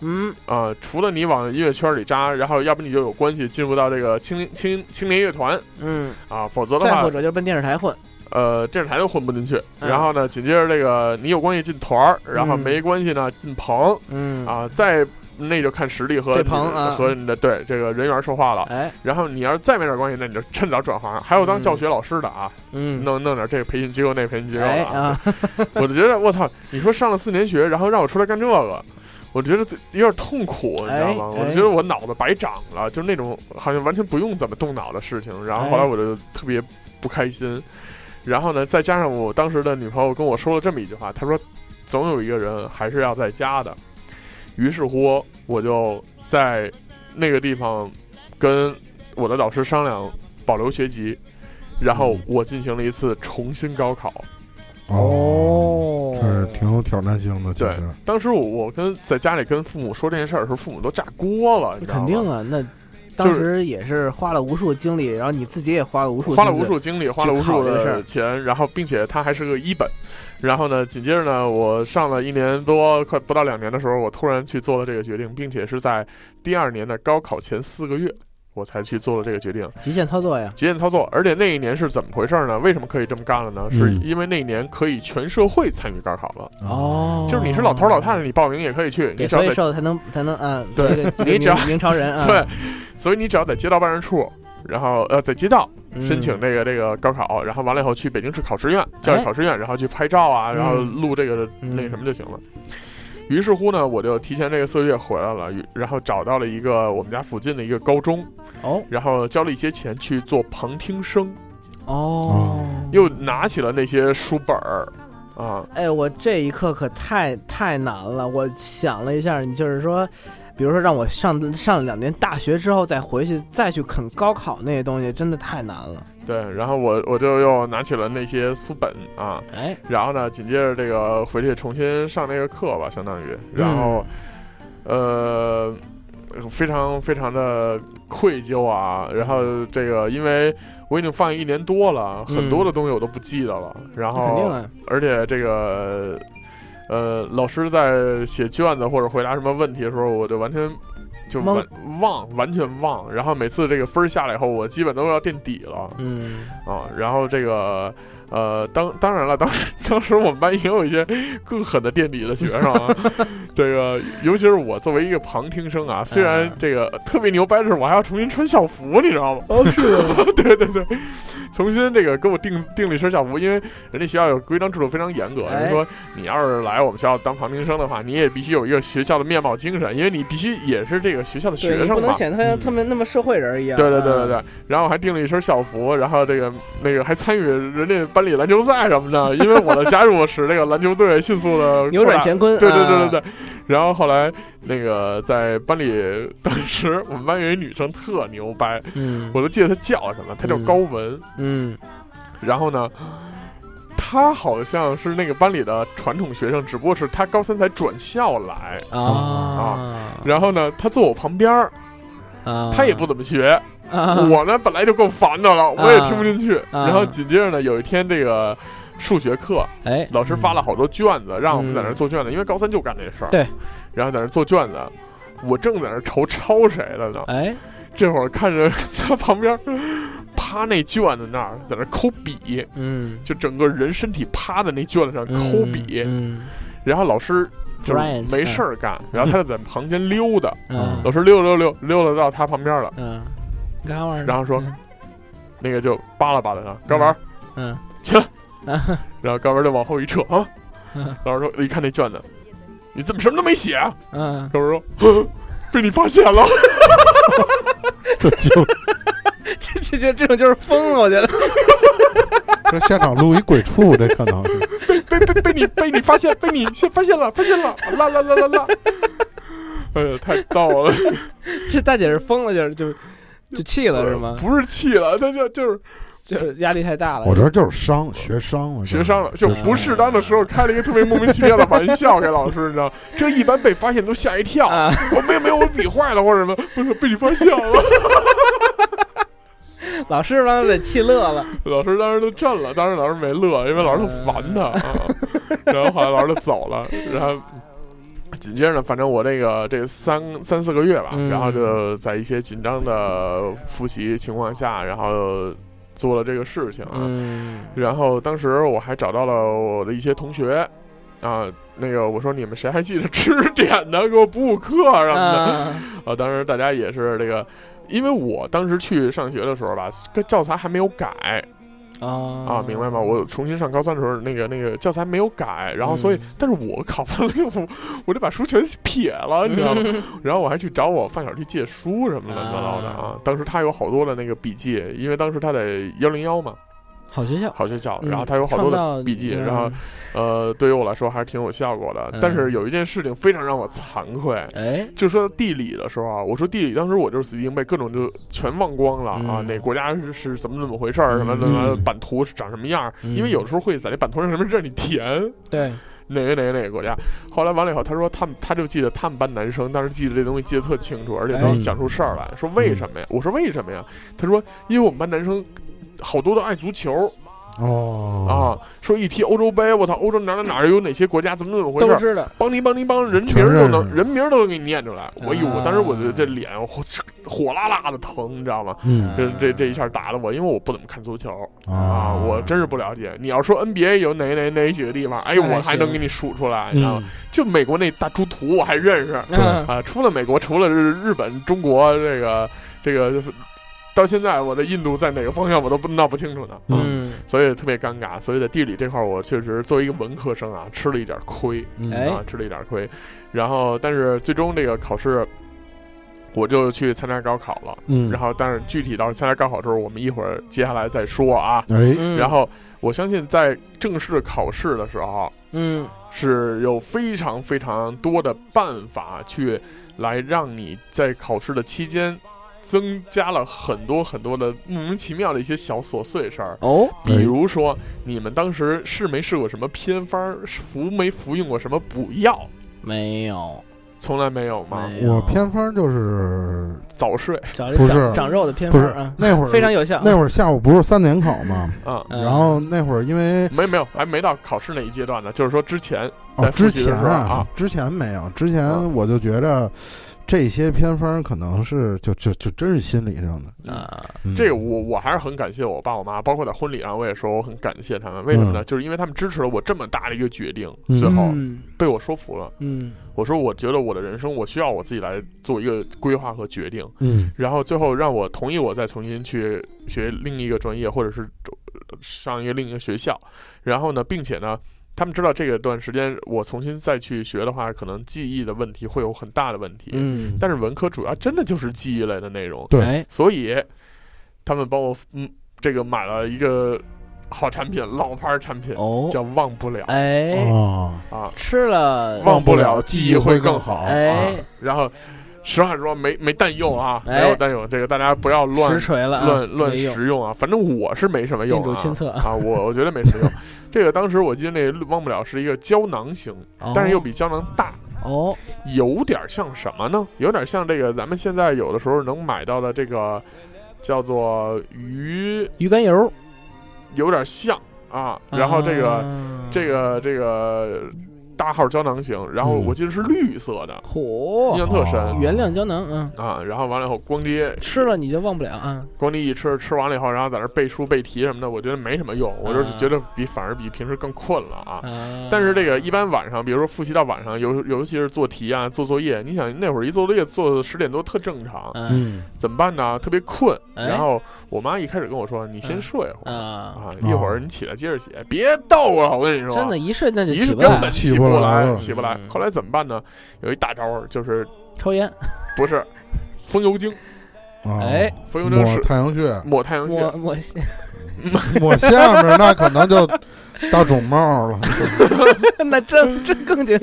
S4: 嗯
S2: 啊、除了你往音乐圈里扎，然后要不你就有关系进入到这个青青青年乐团
S4: 嗯，
S2: 啊，否则的
S4: 再
S2: 话
S4: 或，者就是奔电视台混，
S2: 呃，电视台都混不进去。
S4: 嗯
S2: 然后呢，紧接着这个你有关系进团儿，然后
S4: 嗯
S2: 没关系呢进棚
S4: 嗯，
S2: 啊，再那就看实力和
S4: 对
S2: 你
S4: 棚啊
S2: 和你的对这个人缘说话了。
S4: 哎，
S2: 然后你要是再没点关系，那你就趁早转行。还有当教学老师的啊，
S4: 嗯，
S2: 弄弄点这个培训机构那培训机构
S4: 哎
S2: *laughs* 的
S4: 啊，
S2: 我就觉得我操，你说上了四年学，然后让我出来干这个，我觉得有点痛苦，你知道吗？
S5: 哎
S2: 我觉得我脑子白长了，就是那种好像完全不用怎么动脑的事情。然后后
S5: 哎
S2: 来我就特别不开心。然后呢，再加上我当时的女朋友跟我说了这么一句话，她说：“总有一个人还是要在家的。”于是乎，我就在那个地方跟我的老师商量保留学籍，然后
S5: 嗯
S2: 我进行了一次重新高考。
S3: 哦，这是挺有挑战性的，其
S2: 对
S3: 实，
S2: 当时我我跟在家里跟父母说这件事儿的时候，父母都炸锅了，你知道
S5: 肯
S2: 吗？
S5: 定啊，那当时也是花了无数精力，然后你自己也花了无数
S2: 花了
S5: 心
S2: 无
S5: 思
S2: 数精力，花了无数
S5: 这个事
S2: 的
S5: 儿
S2: 钱，然后并且他还是个一本。然后呢，紧接着呢，我上了一年多，快不到两年的时候，我突然去做了这个决定，并且是在第二年的高考前四个月，我才去做了这个决定。
S5: 极限操作呀。
S2: 极限操作，而且那一年是怎么回事儿呢？
S5: 嗯
S2: 为什么可以这么干了呢？是因为那一年可以全社会参与高考了，
S5: 哦，
S2: 就是你是老头老太太，你报名也可以去，你
S5: 对，
S2: 只要
S5: 所以
S2: 在
S5: 瘦子才能才能啊，
S2: 对
S5: 这个这个
S2: 你只要
S5: 明明朝人啊，
S2: 对，所以你只要在街道办事处，然后呃在街道
S5: 嗯
S2: 申请这个这个高考，然后完了以后去北京市考试院、教育
S5: 哎
S2: 考试院，然后去拍照啊，
S5: 嗯
S2: 然后录这个
S5: 嗯
S2: 那个什么就行了。于是乎呢，我就提前这个四个月回来了，于然后找到了一个我们家附近的一个高中，
S5: 哦
S2: 然后交了一些钱去做旁听生，
S5: 哦，
S2: 嗯又拿起了那些书本儿啊，
S5: 哎，我这一刻可太太难了。我想了一下，你就是说，比如说让我上上两年大学之后再回去再去啃高考那些东西，真的太难了。
S2: 对，然后我我就又拿起了那些书本啊，
S5: 哎，
S2: 然后呢，紧接着这个回去重新上那个课吧，相当于，然后，
S5: 嗯
S2: 呃，非常非常的愧疚啊。然后这个，因为我已经放映一年多了，
S5: 嗯
S2: 很多的东西我都不记得了。然
S5: 肯定
S2: 后，
S5: 啊，
S2: 而且这个，呃，老师在写卷子或者回答什么问题的时候，我就完全。就
S5: 懵
S2: 完忘，完全忘。然后每次这个分儿下来以后，我基本都要垫底了。
S5: 嗯，
S2: 啊，然后这个呃，当当然了，当时当时我们班也有一些更狠的垫底的学生
S5: *laughs*
S2: 啊，这个尤其是我作为一个旁听生啊，虽然
S5: 啊
S2: 这个特别牛掰的是，我还要重新穿校服，你知道吗？
S5: 哦是，
S2: *laughs* 对对对，重新这个给我定定了一身校服，因为人家学校有规章制度非常严格，人
S5: 哎
S2: 家说你要是来我们学校当旁听生的话，你也必须有一个学校的面貌精神，因为你必须也是这个学校的学
S5: 你不
S2: 生
S5: 能
S2: 嘛。嗯
S5: 显得他特别那么社会人一样。啊
S2: 对对对对对，然后还订了一身校服，然后这个那个还参与人家班里篮球赛什么的，因为我的加入使这个篮球队迅速的
S5: 扭转乾坤。
S2: 对对对
S5: 啊
S2: 对对，然后后来那个在班里，当时我们班有一女生特牛掰，
S5: 嗯
S2: 我都记得她叫什么，她叫
S5: 嗯
S2: 高文，
S5: 嗯，
S2: 然后呢。她好像是那个班里的传统学生，只不过是她高三才转校来。
S5: 啊
S2: 然后呢，她坐我旁边儿，
S5: 啊
S2: 她也不怎么学，
S5: 啊， *laughs*
S2: 我呢本来就够烦的了，我也听不进去。
S5: 啊
S2: 然后紧接着呢，有一天这个数学课，
S5: 哎，
S2: 老师发了好多卷子，让我们
S5: 嗯
S2: 在那儿做卷子，因为高三就干这事儿。
S5: 对，
S2: 然后在那儿做卷子。我正在那儿愁抄谁的呢，
S5: 哎，
S2: 这会儿看着他旁边趴那卷子那儿，在那儿抠笔，
S5: 嗯，
S2: 就整个人身体趴在那卷子上抠笔。
S5: 嗯
S2: 然后老师就是没事儿干，然后他就在旁边溜达，
S5: 嗯
S2: 老师溜溜溜溜达到他旁边了，
S5: 嗯
S4: 干啥玩意儿？
S2: 然后说
S4: 嗯
S2: 那个就扒拉扒拉他，高玩，
S4: 嗯，
S2: 起来，
S5: 嗯
S4: 啊
S2: 然后高文就往后一撤
S5: *laughs*
S2: 啊
S4: 嗯。
S2: 老师说：“一看那卷子，你怎么什么都没写啊
S4: 嗯？”，
S2: *laughs* 高文说呵：“被你发现了。
S3: 这就
S5: 这这这这种就是疯了，我觉得。
S3: 这现场录一鬼畜，这可能
S2: *laughs*
S3: 是
S2: 被被被你被你发现，被你现发现了，发现了，啦啦啦啦啦！哎呀，太逗
S5: *laughs*
S2: 了，
S5: 这大姐是疯了，就是就就气了是吗？
S2: 不是气了，他就就是
S4: 就是压力太大了。
S3: 我觉得就是伤学伤了，
S2: 学伤了，就
S3: 嗯就是
S2: 不适当的时候开了一个特别莫名其妙的玩笑给老师，你知道，这一般被发现都吓一跳。
S5: 啊，
S2: 我没有没有，我笔坏了或者什么，我说被你发现了。
S5: 老师让他给气乐了。
S2: 老师当时都震了，当时老师没乐，因为老师特烦他
S5: 嗯
S2: 啊。然后后来老师就走了，然后紧接着呢，反正我这个这三三四个月吧，
S5: 嗯
S2: 然后就在一些紧张的复习情况下，然后做了这个事情啊。
S5: 嗯
S2: 然后当时我还找到了我的一些同学。啊，那个我说你们谁还记得吃 *laughs* 点呢？给我补补课什么的。
S5: 啊，
S2: 啊，当时大家也是这个，因为我当时去上学的时候吧，这教材还没有改，啊，
S5: 哦
S4: 啊
S2: 明白吗？我重新上高三的时候，那个那个教材没有改，然后所以，
S4: 嗯
S2: 但是我考完了以后，我就把书全撇了，你知
S4: 嗯
S2: 道吗？ *laughs*
S5: *laughs*
S2: 然后我还去找我发小去借书什么乱七八糟的啊。当时他有好多的那个笔记，因为当时他在幺零幺嘛，
S4: 好学校，
S2: 好学校，
S4: 嗯
S2: 然后他有好多
S4: 创
S2: 的
S4: 造
S2: 笔记，
S4: 嗯
S2: 然后呃，对于我来说还是挺有效果的。但是有一件事情非常让我惭愧，
S4: 哎，
S2: 就说到地理的时候啊，我说地理，当时我就是死记硬背，各种就全忘光了啊。
S4: 嗯
S2: 哪国家是是怎么怎么回事儿，什么什
S4: 嗯
S2: 么版图是长什么样儿？
S4: 嗯
S2: 因为有时候会在那版图上什么让你填
S4: 对，
S2: 哪个哪个哪个国家。后来完了以后，他说他们他就记得他们班男生当时记得这东西记得特清楚，而且
S4: 哎
S2: 能讲出事儿来，说为什么呀？我说为什么呀？他说因为我们班男生好多都爱足球
S3: 哦
S2: 啊，说一提欧洲杯，我操，欧洲哪哪哪儿有哪些国家怎么怎么回事
S5: 都
S2: 儿？
S5: 知道，
S2: 邦尼邦尼邦，人名
S3: 全
S2: 儿都
S3: 认啊
S2: 能
S3: 识
S2: 人名儿都能给你念出来。我呦，我当时我的这脸火火辣辣的疼，你知道吗？
S3: 嗯
S2: 这这这一下打的我，因为我不怎么看足球啊，
S3: 啊
S2: 我真是不了解。你要说 NBA 有哪哪哪几个地方，哎，
S4: 哎
S2: 我还能
S4: 行
S2: 给你数出来，你知道
S3: 嗯
S2: 吗？就美国那大猪图我还认识
S3: 对
S4: 嗯
S2: 啊，除了美国，除了日日本、中国，这个这个，到现在我的印度在哪个方向我都不闹不清楚呢，
S3: 嗯
S4: 嗯，
S2: 所以特别尴尬。所以在地理这块儿，我确实作为一个文科生啊，吃了一点儿亏。
S3: 嗯
S4: 哎
S2: 啊，吃了一点亏。然后，但是最终这个考试，我就去参加高考了。
S3: 嗯，
S2: 然后，但是具体到参加高考的时候，我们一会儿接下来再说啊。
S3: 哎
S4: 嗯
S2: 然后，我相信在正式考试的时候，
S4: 嗯，
S2: 是有非常非常多的办法去来让你在考试的期间。增加了很多很多的莫名其妙的一些小琐碎事儿，
S4: 哦，
S2: 比如说你们当时试没试过什么偏方儿，服没服用过什么补药，
S4: 没有，
S2: 从来没有吗？
S4: 没有
S3: 哎我偏方就是
S2: 早睡
S4: 找
S3: 不是
S4: 这长长肉的偏
S3: 不
S4: 方
S3: 是
S4: 啊，
S3: 那会儿
S4: 非常有效。
S3: 那会儿下午不是三点考吗？
S2: 啊，
S4: 嗯
S3: 然后那会儿因为
S2: 没没有，还没到考试那一阶段呢，就是说之
S4: 嗯
S2: 前
S3: 哦
S2: 在，复
S3: 之
S2: 习的
S3: 前
S2: 时候啊，
S3: 之前没有，之前
S2: 啊
S3: 我就觉着这些偏方可能是就就就真是心理上的。
S4: 啊，
S3: 嗯
S2: 这个我我还是很感谢我爸我妈，包括在婚礼上我也说我很感谢他们，为什么呢？
S3: 嗯
S2: 就是因为他们支持了我这么大的一个决定，
S3: 嗯
S2: 最后
S4: 嗯
S2: 被我说服了。
S4: 嗯，
S2: 我说我觉得我的人生我需要我自己来做一个规划和决定，
S3: 嗯
S2: 然后最后让我同意我再重新去 *laughs* 学另一个专业，或者是呃上一个另一个学校。然后呢，并且呢，他们知道这个段时间我重新再去学的话，可能记忆的问题会有很大的问题。
S4: 嗯，
S2: 但是文科主要真的就是记忆类的内容，
S3: 对
S4: 哎，
S2: 所以他们帮我嗯这个买了一个好产品，老牌产品、
S4: 哦，
S2: 叫忘不了
S4: 哎，
S3: 啊，
S2: 啊，
S4: 吃了，
S2: 忘不了
S3: 了
S2: 记忆会
S3: 会
S2: 更
S3: 好。啊
S4: 哎，
S2: 啊然后。实话实说，没没蛋用啊，
S4: 哎
S2: 没有蛋用，这个大家不要乱
S4: 实锤了啊，
S2: 乱乱
S4: 没用
S2: 食用啊，反正我是没什么用
S4: 店主
S2: 啊
S4: 亲测
S2: 啊，我我觉得没什么用。这个当时我记得那忘不了是一个胶囊型，但是又比胶囊大，
S4: 哦，
S2: 有点像什么呢？有点像这个咱们现在有的时候能买到的这个叫做鱼，
S4: 鱼肝油，
S2: 有点像啊。然后这个、
S4: 啊
S2: 这个这个大号胶囊型，然后
S3: 嗯
S2: 我记得是绿色的，印
S4: 嚯，
S2: 象特深。
S3: 哦
S4: 原谅胶囊，嗯，
S2: 啊，然后完了以后，咣叽
S4: 吃了你就忘不了啊，
S2: 光地一吃，吃完了以后，然后在那背书背题什么的，我觉得没什么
S3: 啊
S2: 用，我就是觉得比反而比平时更困了啊。
S4: 啊
S2: 但是这个一般晚上，比如说复习到晚上，尤尤其是做题啊、做作业，你想那会儿一做作业做十点多特正常，
S4: 嗯
S3: 嗯，
S2: 怎么办呢？特别困。
S4: 哎
S2: 然后我妈一开始跟我说：“你先睡一会儿
S4: 啊，
S2: 啊，
S3: 嗯
S2: 一会儿你起来接着写，别逗我。”我跟你说，
S4: 真的，一睡那就
S2: 一
S4: 起
S2: 是
S4: 不
S2: 根
S4: 来
S2: 本
S4: 了，
S2: 起
S3: 起不来
S2: 来，
S3: 了
S2: 起不来。
S4: 嗯
S2: 后来怎么办呢？有一大招儿，就是
S4: 抽烟，
S2: 不是风油精，
S3: 啊
S4: 哎，
S2: 风油精
S3: 抹
S2: 是
S3: 太
S2: *laughs*
S3: 阳穴，
S2: 抹太阳穴
S4: 我，我 *laughs*
S3: 抹下面那可能就大肿帽
S4: *laughs*
S3: 了，
S4: 那这这
S2: *laughs*
S4: 更就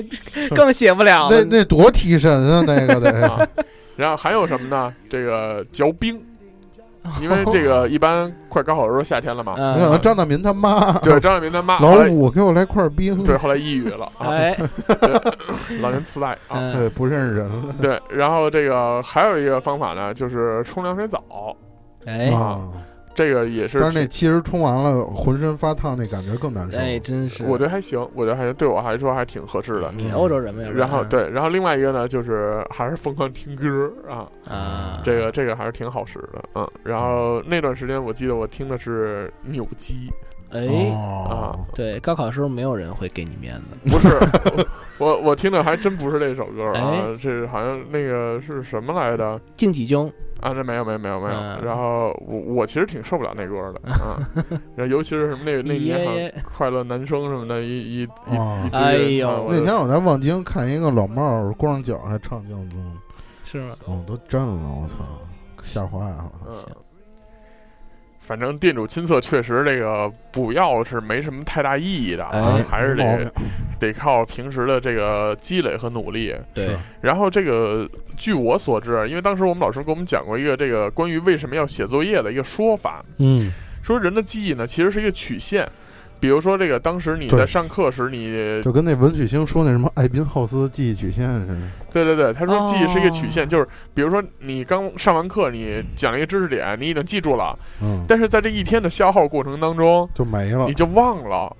S4: 更写不了
S3: 那
S4: 了，
S3: 那多提神啊，那个得
S2: 啊，然后还有什么呢？这个嚼冰，因为这个一般快高考的时候夏天了嘛。
S3: 我想
S4: *laughs* 嗯
S3: 到张大民他妈，啊
S2: 对，张爱民他妈后
S3: 老
S2: 来
S3: 五给我来块冰，
S2: 对后来抑郁了啊，
S4: 哎，
S2: 老年痴呆啊。
S4: 嗯
S3: 对，不认识人了
S2: 对，然后这个还有一个方法呢，就是冲凉水澡，
S4: 哎
S3: 啊。
S2: 这个也是
S3: 但是那其实冲完了浑身发烫，那感觉更难受。
S4: 哎，真是，
S2: 我觉得还行，我觉得还对我来说还挺合适的。
S4: 你欧洲人没有人
S2: 然
S4: 啊，
S2: 后对，然后另外一个呢，就是还是疯狂听歌啊，
S4: 啊，
S2: 这个这个还是挺好使的，嗯。然后那段时间我记得我听的是扭机，
S5: 哎，
S3: 哦，
S4: 对，高考的时候没有人会给你面子。
S2: 不是，我我听的还真不是这首歌啊
S4: 哎，
S2: 这好像那个是什么来着？
S4: 竞技中，
S2: 啊，这没有没有没有没有。
S4: 嗯
S2: 然后我我其实挺受不了那歌
S4: *laughs*
S2: 的，啊，然后尤其是什么那那年好像
S4: 耶
S2: 快乐男生什么的，一一一
S3: 哦
S2: 一堆
S4: 哎
S2: 人
S4: 呦
S2: 啊我
S3: 那
S2: 就
S3: 天我在望京看一个老帽儿光着脚还唱《江中》，
S4: 是吗？
S3: 我都震了，我操，吓坏了。
S2: 嗯，反正店主亲测确实这个补药是没什么太大意义的，啊，
S4: 哎
S2: 还是
S3: 没毛病
S2: 得得靠平时的这个积累和努力。
S4: 对
S3: 是，
S2: 然后这个据我所知，因为当时我们老师给我们讲过一个这个关于为什么要写作业的一个说法，
S3: 嗯，
S2: 说人的记忆呢其实是一个曲线。比如说，这个当时你
S3: 对
S2: 在上课时，你
S3: 就跟那文曲星说那什么艾宾浩斯记忆曲线似的。
S2: 对对对，他说
S4: 哦
S2: 记忆是一个曲线，就是比如说你刚上完课，你讲了一个知识点，你已经记住了，
S3: 嗯，
S2: 但是在这一天的消耗过程当中，
S3: 就没了
S2: 你。就忘了。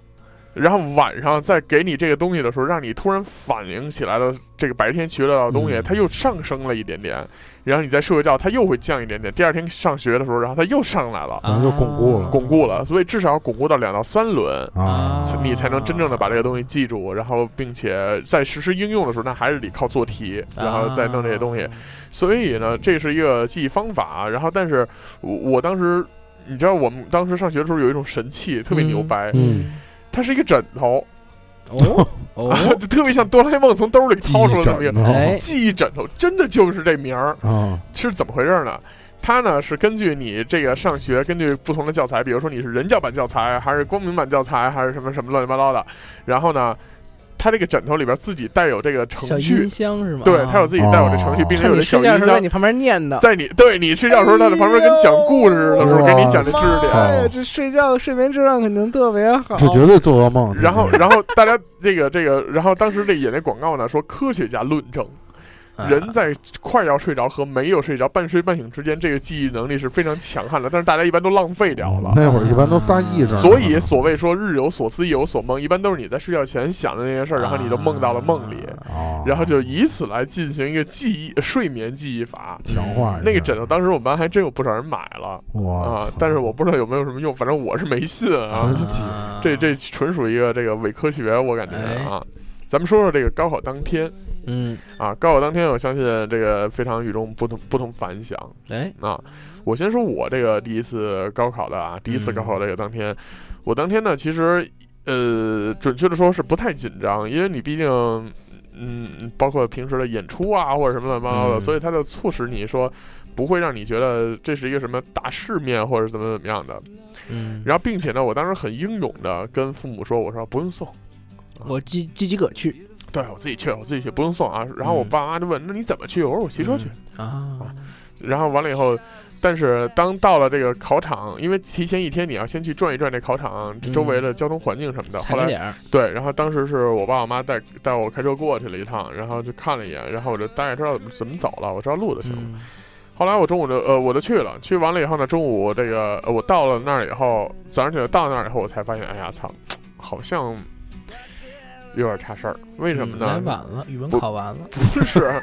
S2: 然后晚上再给你这个东西的时候，让你突然反应起来了，这个白天学到的东西，
S3: 嗯
S2: 它又上升了一点点。然后你再睡个觉，它又会降一点点。第二天上学的时候，然后它又上来
S4: 啊
S2: 了，
S3: 可能就巩固了
S2: 巩固了。所以至少要巩固到两到三轮，
S3: 啊
S4: 啊，
S2: 你才能真正的把这个东西记住。然后，并且在实施应用的时候，那还是得靠做题，
S4: 啊
S2: 然后再弄这些东西。所以呢，这是一个记忆方法。啊然后，但是我我当时，你知道，我们当时上学的时候有一种神器特别牛掰，
S4: 嗯，
S2: 它是一个枕头，
S4: 哦
S2: *laughs*
S4: 哦，
S2: 就特别像哆啦 A 梦从兜里掏出来这么一个
S4: 哎，
S2: 记忆枕头，真的就是这名儿，
S3: 啊，
S2: 是怎么回事呢？它呢是根据你这个上学，根据不同的教材，比如说你是人教版教材，还是光明版教材，还是什么什么乱七八糟的，然后呢，它这个枕头里边自己带有这个
S4: 小
S2: 程
S4: 音
S2: 序，
S4: 箱是吗？啊
S2: 对，它有自己带有这
S3: 哦
S2: 程序，并且
S4: 看
S2: 有
S4: 你
S2: 这
S4: 睡
S2: 小
S4: 觉的
S2: 音
S4: 时候在
S2: 箱
S4: 你。旁边念叨，
S2: 在你对你睡觉的时候，它在旁边跟讲故事似的，时候给你讲这知识点，
S3: 哎呀
S4: 这睡觉睡眠质量肯定特别好
S3: 这绝对做噩梦。
S2: 啊然后，然后大家这个这个，然后当时这演那广告呢，说科学家论证，
S3: 啊
S2: 人在快要睡着和没有睡着、半睡半醒之间，这个记忆能力是非常强悍的，但是大家一般都浪费掉了。啊
S3: 那会儿一般都仨意识，
S2: 所以，所谓说日有所思，夜有所梦，一般都是你在睡觉前想的那些事儿，然后你就梦到了梦里，
S3: 啊，
S2: 然后就以此来进行一个记忆睡眠记忆法。
S3: 强化一下
S2: 那个枕头，当时我们班还真有不少人买了
S3: 哇
S2: 啊
S3: 哎操，，
S2: 但是我不知道有没有什么用，反正我是没信啊。
S3: *laughs* 纯记
S2: 这这纯属一个这个伪科学，我感觉
S4: 哎
S2: 啊。咱们说说这个高考当天
S4: 嗯，
S2: 啊，高考当天，我相信这个非常与众不同不同凡响
S4: 哎，
S2: 啊。我先说我这个第一次高考的啊，第一次
S4: 嗯
S2: 高考这个当天，我当天呢其实呃，准确的说是不太紧张，因为你毕竟嗯，包括平时的演出啊或者什么乱七八糟的，
S4: 嗯
S2: 所以它就促使你说不会让你觉得这是一个什么大世面或者怎么怎么样的。
S4: 嗯，
S2: 然后并且呢，我当时很英勇的跟父母说，我说不用送，
S4: 我积积极可去
S2: 对我自己去，我自己去，不用送啊。然后我
S4: 嗯
S2: 爸妈就问，那你怎么去？我说我骑车去。
S4: 啊，
S2: 然后完了以后，但是当到了这个考场，因为提前一天你要先去转一转这考场这周围的交通环境什么的。后
S4: 踩了
S2: 来
S4: 点儿，
S2: 对，然后当时是我爸我妈带带我开车过去了一趟，然后就看了一眼，然后我就大概知道怎么怎么走了，我知道路就行了。
S4: 嗯
S2: 后来我中午就呃我就去了，去完了以后呢，中午这个、呃、我到了那儿以后，早上起来到那儿以后，我才发现，哎呀操，好像有点差事儿。为什么
S4: 嗯来
S2: 呢？
S4: 晚了，语文考完了，
S2: 不是，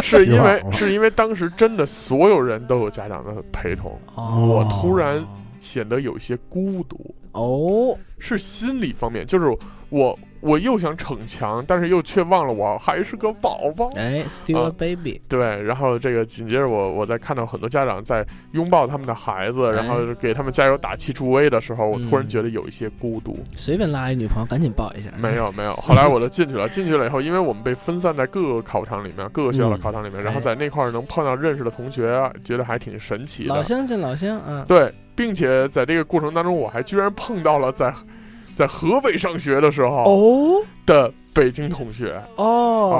S2: 是因为
S3: 希望
S2: 是因为当时真的所有人都有家长的陪同，
S4: 哦
S2: 我突然显得有些孤独，
S4: 哦，
S2: 是心理方面，就是我我又想逞强，但是又却忘了我还是个宝宝。
S4: 哎，still a baby，
S2: 对，然后这个紧接着我我在看到很多家长在拥抱他们的孩子，
S4: 哎
S2: 然后给他们加油打气助威的时候，我
S4: 嗯哎
S2: 突然觉得有一些孤独。
S4: 随便拉一女朋友赶紧抱一下，
S2: 没有没有，后来我就进去了，进去了以后，因为我们被分散在各个考场里面，各个学校的
S4: 嗯
S2: 考场里面，然
S4: 哎
S2: 后在那块儿能碰到认识的同学，啊觉得还挺神奇
S4: 老
S2: 的。
S4: 乡见老乡啊，
S2: 对，并且在这个过程当中，我还居然碰到了在在河北上学的时候
S4: 哦
S2: 的北京同学、
S4: 哦，
S2: 啊。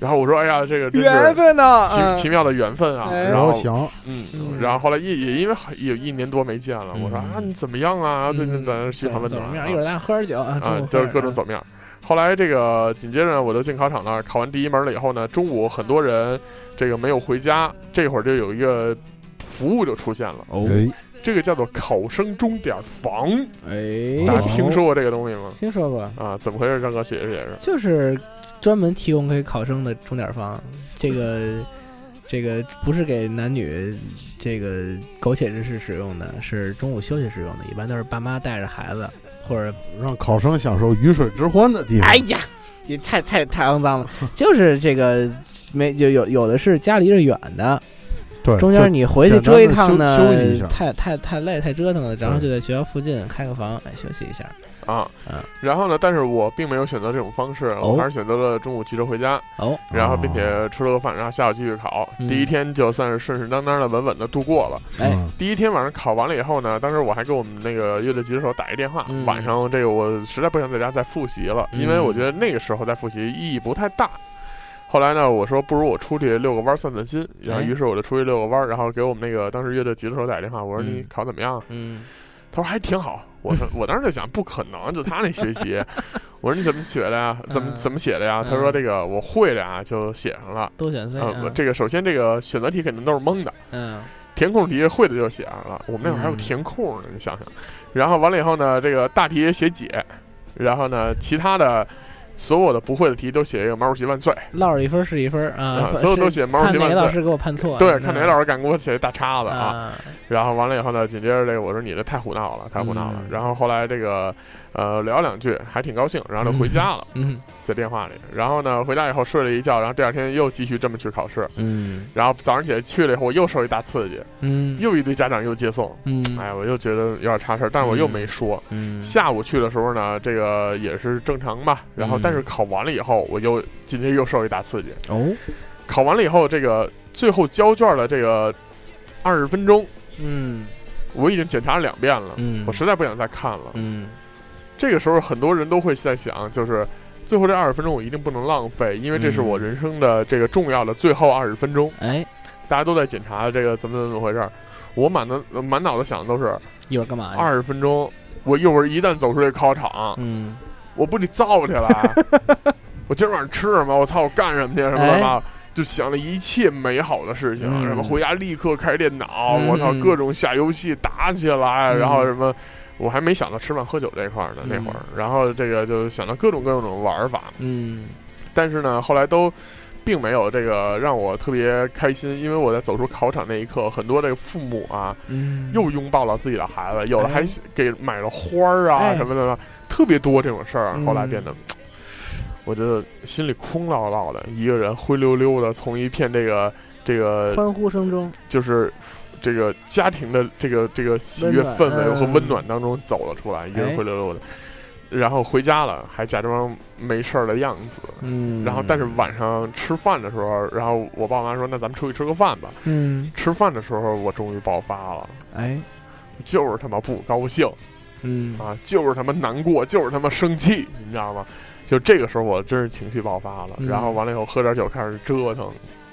S2: 然后我说：“哎呀，这个真
S5: 缘
S2: 是
S5: 分呢？
S2: 奇奇妙的缘分啊！”
S5: 哎
S2: 然
S3: 然后
S2: 后
S3: 行，
S2: 嗯
S4: 嗯，
S2: 然后后来也也因为很有一年多没见了，我说
S4: 嗯
S2: 啊你怎么样啊？最近
S4: 嗯
S2: 咱嘘寒问
S4: 走
S2: 暖
S4: 么
S2: 啊
S4: 样？一会儿咱喝点酒啊，
S2: 啊
S4: 中午，
S2: 就是
S4: 喝
S2: 各
S4: 点
S2: 种
S4: 啊
S2: 走面儿。后来这个紧接着呢我就进考场了，考完第一门了以后呢，中午很多人这个没有回家，这会儿就有一个服务就出现了，
S3: 哎，
S2: 这个叫做考生钟点房，大
S4: 哎
S2: 家，听说过这个东西吗？
S4: 听说过，
S2: 啊，怎么回事？张哥解释解释。 *laughs*
S4: 就是专门提供给考生的钟点儿房，这个这个不是给男女这个苟且之事使用的，是中午休息使用的，一般都是爸妈带着孩子或者
S3: 让考生享受鱼水之欢的地方。
S4: 哎呀，你太太太肮脏了，就是这个没就有有的是家离着远的，
S3: 对，
S4: 中间
S3: 就
S4: 你回去折一趟呢，
S3: 简单地休休息一下
S4: 太太太累太折腾了，然后就在学校附近开个房，哎，休息一下。
S2: 啊
S4: 嗯。
S2: 然后呢，但是我并没有选择这种方式，
S4: 哦
S2: 我还是选择了中午骑车回家，
S4: 哦，
S2: 然后并且吃了个饭，然后下午继续考。
S4: 嗯
S2: 第一天就算是顺顺当当的、稳稳的度过了。
S4: 哎
S3: 嗯
S2: 第一天晚上考完了以后呢，当时我还给我们那个乐队吉他手打一电话，
S4: 嗯
S2: 晚上这个我实在不想在家再复习了，因为
S4: 嗯
S2: 我觉得那个时候再复习意义不太大。后来呢，我说不如我出去遛个弯儿散散心，然后
S4: 哎
S2: 于是我就出去遛个弯儿，然后给我们那个当时乐队吉他手打一电话，我说
S4: 嗯
S2: 你考怎么样啊？
S4: 嗯，
S2: 他说还挺好。我
S4: *laughs*
S2: 说我当时就想不可能，就他那学习。我说你怎么学的呀？怎么
S4: 嗯
S2: 怎么写的呀？他说这个我会的啊，就写上了。
S4: 多选 C，
S2: 呃，我
S4: 嗯
S2: 这个首先这个选择题肯定都是蒙的，
S4: 嗯
S2: 填空题会的就写上了。我们那会儿还有
S4: 嗯
S2: 填空呢，你想想。然后完了以后呢，这个大题也写解，然后呢，其他的所有的不会的题都写一个毛主席万岁。
S4: 落着一分是一分啊
S2: 啊，所有都
S4: 是
S2: 写毛主
S4: 看
S2: 席
S4: 哪
S2: 万
S4: 个老
S2: 岁。
S4: 师给我判错了，
S2: 对，看哪
S4: 嗯
S2: 老师敢给我写一大叉子啊！
S4: 啊，
S2: 然后完了以后呢，紧接着这个我说你这太胡闹了，太胡闹了。
S4: 嗯
S2: 然后后来这个呃聊两句还挺高兴，然后就回家了，
S4: 嗯
S2: 在电话里。然后呢回家以后睡了一觉，然后第二天又继续这么去考试。
S4: 嗯
S2: 然后早上起来去了以后，我又受一大刺激，
S4: 嗯
S2: 又一堆家长又接送。
S4: 嗯，
S2: 哎，我又觉得有点差事儿，但是我又
S4: 嗯
S2: 没说。
S4: 嗯，
S2: 下午去的时候呢，这个也是正常吧。然后，
S4: 嗯
S2: 但是考完了以后，我又紧接着又受一大刺激。
S4: 哦，
S2: 考完了以后，这个最后交卷的这个二十分钟，
S4: 嗯
S2: 我已经检查了两遍了。
S4: 嗯，
S2: 我实在不想再看了。
S4: 嗯
S2: 这个时候，很多人都会在想，就是最后这二十分钟我一定不能浪费，因为这是
S4: 嗯
S2: 我人生的这个重要的最后二十分钟。
S4: 哎，
S2: 大家都在检查这个怎么怎么回事儿，我满脑呃满脑子想的都是
S4: 一会儿干嘛去？
S2: 二十分钟，我一会儿一旦走出这个考场，
S4: 嗯
S2: 我不得造起
S4: *laughs*
S2: 来？我今儿晚上吃什么？我操，我干什么去？什么乱七八糟。就想了一切美好的事情，
S4: 哎嗯
S2: 什么回家立刻开电脑，
S4: 嗯
S2: 我操，
S4: 嗯
S2: 各种下游戏打起来，
S4: 嗯
S2: 然后什么，我还没想到吃饭喝酒这一块儿呢，那会儿，然后这个就想到各种各种玩法，
S4: 嗯
S2: 但是呢，后来都并没有这个让我特别开心，因为我在走出考场那一刻，很多这个父母啊，
S4: 嗯，
S2: 又拥抱了自己的孩子，有的还
S4: 哎
S2: 给买了花儿啊、
S4: 哎
S2: 什么的，特别多这种事儿。
S4: 嗯
S2: 后来变得，我觉得心里空落落的，一个人灰溜溜的，从一片这个这个
S4: 欢呼声中，
S2: 就是这个家庭的这个这个喜悦
S4: 温暖
S2: 氛围和
S4: 嗯
S2: 温暖当中走了出来，一个人
S4: 哎
S2: 灰溜溜的，然后回家了，还假装没事儿的样子。
S4: 嗯，
S2: 然后，但是晚上吃饭的时候，然后我爸妈说：“那咱们出去吃个饭吧。
S4: 嗯”，
S2: 吃饭的时候，我终于爆发了，
S4: 哎，
S2: 就是他妈不高兴。
S4: 嗯
S2: 啊，就是他妈难过，就是他妈生气，你知道吗？就这个时候我真是情绪爆发了，
S4: 嗯
S2: 然后完了以后喝点酒开始折腾，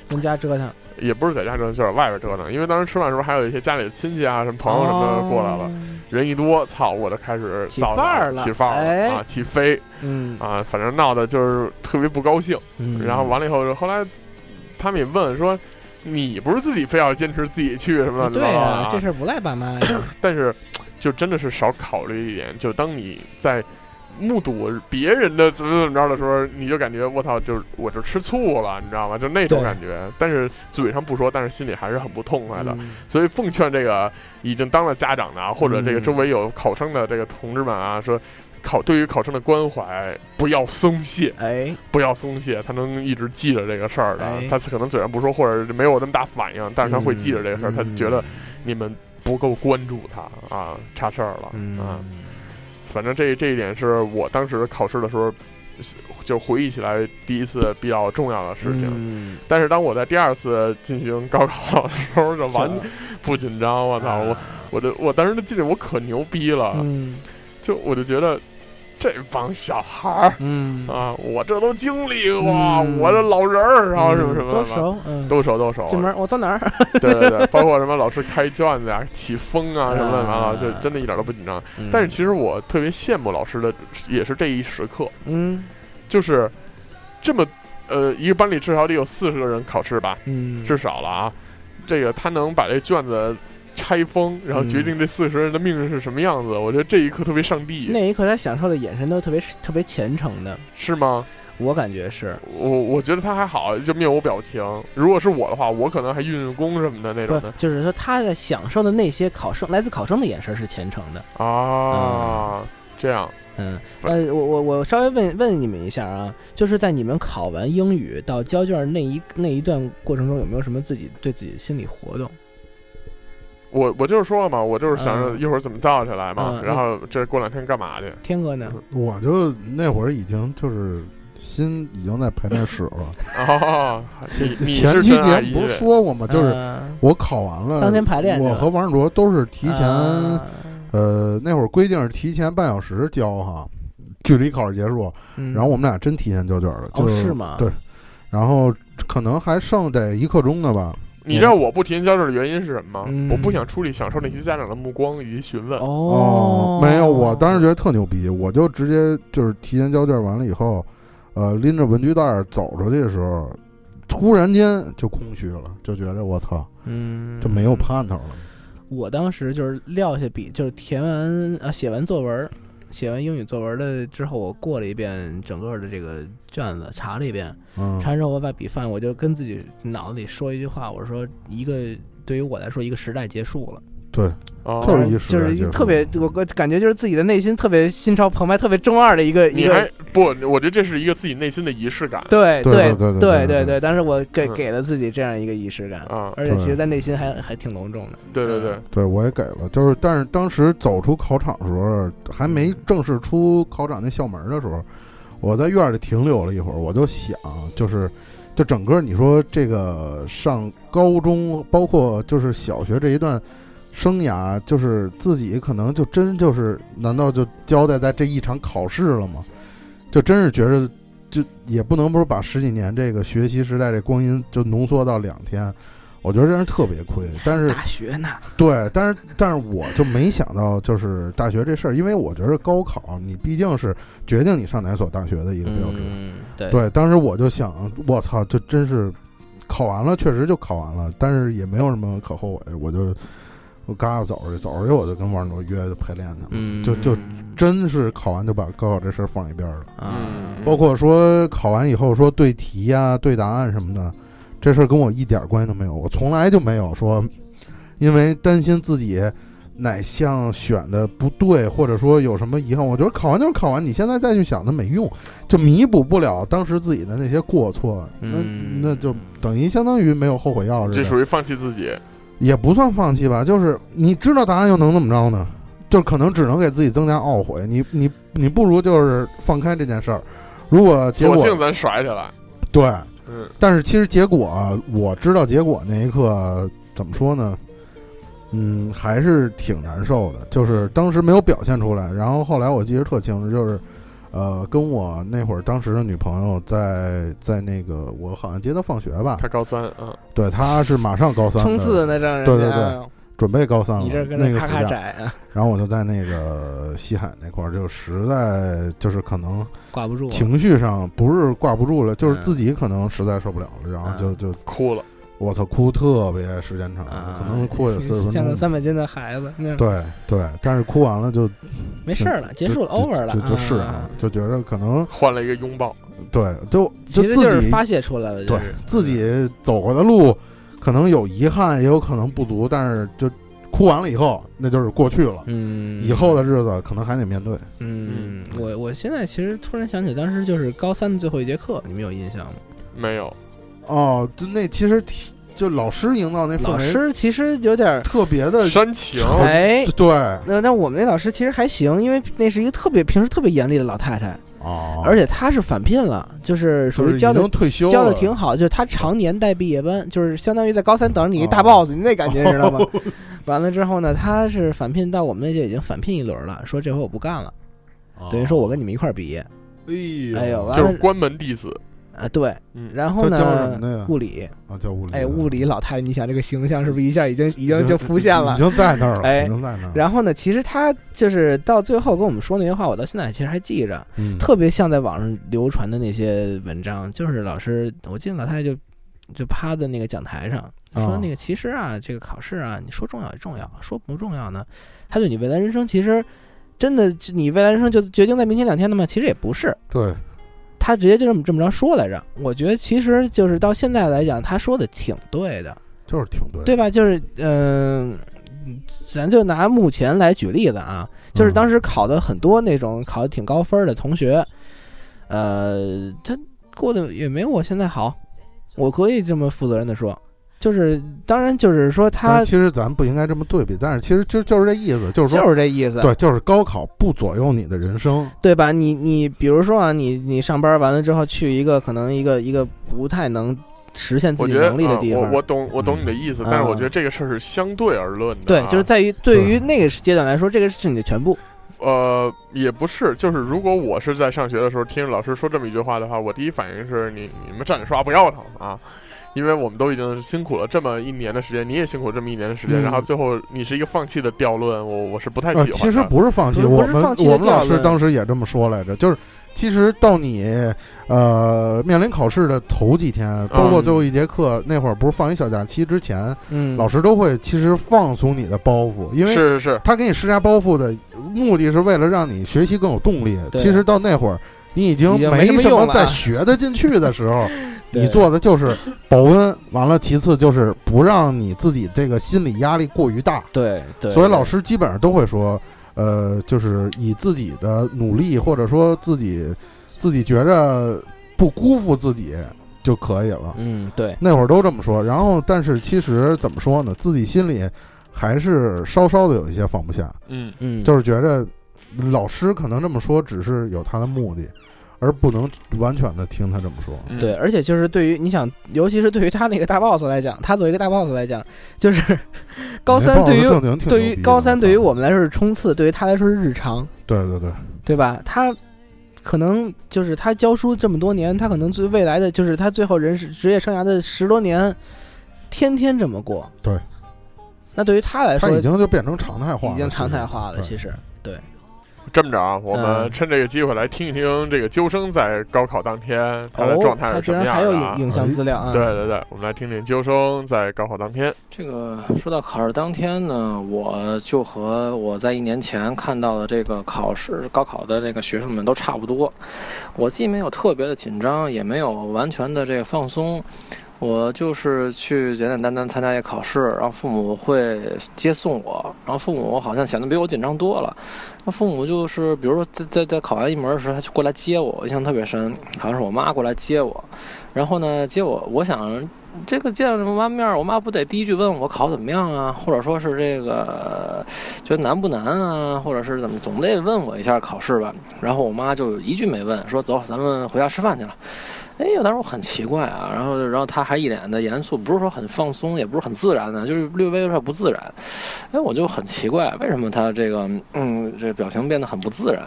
S4: 跟家折腾，
S2: 也不是在家折腾，就是外边折腾。因为当时吃饭的时候还有一些家里的亲戚啊、什么朋友什么的过来了，
S4: 哦，
S2: 人一多，操，我就开始
S4: 起
S2: 造
S4: 范
S2: 反
S4: 儿了
S2: 起范儿
S4: 哎
S2: 啊，起飞
S4: 嗯
S2: 啊，反正闹的就是特别不高兴。
S4: 嗯，
S2: 然后完了以后，后来他们也问说。你不是自己非要坚持自己去什么
S4: 啊
S2: 乱七
S4: 对
S2: 八糟的
S4: 啊
S2: 啊，
S4: 这事儿不赖爸妈呀，
S2: 但是就真的是少考虑一点，就当你在目睹别人的怎么怎么着的时候，你就感觉我操，就是我就吃醋了，你知道吗？就那种
S4: 对
S2: 感觉。但是嘴上不说，但是心里还是很不痛快的。
S4: 嗯
S2: 所以奉劝这个已经当了家长的啊，或者这个
S4: 嗯
S2: 周围有考生的这个同志们啊，说。考对于考生的关怀，不要松懈，
S4: 哎，
S2: 不要松懈，他能一直记着这个事儿的。
S4: 哎
S2: 他可能嘴上不说，或者没有那么大反应，但是他会记着这个事儿，
S4: 嗯
S2: 他觉得你们不够关注他啊，差事儿了、
S4: 嗯
S2: 啊。反正这这一点是我当时考试的时候，就回忆起来第一次比较重要的事情。
S4: 嗯
S2: 但是当我在第二次进行高考的时候，就
S4: 啊
S2: 完全不紧张。我操，我我的我当时的记得我可牛逼了，
S4: 嗯
S2: 就我就觉得这帮小孩儿。
S4: 嗯，
S2: 啊，我这都经历过，
S4: 嗯
S2: 我这老人儿，然后什么
S4: 嗯
S2: 什么
S4: 多
S2: 的，
S4: 熟，嗯，
S2: 都熟都熟，
S4: 进门我坐哪儿？
S2: 对对对，包括什么老师开卷子啊、起风啊什么乱七八糟，
S4: 啊
S2: 就真的一点都不紧张。
S4: 嗯
S2: 但是其实我特别羡慕老师的，也是这一时刻，
S4: 嗯
S2: 就是这么呃，一个班里至少得有四十个人考试吧，
S4: 嗯，
S2: 至少了啊。这个他能把这卷子拆封，然后决
S4: 嗯
S2: 定这四十人的命运是什么样子，我觉得这一刻特别上帝，
S4: 那一刻他享受的眼神都特别特别虔诚的。
S2: 是吗？
S4: 我感觉是
S2: 我我觉得他还好，就面无表情。如果是我的话，我可能还运运功什么的那
S4: 不
S2: 种
S4: 是
S2: 的
S4: 就是说他在享受的那些考生来自考生的眼神是虔诚的，
S2: 啊。这样，
S4: 嗯，
S2: 不
S4: 呃，我我我稍微问问你们一下啊，就是在你们考完英语到交卷那一那一段过程中，有没有什么自己对自己的心理活动？
S2: 我我就是说了嘛，我就是想着
S4: 嗯
S2: 一会儿怎么造起来嘛，
S4: 嗯
S2: 然后这过两天干嘛去？
S4: 天哥呢？
S3: 嗯我就那会儿已经就是心已经在排练室
S4: *laughs*
S3: 了。
S2: 哦，你你
S3: 前
S2: 是
S3: 期
S2: 真
S3: 节
S2: 爱音
S3: 目不是
S2: 乐，
S3: 说过吗？啊就是
S4: 嗯
S3: 我考完了，
S4: 当天排练去了
S3: 我和王世卓都是提前，
S4: 啊
S3: 呃，那会儿规定是提前半小时交哈，距离考试结束。
S4: 嗯
S3: 然后我们俩真提前交卷了，
S4: 哦
S3: 就是
S4: 吗
S3: 对，然后可能还剩这一刻钟呢吧。
S2: 你知道我不提前交卷的原因是什么吗？
S4: 嗯
S2: 我不想出力享受那些家长的目光以及询问。
S4: 哦，
S3: 没有，我当时觉得特牛逼，我就直接就是提前交卷完了以后，呃，拎着文具袋儿走出去的时候，突然间就空虚了，就觉着我操，
S4: 嗯
S3: 就没有盼头了。
S4: 我当时就是撂下笔，就是填完啊，写完作文，写完英语作文的之后，我过了一遍整个的这个卷子，查了一遍，
S3: 嗯
S4: 查，完之后我把笔放，我就跟自己脑子里说一句话，我说一个对于我来说，一个时代结束了，
S3: 对，
S2: 哦
S3: 就是一个时
S4: 就
S3: 代
S4: 是
S3: 结束
S4: 特别，我我感觉就是自己的内心特别心潮澎湃，特别中二的一个一
S2: 你还
S4: 个。
S2: 不？我觉得这是一个自己内心的仪式感
S4: 对
S3: 对对对
S4: 对
S3: 对对
S4: 对
S3: 对
S4: 当时我给
S2: 嗯
S4: 给了自己这样一个仪式感，
S2: 啊！
S4: 而且其实，
S3: 对
S4: 在内心还还挺隆重的。
S2: 对对对，
S3: 对我也给了，就是但是当时走出考场的时候，还没正式出考场那校门的时候，我在院里停留了一会儿，我就想，就是。就整个你说这个上高中，包括就是小学这一段生涯，就是自己可能就真就是，难道就交代在这一场考试了吗？就真是觉着，就也不能不是把十几年这个学习时代这光阴就浓缩到两天，我觉得真是特别亏。但是
S4: 嗯大学呢，
S3: 对，但是但是我就没想到就是大学这事儿，因为我觉得高考你毕竟是决定你上哪所大学的一个标志。
S4: 嗯，对
S3: 对，当时我就想，我操，这真是考完了，确实就考完了，但是也没有什么可后悔的，我就我嘎早着早着我就跟王卓约排练去了，
S4: 嗯，
S3: 就就真是考完就把高考这事儿放一边儿了，
S4: 啊，
S3: 嗯包括说考完以后说对题呀、对答案什么的，这事儿跟我一点关系都没有，我从来就没有说因为担心自己。哪项选的不对，或者说有什么遗憾，我觉得考完就是考完，你现在再去想那没用，就弥补不了当时自己的那些过错，
S4: 嗯
S3: 那那就等于相当于没有后悔药
S2: 这
S3: 似的，
S2: 属于放弃自己。
S3: 也不算放弃吧，就是你知道答案又能怎么着呢？就可能只能给自己增加懊悔，你你你不如就是放开这件事儿。如果结
S2: 索
S3: 果
S2: 性咱甩起来。
S3: 对，
S2: 嗯，
S3: 但是其实结果啊我知道结果那一刻怎么说呢？嗯，还是挺难受的，就是当时没有表现出来。然后后来我记得特清楚，就是呃，跟我那会儿当时的女朋友在在那个我好像接她放学吧，
S2: 他高三啊，
S3: 对，她是马上高三
S5: 冲刺
S3: 的，
S5: 呢，让人
S3: 对对
S5: 家
S3: 对
S4: 啊
S3: 准备高三了，
S5: 你这跟
S3: 那
S5: 那
S3: 个
S5: 咔
S3: 暑
S5: 咔
S3: 假，
S5: 窄啊，
S3: 然后我就在那个西海那块儿，就实在就是可能
S4: 挂不住，
S3: 情绪上不是挂不住了，就是
S4: 嗯
S3: 自己可能实在受不了了，然
S5: 嗯
S3: 后就就
S2: 哭了。
S3: 我操，哭特别时间长，
S4: 啊
S3: 可能哭有四十分
S4: *laughs* 像个
S3: 钟。
S4: 三百斤的孩子，那
S3: 对对，但是哭完了就
S4: 没事儿了，结
S3: 就
S4: 束了
S3: 就
S4: ，over 了，
S3: 就就就是
S4: 啊
S3: 啊，就觉着可能
S2: 换了一个拥抱，
S3: 对，就
S4: 其实就
S3: 自
S4: 是
S3: 己
S4: 发泄出来了，
S3: 对
S4: 就是
S3: 自己走过的路，可能有遗憾，也有可能不足，但是就哭完了以后，那就是过去了，
S4: 嗯，
S3: 以后的日子可能还得面对。
S4: 嗯，我我现在其实突然想起当时就是高三的最后一节课，你们有印象吗？
S2: 嗯没有
S3: 哦，就那其实挺就老师营造那氛
S4: 老
S3: 围
S4: 师其实有点儿
S3: 特别的，
S2: 煽情，
S4: 哎。
S3: 对
S4: 那那我们那老师其实还行，因为那是一个特别平时特别严厉的老太太，
S3: 哦，
S4: 而且她是返聘了，就是
S3: 就
S4: 属
S3: 是
S4: 于教
S3: 已
S4: 的
S3: 经退休
S4: 教的
S3: 了
S4: 挺好，就是他常年带毕业班，就是相当于在高三等着你一大
S3: 哦
S4: boss，、你那感觉你知道吗？ *laughs* 完了之后呢，他是返聘到我们那届已经返聘一轮了，说这回我不干了，
S3: 哦
S4: 等于说我跟你们一块儿毕业哎
S3: 哎
S4: 呦
S3: 呦，
S4: 完
S2: 就
S4: 了
S2: 是关门弟子。
S4: 啊。对，
S2: 嗯，
S4: 然后
S3: 他教什么
S4: 呢
S3: 的呀，
S4: 物理，
S3: 啊叫物理，
S4: 哎，物理老太太，你想这个形象是不是一下
S3: *laughs*
S4: 已经已经就浮现
S3: 已
S4: 了？
S3: 经在那儿了，
S4: 哎
S3: 已经在那儿了。
S4: 然后呢，其实他就是到最后跟我们说那些话，我到现在其实还记着，
S3: 嗯
S4: 特别像在网上流传的那些文章，就是老师，我记得老太太就就趴在那个讲台上说
S3: 啊
S4: 那个，其实啊，这个考试啊，你说重要也重要，说不重要呢，它对你未来人生其实真的，你未来人生就决定在明天两天的吗？其实也不是，
S3: 对，
S4: 他直接就这么这么着说来着。我觉得其实就是到现在来讲，他说的挺对的，
S3: 就是挺对的，
S4: 对吧？就是嗯、咱就拿目前来举例子啊，就是当时考的很多那种考的挺高分儿的同学，呃，他过得也没有我现在好，我可以这么负责任的说，就是当然就是说
S3: 但
S4: 他
S3: 是其实咱不应该这么对比，但是其实就就是这意思，就是说，
S4: 就是这意思，
S3: 对，就是高考不左右你的人生，
S4: 对吧？你你比如说啊，你你上班完了之后去一个可能一个一个不太能实现自
S2: 我
S4: 己
S2: 觉得
S4: 能力的地
S2: 嗯我
S4: 方，
S2: 我懂我懂你的意思，
S4: 嗯
S2: 但是我觉得这个事儿是相对而论的、啊，
S4: 对，就是在于对于那个阶段来说，这个是你的全部。
S2: 呃，也不是，就是如果我是在上学的时候听着老师说这么一句话的话，我第一反应是你你们站着刷不腰疼啊，因为我们都已经辛苦了这么一年的时间，你也辛苦这么一年的时间，
S4: 嗯
S2: 然后最后你是一个放弃的调论，我我是不太喜
S3: 呃，
S2: 欢的。
S3: 其实不是放弃，
S4: 不是
S3: 我
S4: 不是
S3: 们
S4: 放弃的
S3: 我们老
S4: 调
S3: 师
S4: 论
S3: 当时也这么说来着，就是其实到你呃面临考试的头几天，
S2: 嗯
S3: 包括最后一节课、那会儿，不是放一小假期之前，
S4: 嗯，
S3: 老师都会其实放松你的包袱，因为
S2: 是是是，
S3: 他给你施加包袱的目的是为了让你学习更有动力。
S4: 对
S3: 其实到那会儿，你已
S4: 已
S3: 经
S4: 经没
S3: 没
S4: 什么
S3: 什
S4: 用
S3: 么
S4: 了啊
S3: 再学得进去的时候，
S4: *laughs* 对
S3: 你做的就是保温。完了，其次就是不让你自己这个心理压力过于大。
S4: 对对，
S3: 所以老
S4: 师
S3: 师基本上都会说，呃，就是以自己的努力，或者说自己自己觉着不辜负自己就可以了。
S4: 嗯对，
S3: 那会儿都这么说。然后，但是其实怎么说呢，自己心里还是稍稍的有一些放不下，
S2: 嗯，
S4: 嗯
S3: 就是觉着老师可能这么说只是有他的目的，而不能完全的听他这么说。
S2: 嗯
S4: 对，，而且就是对于你想，尤其是对于他那个大 boss 来讲，他作为一个大 boss 来讲，就是高三对于对于高三对于我们来说是冲刺，对于他来说是日常，
S3: 对对对，
S4: 对吧？他可能就是他教书这么多年，他可能最未来的就是他最后人生职业生涯的十多年，天天这么过。
S3: 对，
S4: 那对于他来
S3: 他
S4: 说
S3: 已经就变成常态化了，
S4: 已经常态化了，
S3: 其
S4: 其
S3: 实
S4: 实。
S2: 这么着啊，我们
S4: 嗯
S2: 趁这个机会来听一听这个究生在高考当天他的
S4: 哦
S2: 状态
S4: 他
S2: 是
S4: 居
S2: 什么
S4: 然还
S2: 样
S4: 有
S2: 的、啊
S4: 影影
S3: 哎
S4: 像资料啊！
S2: 对，对对，我们来听听究生在高考当天，
S7: 这个说到考试当天呢，我就和我在一年前看到的这个考试高考的这个学生们都差不多。我既没有特别的紧张，也没有完全的这个放松，我就是去简简单单参加一个考试，然后父母会接送我，然后父母好像显得比我紧张多了。那父母就是比如说在在在考完一门的时候，他就过来接我，印象特别深，好像是我妈过来接我，然后呢接我，我想这个见着我妈面儿，我妈不得第一句问我考怎么样啊，或者说是这个觉得难不难啊，或者是怎么，总得问我一下考试吧。然后我妈就一句没问，说走，咱们回家吃饭去了。哎，有当时我很奇怪啊，然后然后她还一脸的严肃，不是说很放松，也不是很自然的，就是略微有点不自然。哎，我就很奇怪，为什么她这个嗯这表情变得很不自然。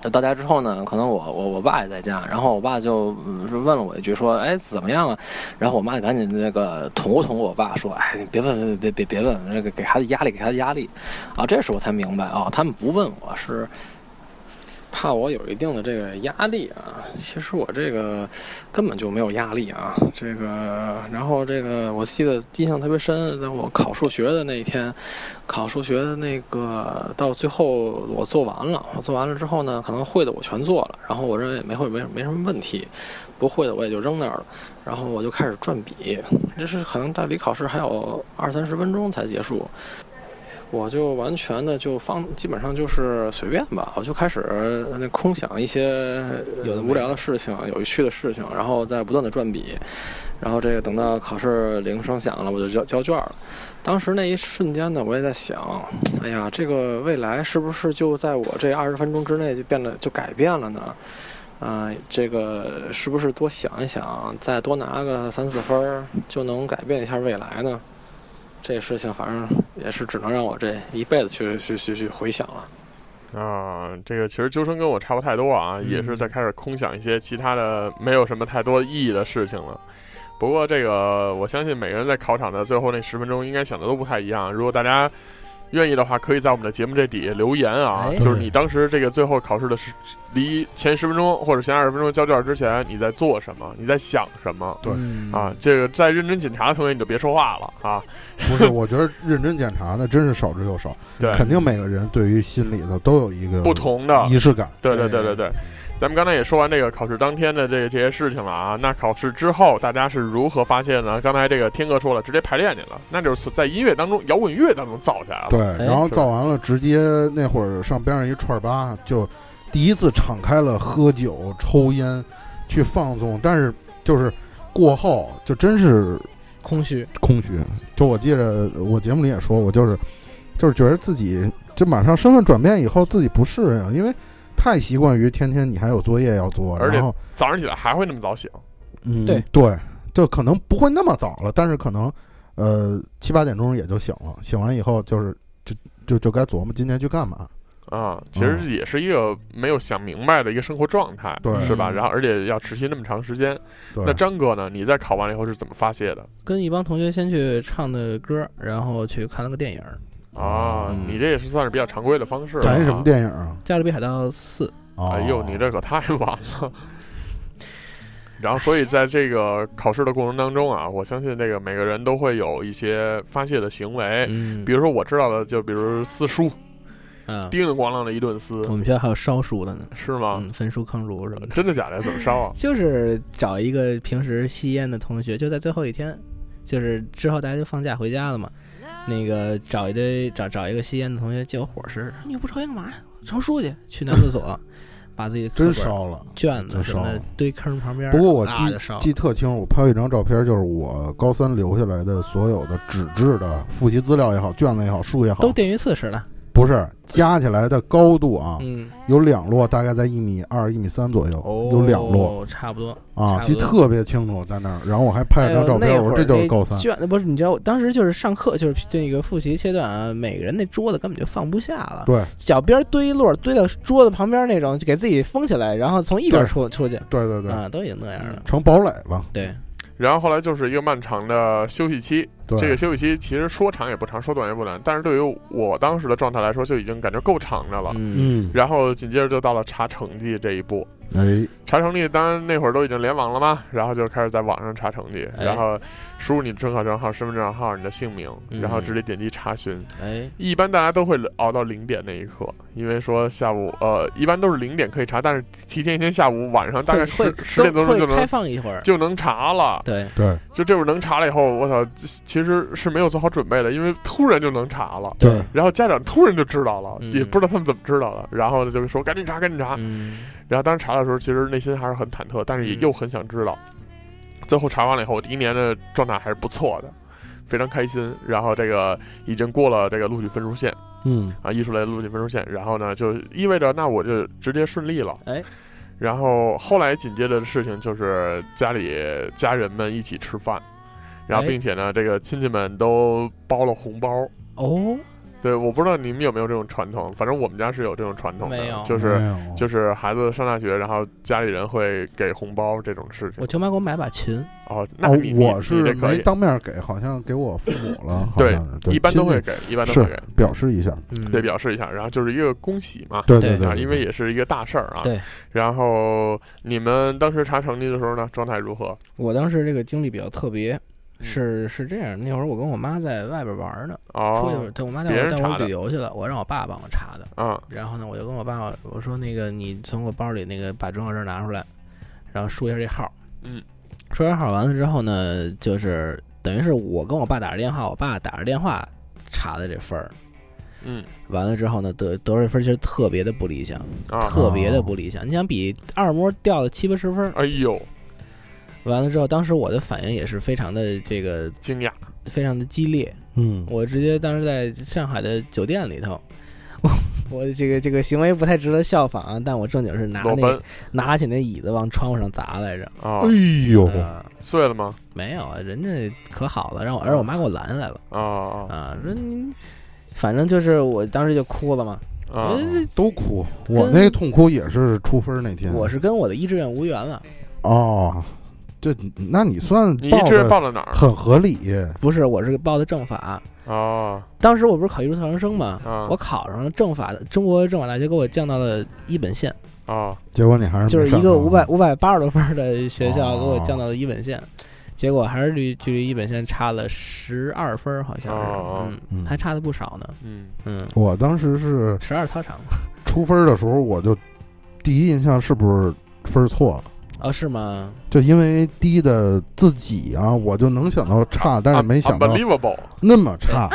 S7: 就到家之后呢，可能我我我爸也在家，然后我爸就、嗯、是问了我一句说，哎怎么样啊？然后我妈就赶紧那个捅咕捅咕我爸说：“哎，你别问，别别别别问，那个给孩子压力，给孩子压力。”啊，这时候我才明白啊，他们不问我是怕我有一定的这个压力啊。其实我这个根本就没有压力啊。这个，然后这个我记得印象特别深，在我考数学的那一天，考数学的那个到最后我做完了，我做完了之后呢，可能会的我全做了，然后我认为也没会没没什么问题，不会的我也就扔那儿了。然后我就开始转笔，这是可能到离考试还有二三十分钟才结束，我就完全的就放，基本上就是随便吧，我就开始呃那空想一些
S4: 有的没的
S7: 无聊的事情、有趣的事情，然后再不断的转笔，然后这个等到考试铃声响了，我就交交卷了。当时那一瞬间呢，我也在想，哎呀，这个未来是不是就在我这二十分钟之内就变得就改变了呢？啊、这个是不是多想一想，再多拿个三四分儿，就能改变一下未来呢？这事情反正也是只能让我这一辈子去去去去回想了。
S2: 啊、这个其实究生跟我差不太多啊，也是在开始空想一些其他的没有什么太多意义的事情了。不过这个我相信每个人在考场的最后那十分钟应该想的都不太一样。如果大家愿意的话，可以在我们的节目这底下留言啊，
S4: 哎
S2: 就是你当时这个最后考试的时离前十分钟或者前二十分钟交卷之前，你在做什么？你在想什么？
S3: 对
S4: 嗯
S2: 啊，这个在认真检查的同学你就别说话了啊。
S3: 不是，我觉得认真检查的真是少之又少，
S2: 对，
S3: 肯定每个人对于心里头都有一个
S2: 哎不同的
S3: 仪式感。
S2: 对对对对对。咱们刚才也说完这个考试当天的这这些事情了啊，那考试之后大家是如何发现呢？刚才这个天哥说了，直接排练去了，那就是在音乐当中、摇滚乐当中造起来了。
S3: 对，
S4: 哎
S3: 然后
S2: 是
S3: 造完了，直接那会儿上边上一串儿吧，就第一次敞开了喝酒、抽烟，去放纵，但是就是过后就真是
S4: 空虚，
S3: 空虚。就我记着我节目里也说过，就是就是觉得自己就马上身份转变以后自己不适应，因为太习惯于天天你还有作业要做，
S2: 而且
S3: 然后
S2: 早上起来还会那么早醒，
S3: 嗯，
S4: 对
S3: 对，就可能不会那么早了，但是可能呃七八点钟也就醒了，醒完以后就是就就就该琢磨今天去干嘛。
S2: 啊，其实也是一个没有想明白的一个生活状态，
S3: 对
S2: 是吧？
S4: 嗯
S2: 然后而且要持续那么长时间。
S3: 对
S2: 那，张哥呢？你在考完了以后是怎么发泄的？
S4: 跟一帮同学先去唱的歌，然后去看了个电影儿
S2: 啊，
S3: 嗯
S2: 你这也是算是比较常规的方式了啊。
S3: 看一什么电影啊？
S4: 《加勒比海盗四》，
S3: 哦、
S2: 哎呦，你这可太晚了。然后，所以在这个考试的过程当中啊，我相信这个每个人都会有一些发泄的行为，
S4: 嗯
S2: 哎比如说我知道的，就比如撕书，
S4: 啊，
S2: 叮叮咣啷的一啊顿撕
S4: 我，们学校还有烧书的呢，
S2: 是吗？
S4: 嗯，焚书坑儒什么的。
S2: 真的假的？怎么烧啊？
S4: 就是找一个平时吸烟的同学，就在最后一天，就是之后大家就放假回家了嘛。那个找一堆找找一个吸烟的同学借我火石，你又不抽烟干嘛？抄书去，去男厕所， *laughs* 把自己的课
S3: 真
S4: 本、
S3: 烧了。
S4: 卷子
S3: 真
S4: 什
S3: 烧
S4: 么的
S3: 了
S4: 堆坑旁边。
S3: 不过我
S4: 啊就
S3: 记
S4: 烧了
S3: 记特清，楚，我拍过一张照片，就是我高三留下来的所有的纸质的复习资料也好，卷子也好，书也好
S4: 都，垫于四十了。
S3: 不是加起来的高度啊，
S4: 嗯，
S3: 有两摞，大概在一米二、一米三左右，
S4: 哦，
S3: 有两摞。，
S4: 差不多。
S3: 啊，
S4: 差不
S3: 记
S4: 多
S3: 特别清楚在那儿，然后我还拍了张照片，
S4: 哎呦那
S3: 我说
S4: 会儿
S3: 这就是
S4: 那
S3: 高三，
S4: 卷子不是，你知道，我当时就是上课，就是那个复习阶段啊，每个人那桌子根本就放不下了。
S3: 对
S4: 脚边堆一摞，堆到桌子旁边那种，就给自己封起来，然后从一边
S3: 对
S4: 出出去
S3: 对对对，
S4: 啊，都已经那样了。
S3: 成堡垒了，
S4: 对，
S2: 然后后来就是一个漫长的休息期，
S3: 对，
S2: 这个休息期其实说长也不长，说短也不短，但是对于我当时的状态来说，就已经感觉够长的了。
S4: 嗯，
S3: 嗯，
S2: 然后紧接着就到了查成绩这一步，
S3: 哎，
S2: 查成绩，当然那会儿都已经联网了嘛，然后就开始在网上查成绩，
S4: 哎
S2: 然后输入你的准考证号、身份证号、你的姓名，
S4: 嗯
S2: 然后直接点击查询。
S4: 哎，
S2: 一般大家都会熬到零点那一刻，因为说下午呃，一般都是零点可以查，但是提前一天下午、晚上大概
S4: 会
S2: 十
S4: 会
S2: 十点多钟
S4: 都
S2: 就
S4: 会开
S2: 能
S4: 放一会儿。
S2: 就能查了。
S4: 对，
S3: 对
S2: 就这会儿能查了以后，我操，其实是没有做好准备的，因为突然就能查了。
S3: 对，
S2: 然后家长突然就知道了，
S4: 嗯
S2: 也不知道他们怎么知道的，然后就说赶紧查，赶紧查。
S4: 嗯，
S2: 然后当时查的时候，其实内心还是很忐忑，但是也
S4: 嗯
S2: 又很想知道。最后查完了以后，我第一年的状态还是不错的，非常开心。然后这个已经过了这个录取分数线
S3: 嗯，
S2: 啊，艺术类的录取分数线，然后呢，就意味着那我就直接顺利了。
S4: 哎，
S2: 然后后来紧接着的事情就是家里家人们一起吃饭，然后
S4: 哎
S2: 并且呢，这个亲戚们都包了红包。
S4: 哦，
S2: 对，我不知道你们有没有这种传统，反正我们家是有这种传统
S4: 没有
S2: 的，就是
S3: 没有
S2: 就是孩子上大学，然后家里人会给红包这种事情
S4: 我。舅妈给我买把琴，
S2: 哦，那
S3: 哦
S2: 你、，你
S3: 我
S2: 你
S3: 是
S2: 这可
S3: 没
S2: 以，
S3: 当面给，好像给我父母了，好
S2: 对
S3: 像是
S2: 一般都会
S3: 亲
S2: 给，一般
S3: 戚
S2: 都
S3: 是
S2: 会给，
S3: 表示一下，
S4: 嗯，
S2: 对，，表示一下，然后就是一个恭喜嘛。
S3: 对
S4: 对
S3: 对
S2: 啊，因为也是一个大事儿啊。
S4: 对。
S2: 然后你们当时查成绩的时候呢，状态如何？
S4: 我当时这个经历比较特别。
S2: 嗯
S4: 是是这样，那会儿我跟我妈在外边玩呢，出去
S2: 哦，
S4: 带我妈带
S2: 别人
S4: 我带
S2: 查
S4: 我
S2: 的
S4: 旅游去了，我让我爸帮我查的，
S2: 啊，
S4: 然后呢，我就跟我爸我说那个你从我包里那个把准考证拿出来，然后输一下这号。
S2: 嗯，
S4: 输一下号完了之后呢，就是等于是我跟我爸打着电话，我爸打着电话查的这分儿。
S2: 嗯
S4: 完了之后呢，得得出这分儿其实特别的不理想，
S2: 啊，
S4: 特别的不理想。你想比二模掉了七八十分儿，
S2: 哎呦，
S4: 完了之后，当时我的反应也是非常的这个
S2: 惊讶，
S4: 非常的激烈，
S3: 嗯，
S4: 我直接当时在上海的酒店里头， *laughs* 我我这个这个行为不太值得效仿啊，但我正经是拿
S2: 裸
S4: 那
S2: 奔
S4: 个拿起那椅子往窗户上砸来着。
S2: 啊
S3: 哎，呦，
S4: 啊，
S2: 碎了吗？
S4: 没有啊，人家可好了，让我而我妈给我拦下来了
S2: 啊啊
S4: 啊，说你。反正就是我当时就哭了嘛，
S2: 啊！
S4: 呃
S3: 都哭，我
S4: 跟
S3: 那痛哭也是出分儿那
S2: 啊
S3: 天，
S4: 我是跟我的一志愿无缘了，
S3: 哦，这那你算
S2: 你一
S3: 报
S2: 直
S3: 的
S2: 报到哪儿？
S3: 很合理，
S4: 不是，我是报的政法。
S2: 哦
S4: 当时我不是考艺术特长生嘛，
S2: 啊
S4: 我考上了政法的中国政法大学，给我降到了一本线，
S2: 啊！
S3: 结果你还是没
S4: 就是
S3: 上
S4: 一个
S3: 上
S4: 五百五百八十多分儿的学校
S3: 哦
S4: 给我降到了一本线，结果还是离距离一本线差了十二分儿，好像
S2: 哦
S4: 是，
S3: 嗯
S4: 嗯，还差的不少呢，
S2: 嗯
S4: 嗯，
S3: 我当时是
S4: 十二操场，
S3: 出分儿的时候，我就第一印象是不是分儿错了？
S4: 哦，是吗？
S3: 就因为低的自己啊，我就能想到差，但是没想到
S2: 啊 unbelievable，
S3: 那么
S4: 啊
S3: 差。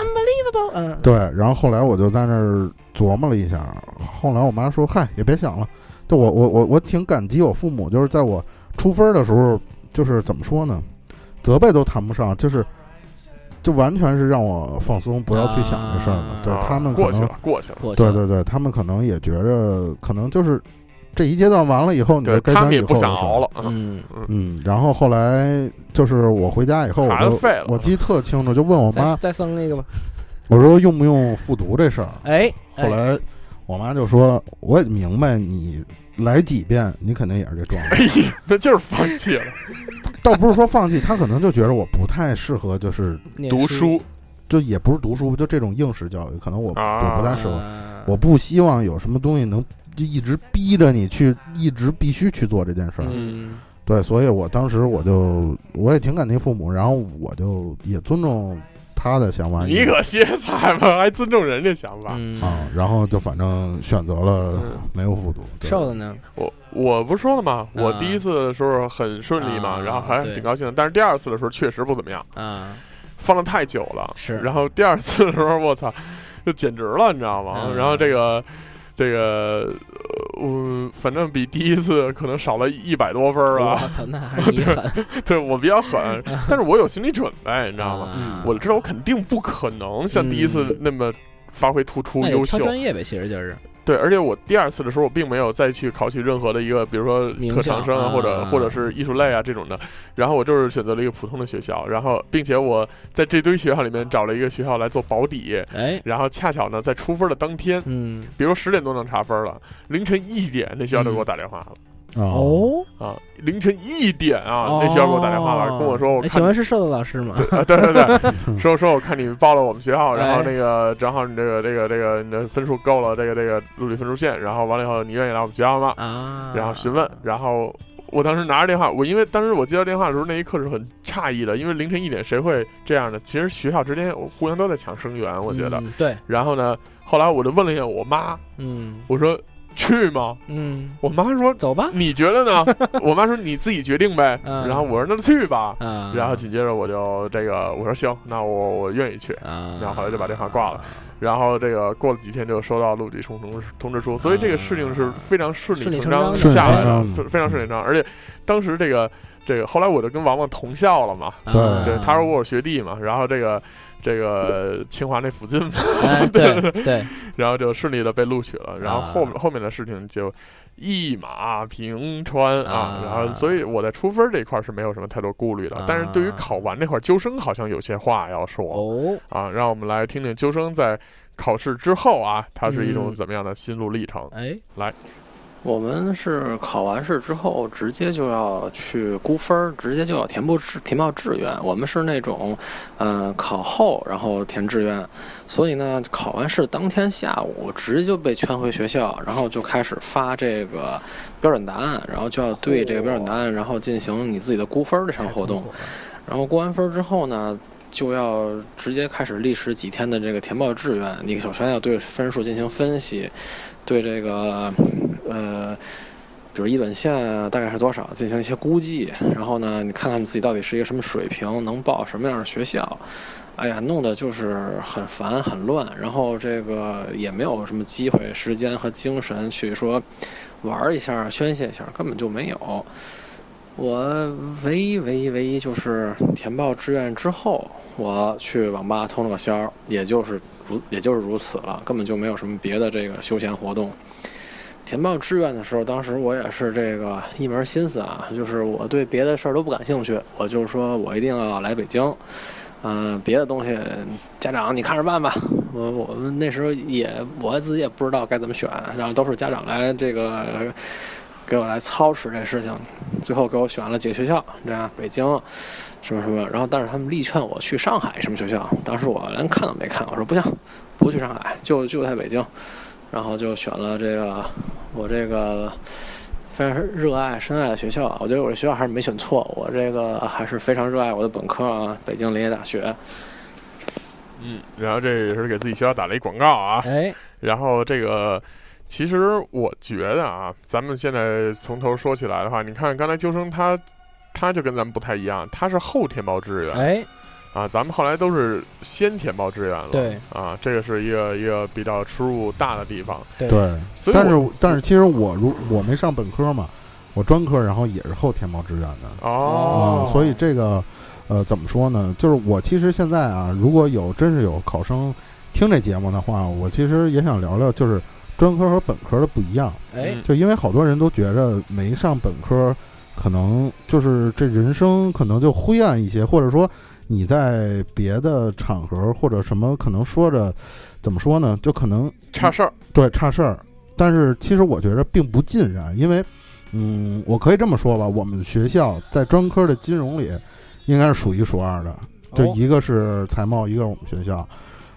S4: 不，嗯，
S3: 对，然后后来我就在那儿琢磨了一下，后来我妈说：“嗨，也别想了。”就
S2: 嗯
S3: 我我我我挺感激我父母，就是在我出分儿的时候，就是怎么说呢，责备都谈不上，就是就完全是让我放松，不要去想这事儿嘛
S4: 啊。
S3: 对
S2: 啊
S3: 他们可
S2: 过去
S3: 能
S2: 了，过去了。
S4: 过去
S3: 对
S4: 了
S3: 对对，他们可能也觉着，可能就是这一阶段完了以后，你
S2: 对
S3: 就该
S2: 他
S3: 想
S2: 们也
S3: 以后
S2: 不
S3: 的事
S2: 想
S3: 儿
S2: 熬了，嗯
S4: 嗯，
S3: 嗯，然后后来就是我回家以后，我
S2: 孩子
S3: 就
S2: 废了 *laughs*
S3: 我记得特清楚，就问我
S4: 再
S3: 妈，
S4: 再送那个吧。
S3: 我说用不用复读这事儿。啊
S4: 哎，哎
S3: 后来我妈就说，我也明白你来几遍，你肯定也是这状态，
S2: 哎呀，那就是放弃
S4: *laughs*
S2: 了
S3: 倒不是说放弃，她可能就觉得我不太适合，就是
S4: 念
S2: 读书
S3: 就也不是读书，就这种应试教育，可能我
S2: 啊
S3: 我不太适合，
S4: 啊
S3: 我不希望有什么东西能就一直逼着你去，一直必须去做这件事儿。
S4: 嗯，
S3: 对，所以我当时我就我也挺感激父母，然后我就也尊重他的想法，
S2: 你可歇菜吧，还尊重人家想法。
S4: 嗯
S3: 啊，然后就反正选择了
S2: 嗯
S3: 没有复读。对啊
S4: 瘦的呢？
S2: 我我不是说了吗？我
S4: 啊
S2: 第一次的时候很顺利嘛，
S4: 啊
S2: 然后还
S4: 对
S2: 挺高兴的。但是第二次的时候确实不怎么样，
S4: 啊，
S2: 放了太久了。
S4: 是
S2: 然后第二次的时候，我操，就简直了，你知道吗？
S4: 嗯
S2: 然后这个这个，呃我反正比第一次可能少了一百多分儿
S4: 我
S2: 吧。
S4: 操，那还是你狠，
S2: *laughs* 对我比较狠，
S4: *laughs*
S2: 但是我有心理准备，你
S4: 知
S2: *laughs* 知道吗？
S4: 吗
S2: 我知道我肯定不可能像第一次
S4: 嗯
S2: 那么发挥突出、
S4: 那
S2: 优
S4: 也超
S2: 秀。
S4: 专业呗，其实就是
S2: 对，而且我第二次的时候，我并没有再去考取任何的一个，比如说
S4: 名
S2: 特
S4: 校
S2: 长生啊，
S4: 啊
S2: 或者或者是艺术类啊这种的。然后我就是选择了一个普通的学校，然后并且我在这堆学校里面找了一个学校来做保底。
S4: 哎，
S2: 然后恰巧呢，在出分的当天，
S4: 嗯，
S2: 比如十点多能查分了，凌晨一点那学校就
S4: 嗯
S2: 给我打电话了、
S3: 啊，
S4: 哦，
S2: 啊！凌晨一点啊，那学校给我打电话了，跟我说我
S4: 哎
S2: 看
S4: 请
S2: 你
S4: 问是瘦的老师吗？
S2: 啊，对对对，说说我看你报了我们学校，然后
S4: 哎
S2: 那个正好你这个这个这个你的分数够了这个这个录取分数线，然后完了以后你愿意来我们学校吗？
S4: 啊，
S2: 然后询问，然后我当时拿着电话，我因为当时我接到电话的时候那一刻是很诧异的，因为凌晨一点谁会这样的？其实学校之间互相都在抢生源，我觉得。
S4: 嗯对，
S2: 然后呢，后来我就问了一下我妈，
S4: 嗯
S2: 我说去吗？
S4: 嗯，
S2: 我妈说
S4: 走吧
S2: 你觉得呢？我妈说你自己决定呗。
S4: 嗯
S2: 然后我说那就去吧。
S4: 啊，
S2: 嗯然后紧接着我就这个我说行，那我我愿意去。
S4: 啊，
S2: 然后后来就把电话挂了，然后这个过了几天就收到录取通通知通知书，所以这个事情是非常顺理成章地
S4: 顺
S3: 理成
S2: 下
S3: 章
S2: 来的，
S3: 顺理成
S2: 非
S3: 章
S2: 非常顺理成章。而且当时这个这个后来我就跟王王同校了嘛，
S4: 啊
S3: 对
S2: 对，他是我学弟嘛，然后这个这个清华那附近嘛， *laughs*
S4: 哎对对，
S2: 然后就顺利的被录取
S3: 嗯
S2: 了，然后后面后面的事情就。一马平川啊
S4: 啊，
S3: 嗯
S2: 然后所以我在出分这块是没有什么太多顾虑的
S4: 啊，
S2: 但是对于考完这块，纠生好像有些话要说。
S4: 哦，
S2: 啊，让我们来听听究生在考试之后啊，他是一种
S4: 嗯
S2: 怎么样的心路历程？
S4: 哎，
S7: 我们是考完试之后直接就要去估分儿，直接就要填报志填报志愿。我们是那种，嗯、考后然后填志愿，所以呢，考完试当天下午直接就被圈回学校，然后就开始发这个标准答案，然后就要对这个标准答案，然后进行你自己的估分儿这项活动。然后过完分儿之后呢，就要直接开始历时几天的这个填报志愿。你首先要对分数进行分析，对这个呃，比如一本线啊大概是多少进行一些估计，然后呢，你看看你自己到底是一个什么水平，能报什么样的学校。哎呀，弄得就是很烦很乱，然后这个也没有什么机会、时间和精神去说玩儿一下、宣泄一下，根本就没有。我唯一唯一唯一就是填报志愿之后，我去网吧通了个宵，也就是如也就是如此了，根本就没有什么别的这个休闲活动。填报志愿的时候，当时我也是这个一门心思啊，就是我对别的事儿都不感兴趣，我就说我一定要来北京。嗯、别的东西家长你看着办吧。我我们那时候也我自己也不知道该怎么选，然后都是家长来这个给我来操持这事情。最后给我选了几个学校，这样北京什么什么，然后但是他们力劝我去上海什么学校，当时我连看都没看，我说不行，不去上海，就就在北京，然后就选了这个我这个非常热爱深爱的学校，我觉得我这学校还是没选错，我这个还是非常热爱我的本科啊，北京林业大学。
S2: 嗯，然后这也是给自己学校打了一广告啊。
S4: 哎，
S2: 然后这个其实我觉得啊，咱们现在从头说起来的话，你看刚才究生他，他就跟咱们不太一样，他是后填报志愿、
S4: 哎，
S2: 啊，咱们后来都是先填报志愿了。
S4: 对
S2: 啊，这个是一个一个比较出入大的地方。
S4: 对
S3: 对，
S2: 所以
S3: 但
S2: 我
S3: 是但是其实我如我没上本科嘛，我专科，然后也是后填报志愿的
S2: 哦
S3: 啊，所以这个呃怎么说呢？就是我其实现在啊，如果有真是有考生听这节目的话，我其实也想聊聊就是专科和本科的不一样，
S4: 哎，
S2: 嗯
S3: 就因为好多人都觉着没上本科，可能就是这人生可能就灰暗一些，或者说你在别的场合或者什么可能说着怎么说呢？就可能
S2: 差事儿，
S3: 对，差事儿。但是其实我觉得并不尽然，因为，嗯，我可以这么说吧，我们学校在专科的金融里，应该是数一数二的，就
S4: 哦
S3: 一个是财贸，一个是我们学校。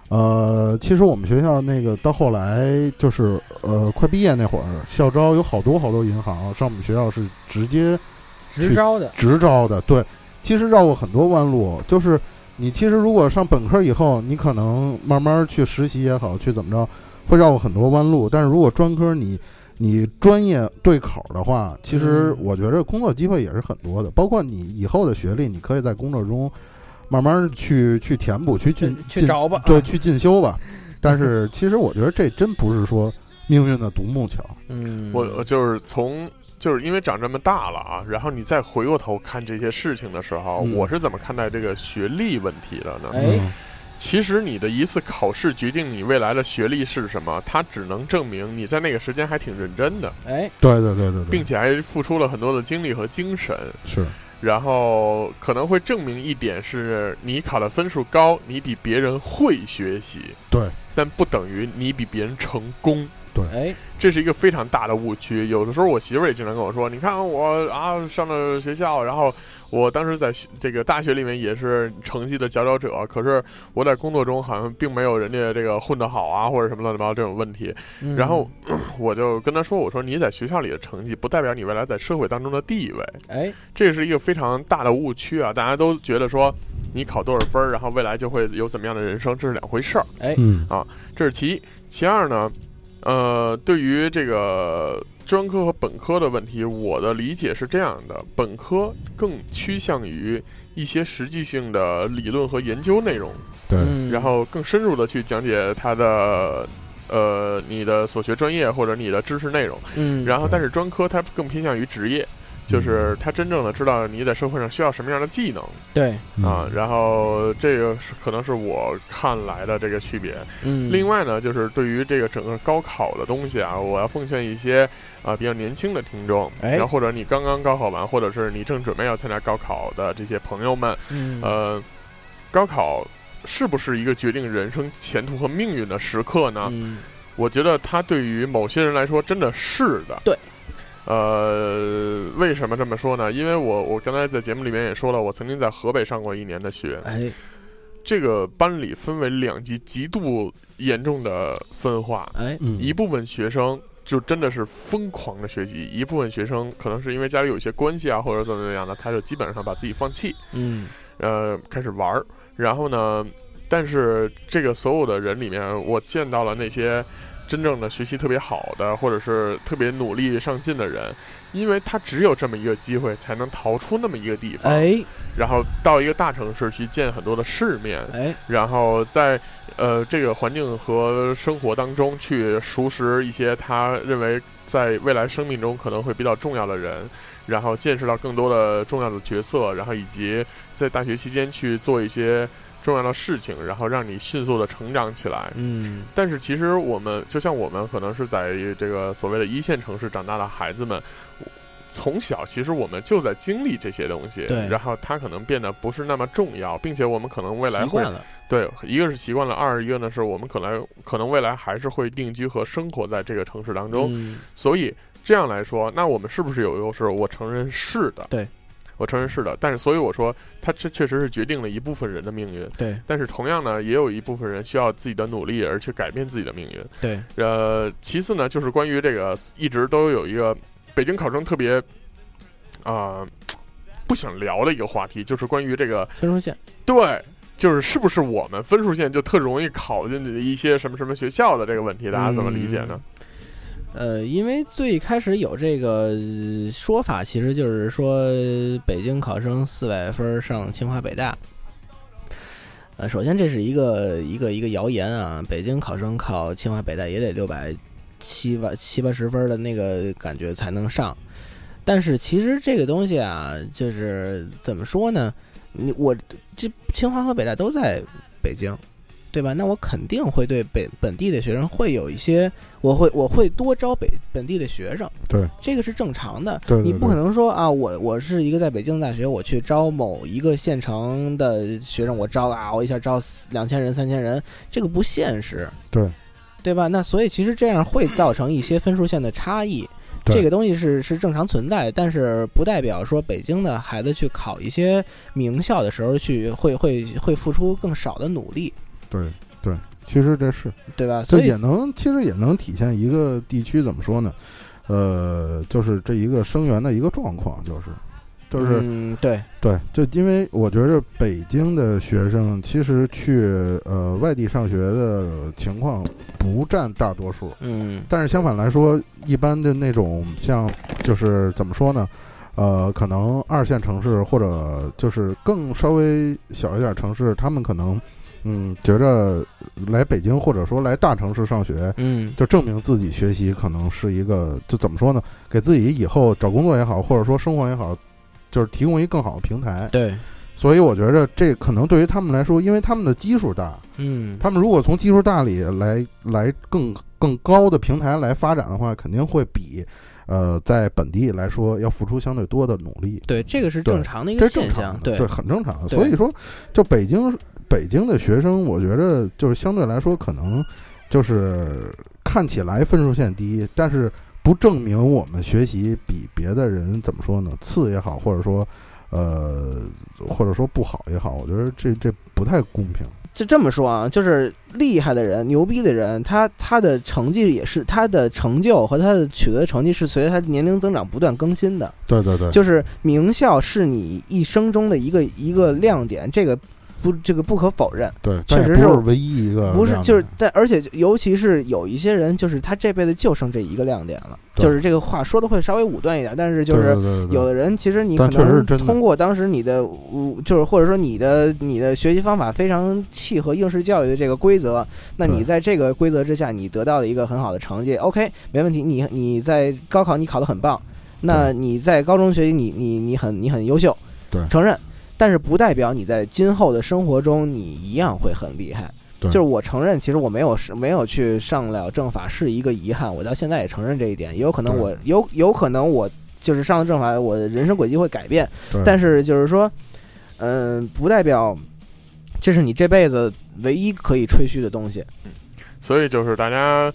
S3: 呃，其实我们学校那个到后来就是呃，快毕业那会儿，校招有好多好多银行上我们学校是直接
S4: 直招的，
S3: 直招的，对，其实绕过很多弯路，就是你其实如果上本科以后，你可能慢慢去实习也好，去怎么着，会绕过很多弯路。但是如果专科你你专业对口的话，其实
S4: 嗯
S3: 我觉得工作机会也是很多的，包括你以后的学历，你可以在工作中慢慢去去填补，去进
S4: 去去
S3: 进
S4: 找吧，
S3: 对
S4: 啊，
S3: 去进修吧。但是其实我觉得这真不是说命运的独木桥，
S4: 嗯，
S2: 我我就是从就是因为长这么大了啊，然后你再回过头看这些事情的时候，
S3: 嗯
S2: 我是怎么看待这个学历问题的呢？
S4: 哎
S3: 嗯
S2: 其实你的一次考试决定你未来的学历是什么，它只能证明你在那个时间还挺认真的，
S4: 哎，
S3: 对对对对对，
S2: 并且还付出了很多的精力和精神。
S3: 是
S4: 哎
S2: 然后可能会证明一点是你考的分数高，你比别人会学习，
S3: 对，
S2: 但不等于你比别人成功。
S4: 哎，
S2: 这是一个非常大的误区。有的时候我媳妇儿也经常跟我说：“你看我啊，上了学校，然后我当时在学这个大学里面也是成绩的佼佼者，可是我在工作中好像并没有人家这个混得好啊，或者什么乱七八糟这种问题。”
S4: 嗯
S2: 然后我就跟她说：“我说你在学校里的成绩不代表你未来在社会当中的地位，
S4: 哎，
S2: 这是一个非常大的误区啊！大家都觉得说你考多少分儿，然后未来就会有怎么样的人生，这是两回事儿。”
S3: 嗯
S2: 这是其一。其二呢，呃，对于这个专科和本科的问题，我的理解是这样的：本科更趋向于一些实际性的理论和研究内容，
S3: 对
S4: 嗯
S2: 然后更深入的去讲解它的。呃，你的所学专业或者你的知识内容，
S4: 嗯，
S2: 然后
S3: 对
S2: 但是专科它更偏向于职业，就是它真正的知道你在社会上需要什么样的技能
S4: 对，
S3: 嗯
S2: 啊，然后这个是可能是我看来的这个区别。
S4: 嗯，
S2: 另外呢，就是对于这个整个高考的东西啊，我要奉劝一些啊、比较年轻的听众，
S4: 哎
S2: 然后或者你刚刚高考完，或者是你正准备要参加高考的这些朋友们，
S4: 嗯，
S2: 呃，高考是不是一个决定人生前途和命运的时刻呢？
S4: 嗯，
S2: 我觉得它对于某些人来说真的是的。
S4: 对。
S2: 呃，为什么这么说呢？因为我我刚才在节目里面也说了，我曾经在河北上过一年的学，
S4: 哎，
S2: 这个班里分为两级极度严重的分化，
S4: 哎，
S3: 嗯
S2: 一部分学生就真的是疯狂的学习，一部分学生可能是因为家里有一些关系啊，或者怎么怎么样的，他就基本上把自己放弃，
S4: 嗯，
S2: 呃，开始玩儿。然后呢，但是这个所有的人里面，我见到了那些真正的学习特别好的，或者是特别努力上进的人，因为他只有这么一个机会，才能逃出那么一个地方，
S4: 哎，
S2: 然后到一个大城市去见很多的世面，
S4: 哎，
S2: 然后在呃这个环境和生活当中去熟识一些他认为在未来生命中可能会比较重要的人，然后见识到更多的重要的角色，然后以及在大学期间去做一些重要的事情，然后让你迅速的成长起来。
S4: 嗯，
S2: 但是其实我们就像我们可能是在这个所谓的一线城市长大的孩子们，从小其实我们就在经历这些东西
S4: 对，
S2: 然后它可能变得不是那么重要，并且我们可能未来
S4: 习
S2: 会
S4: 惯了，
S2: 对，一个是习惯了，二一个呢是我们可能可能未来还是会定居和生活在这个城市当中，
S4: 嗯，
S2: 所以这样来说，那我们是不是有优势？我承认是的，
S4: 对，
S2: 我承认是的。但是所以我说，它这确实是决定了一部分人的命运，
S4: 对，
S2: 但是同样呢，也有一部分人需要自己的努力而去改变自己的命运。
S4: 对，
S2: 呃，其次呢，就是关于这个一直都有一个北京考生特别啊、不想聊的一个话题，就是关于这个
S4: 分数线，
S2: 对，就是是不是我们分数线就特容易考进一些什么什么学校的这个问题，大家怎么理解呢？
S4: 呃，因为最开始有这个呃说法，其实就是说呃北京考生四百分儿上清华北大。呃，首先这是一个一个一个谣言啊，北京考生考清华北大也得六百七八七八十分儿的那个感觉才能上。但是其实这个东西啊，就是怎么说呢？你我这清华和北大都在北京，对吧？那我肯定会对本本地的学生会有一些，我会我会多招北本地的学生，
S3: 对，
S4: 这个是正常的。
S3: 对对
S4: 你不
S3: 对
S4: 可能说啊，我我是一个在北京大学，我去招某一个县城的学生，我招啊，我一下招两千人、三千人，这个不现实，
S3: 对
S4: 对吧？那所以其实这样会造成一些分数线的差异。
S3: 对
S4: 这个东西是是正常存在，但是不代表说北京的孩子去考一些名校的时候去会会会付出更少的努力，
S3: 对对，其实这是，
S4: 对吧？
S3: 这
S4: 所以
S3: 也能其实也能体现一个地区怎么说呢？呃，就是这一个生源的一个状况，就是就是、
S4: 嗯，对，
S3: 对，就因为我觉着北京的学生其实去呃外地上学的情况不占大多数，
S4: 嗯
S3: 但是相反来说，一般的那种像就是怎么说呢？呃，可能二线城市或者就是更稍微小一点城市，他们可能嗯觉着来北京或者说来大城市上学，
S4: 嗯
S3: 就证明自己学习可能是一个就怎么说呢？给自己以后找工作也好，或者说生活也好，就是提供一个更好的平台。
S4: 对，
S3: 所以我觉着这可能对于他们来说，因为他们的基数大，
S4: 嗯
S3: 他们如果从基数大里来来更更高的平台来发展的话，肯定会比呃在本地来说要付出相对多的努力，
S4: 对，这个是
S3: 对
S4: 正常的一
S3: 这
S4: 个
S3: 是正
S4: 现
S3: 常
S4: 象，
S3: 的，
S4: 对
S3: 对，很正常的。
S4: 对
S3: 所以说，就北京北京的学生，我觉着就是相对来说可能就是看起来分数线低，但是不证明我们学习比别的人怎么说呢次也好，或者说呃或者说不好也好，我觉得这这不太公平。
S4: 就这么说啊，就是厉害的人、牛逼的人，他他的成绩也是他的成就和他的取得的成绩是随着他年龄增长不断更新的。
S3: 对对对，
S4: 就是名校是你一生中的一个一个亮点，这个不这个不可否认，
S3: 对，
S4: 确
S3: 但也
S4: 实
S3: 不
S4: 是
S3: 是唯一一个亮点，
S4: 不是就是但而且尤其是有一些人，就是他这辈子就剩这一个亮点了，
S3: 对
S4: 就是这个话说的会稍微武断一点，但是就
S3: 对
S4: 是
S3: 对对对
S4: 有的人其实你可
S3: 但确实是
S4: 能
S3: 真的
S4: 通过当时你的，呃就是或者说你的你的学习方法非常契合应试教育的这个规则，那
S3: 对
S4: 你在这个规则之下，你得到了一个很好的成绩，OK，没问题。你你在高考你考得很棒，那你在高中学习你你你很你很优秀，
S3: 对
S4: 承认。但是不代表你在今后的生活中你一样会很厉害。
S3: 对
S4: 就是我承认，其实我没有是没有去上了政法是一个遗憾，我到现在也承认这一点。也有可能
S3: 对
S4: 我有有可能我就是上了政法，我的人生轨迹会改变，
S3: 对
S4: 但是就是说，嗯、不代表这是你这辈子唯一可以吹嘘的东西。嗯
S2: 所以就是大家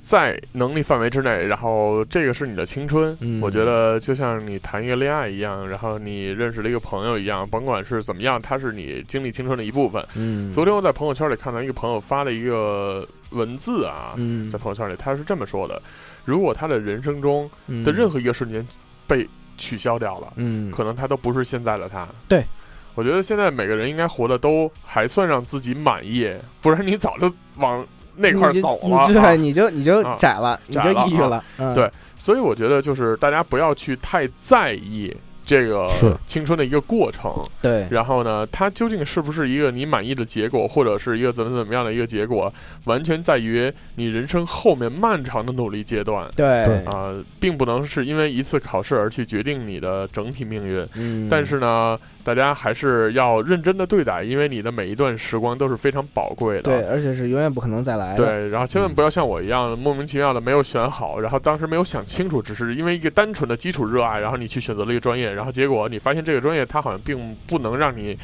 S2: 在能力范围之内，然后这个是你的青春。
S4: 嗯
S2: 我觉得就像你谈一个恋爱一样，然后你认识了一个朋友一样，甭管是怎么样，它是你经历青春的一部分。
S4: 嗯
S2: 昨天我在朋友圈里看到一个朋友发了一个文字啊，
S4: 嗯
S2: 在朋友圈里他是这么说的：如果他的人生中
S4: 嗯
S2: 的任何一个瞬间被取消掉了，
S4: 嗯
S2: 可能他都不是现在的他。
S4: 对。
S2: 我觉得现在每个人应该活得都还算让自己满意，不然你早就往那块儿
S4: 你就
S2: 走
S4: 你
S2: 了啊。
S4: 对，你就你就
S2: 啊
S4: 窄了，你
S2: 窄
S4: 就
S2: 了
S4: 抑郁
S2: 啊
S4: 了。嗯
S2: 对所以我觉得就是大家不要去太在意这个
S3: 是
S2: 青春的一个过程，
S4: 对
S2: 然后呢，它究竟是不是一个你满意的结果，或者是一个怎么怎么样的一个结果，完全在于你人生后面漫长的努力阶段。
S4: 对
S3: 对
S2: 啊、并不能是因为一次考试而去决定你的整体命运，
S4: 嗯
S2: 但是呢，大家还是要认真的对待，因为你的每一段时光都是非常宝贵的。
S4: 对，嗯而且是永远不可能再来的。
S2: 对，然后千万不要像我一样、莫名其妙的没有选好，然后当时没有想清楚，只是因为一个单纯的基础热爱，然后你去选择了一个专业，然后结果你发现这个专业它好像并不能让你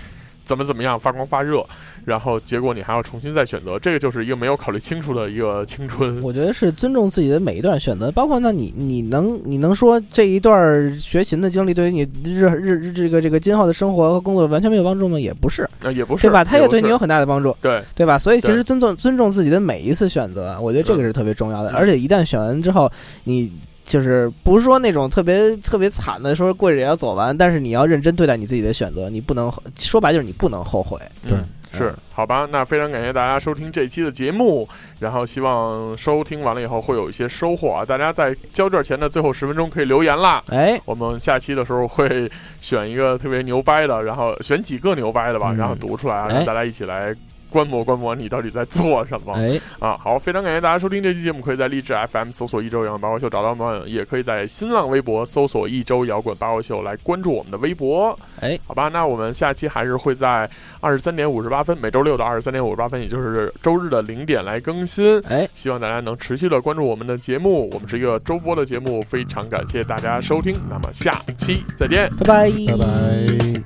S2: 怎么怎么样发光发热，然后结果你还要重新再选择，这个就是一个没有考虑清楚的一个青春。
S4: 我觉得是尊重自己的每一段选择，包括那你你能你能说这一段儿学琴的经历对于你日日日这个这个今后的生活和工作完全没有帮助吗？也不是，
S2: 啊、也不是，
S4: 对吧？它也
S2: 不
S4: 对你
S2: 是
S4: 有很大的帮助，
S2: *laughs* 对
S4: 对吧？所以其
S2: 对
S4: 实尊重尊重自己的每一次选择，我觉得这个是特别重要的。
S2: 嗯
S4: 而且一旦选完之后，你就是不是说那种特别特别惨的说跪着也要走完，但是你要认真对待你自己的选择，你不能后说白就是你不能后悔。
S3: 对
S2: 嗯是，好吧，那非常感谢大家收听这期的节目，然后希望收听完了以后会有一些收获啊！大家在交卷前的最后十分钟可以留言啦。
S4: 哎，
S2: 我们下期的时候会选一个特别牛掰的，然后选几个牛掰的吧，
S4: 嗯
S2: 然后读出来啊，
S4: 哎
S2: 让大家一起来观摩观摩你到底在做什么。
S4: 哎，
S2: 啊，好，非常感谢大家收听这期节目，可以在荔枝 FM 搜索“一周摇滚八卦秀”找到我们，也可以在新浪微博搜索“一周摇滚八卦秀”来关注我们的微博。
S4: 哎，
S2: 好吧，那我们下期还是会在二十三点五十八分，每周六的二十三点五十八分，也就是周日的零点来更新。
S4: 哎，
S2: 希望大家能持续的关注我们的节目，我们是一个周播的节目，非常感谢大家收听，那么下期再见。
S4: 拜拜，
S3: 拜拜。
S1: 啊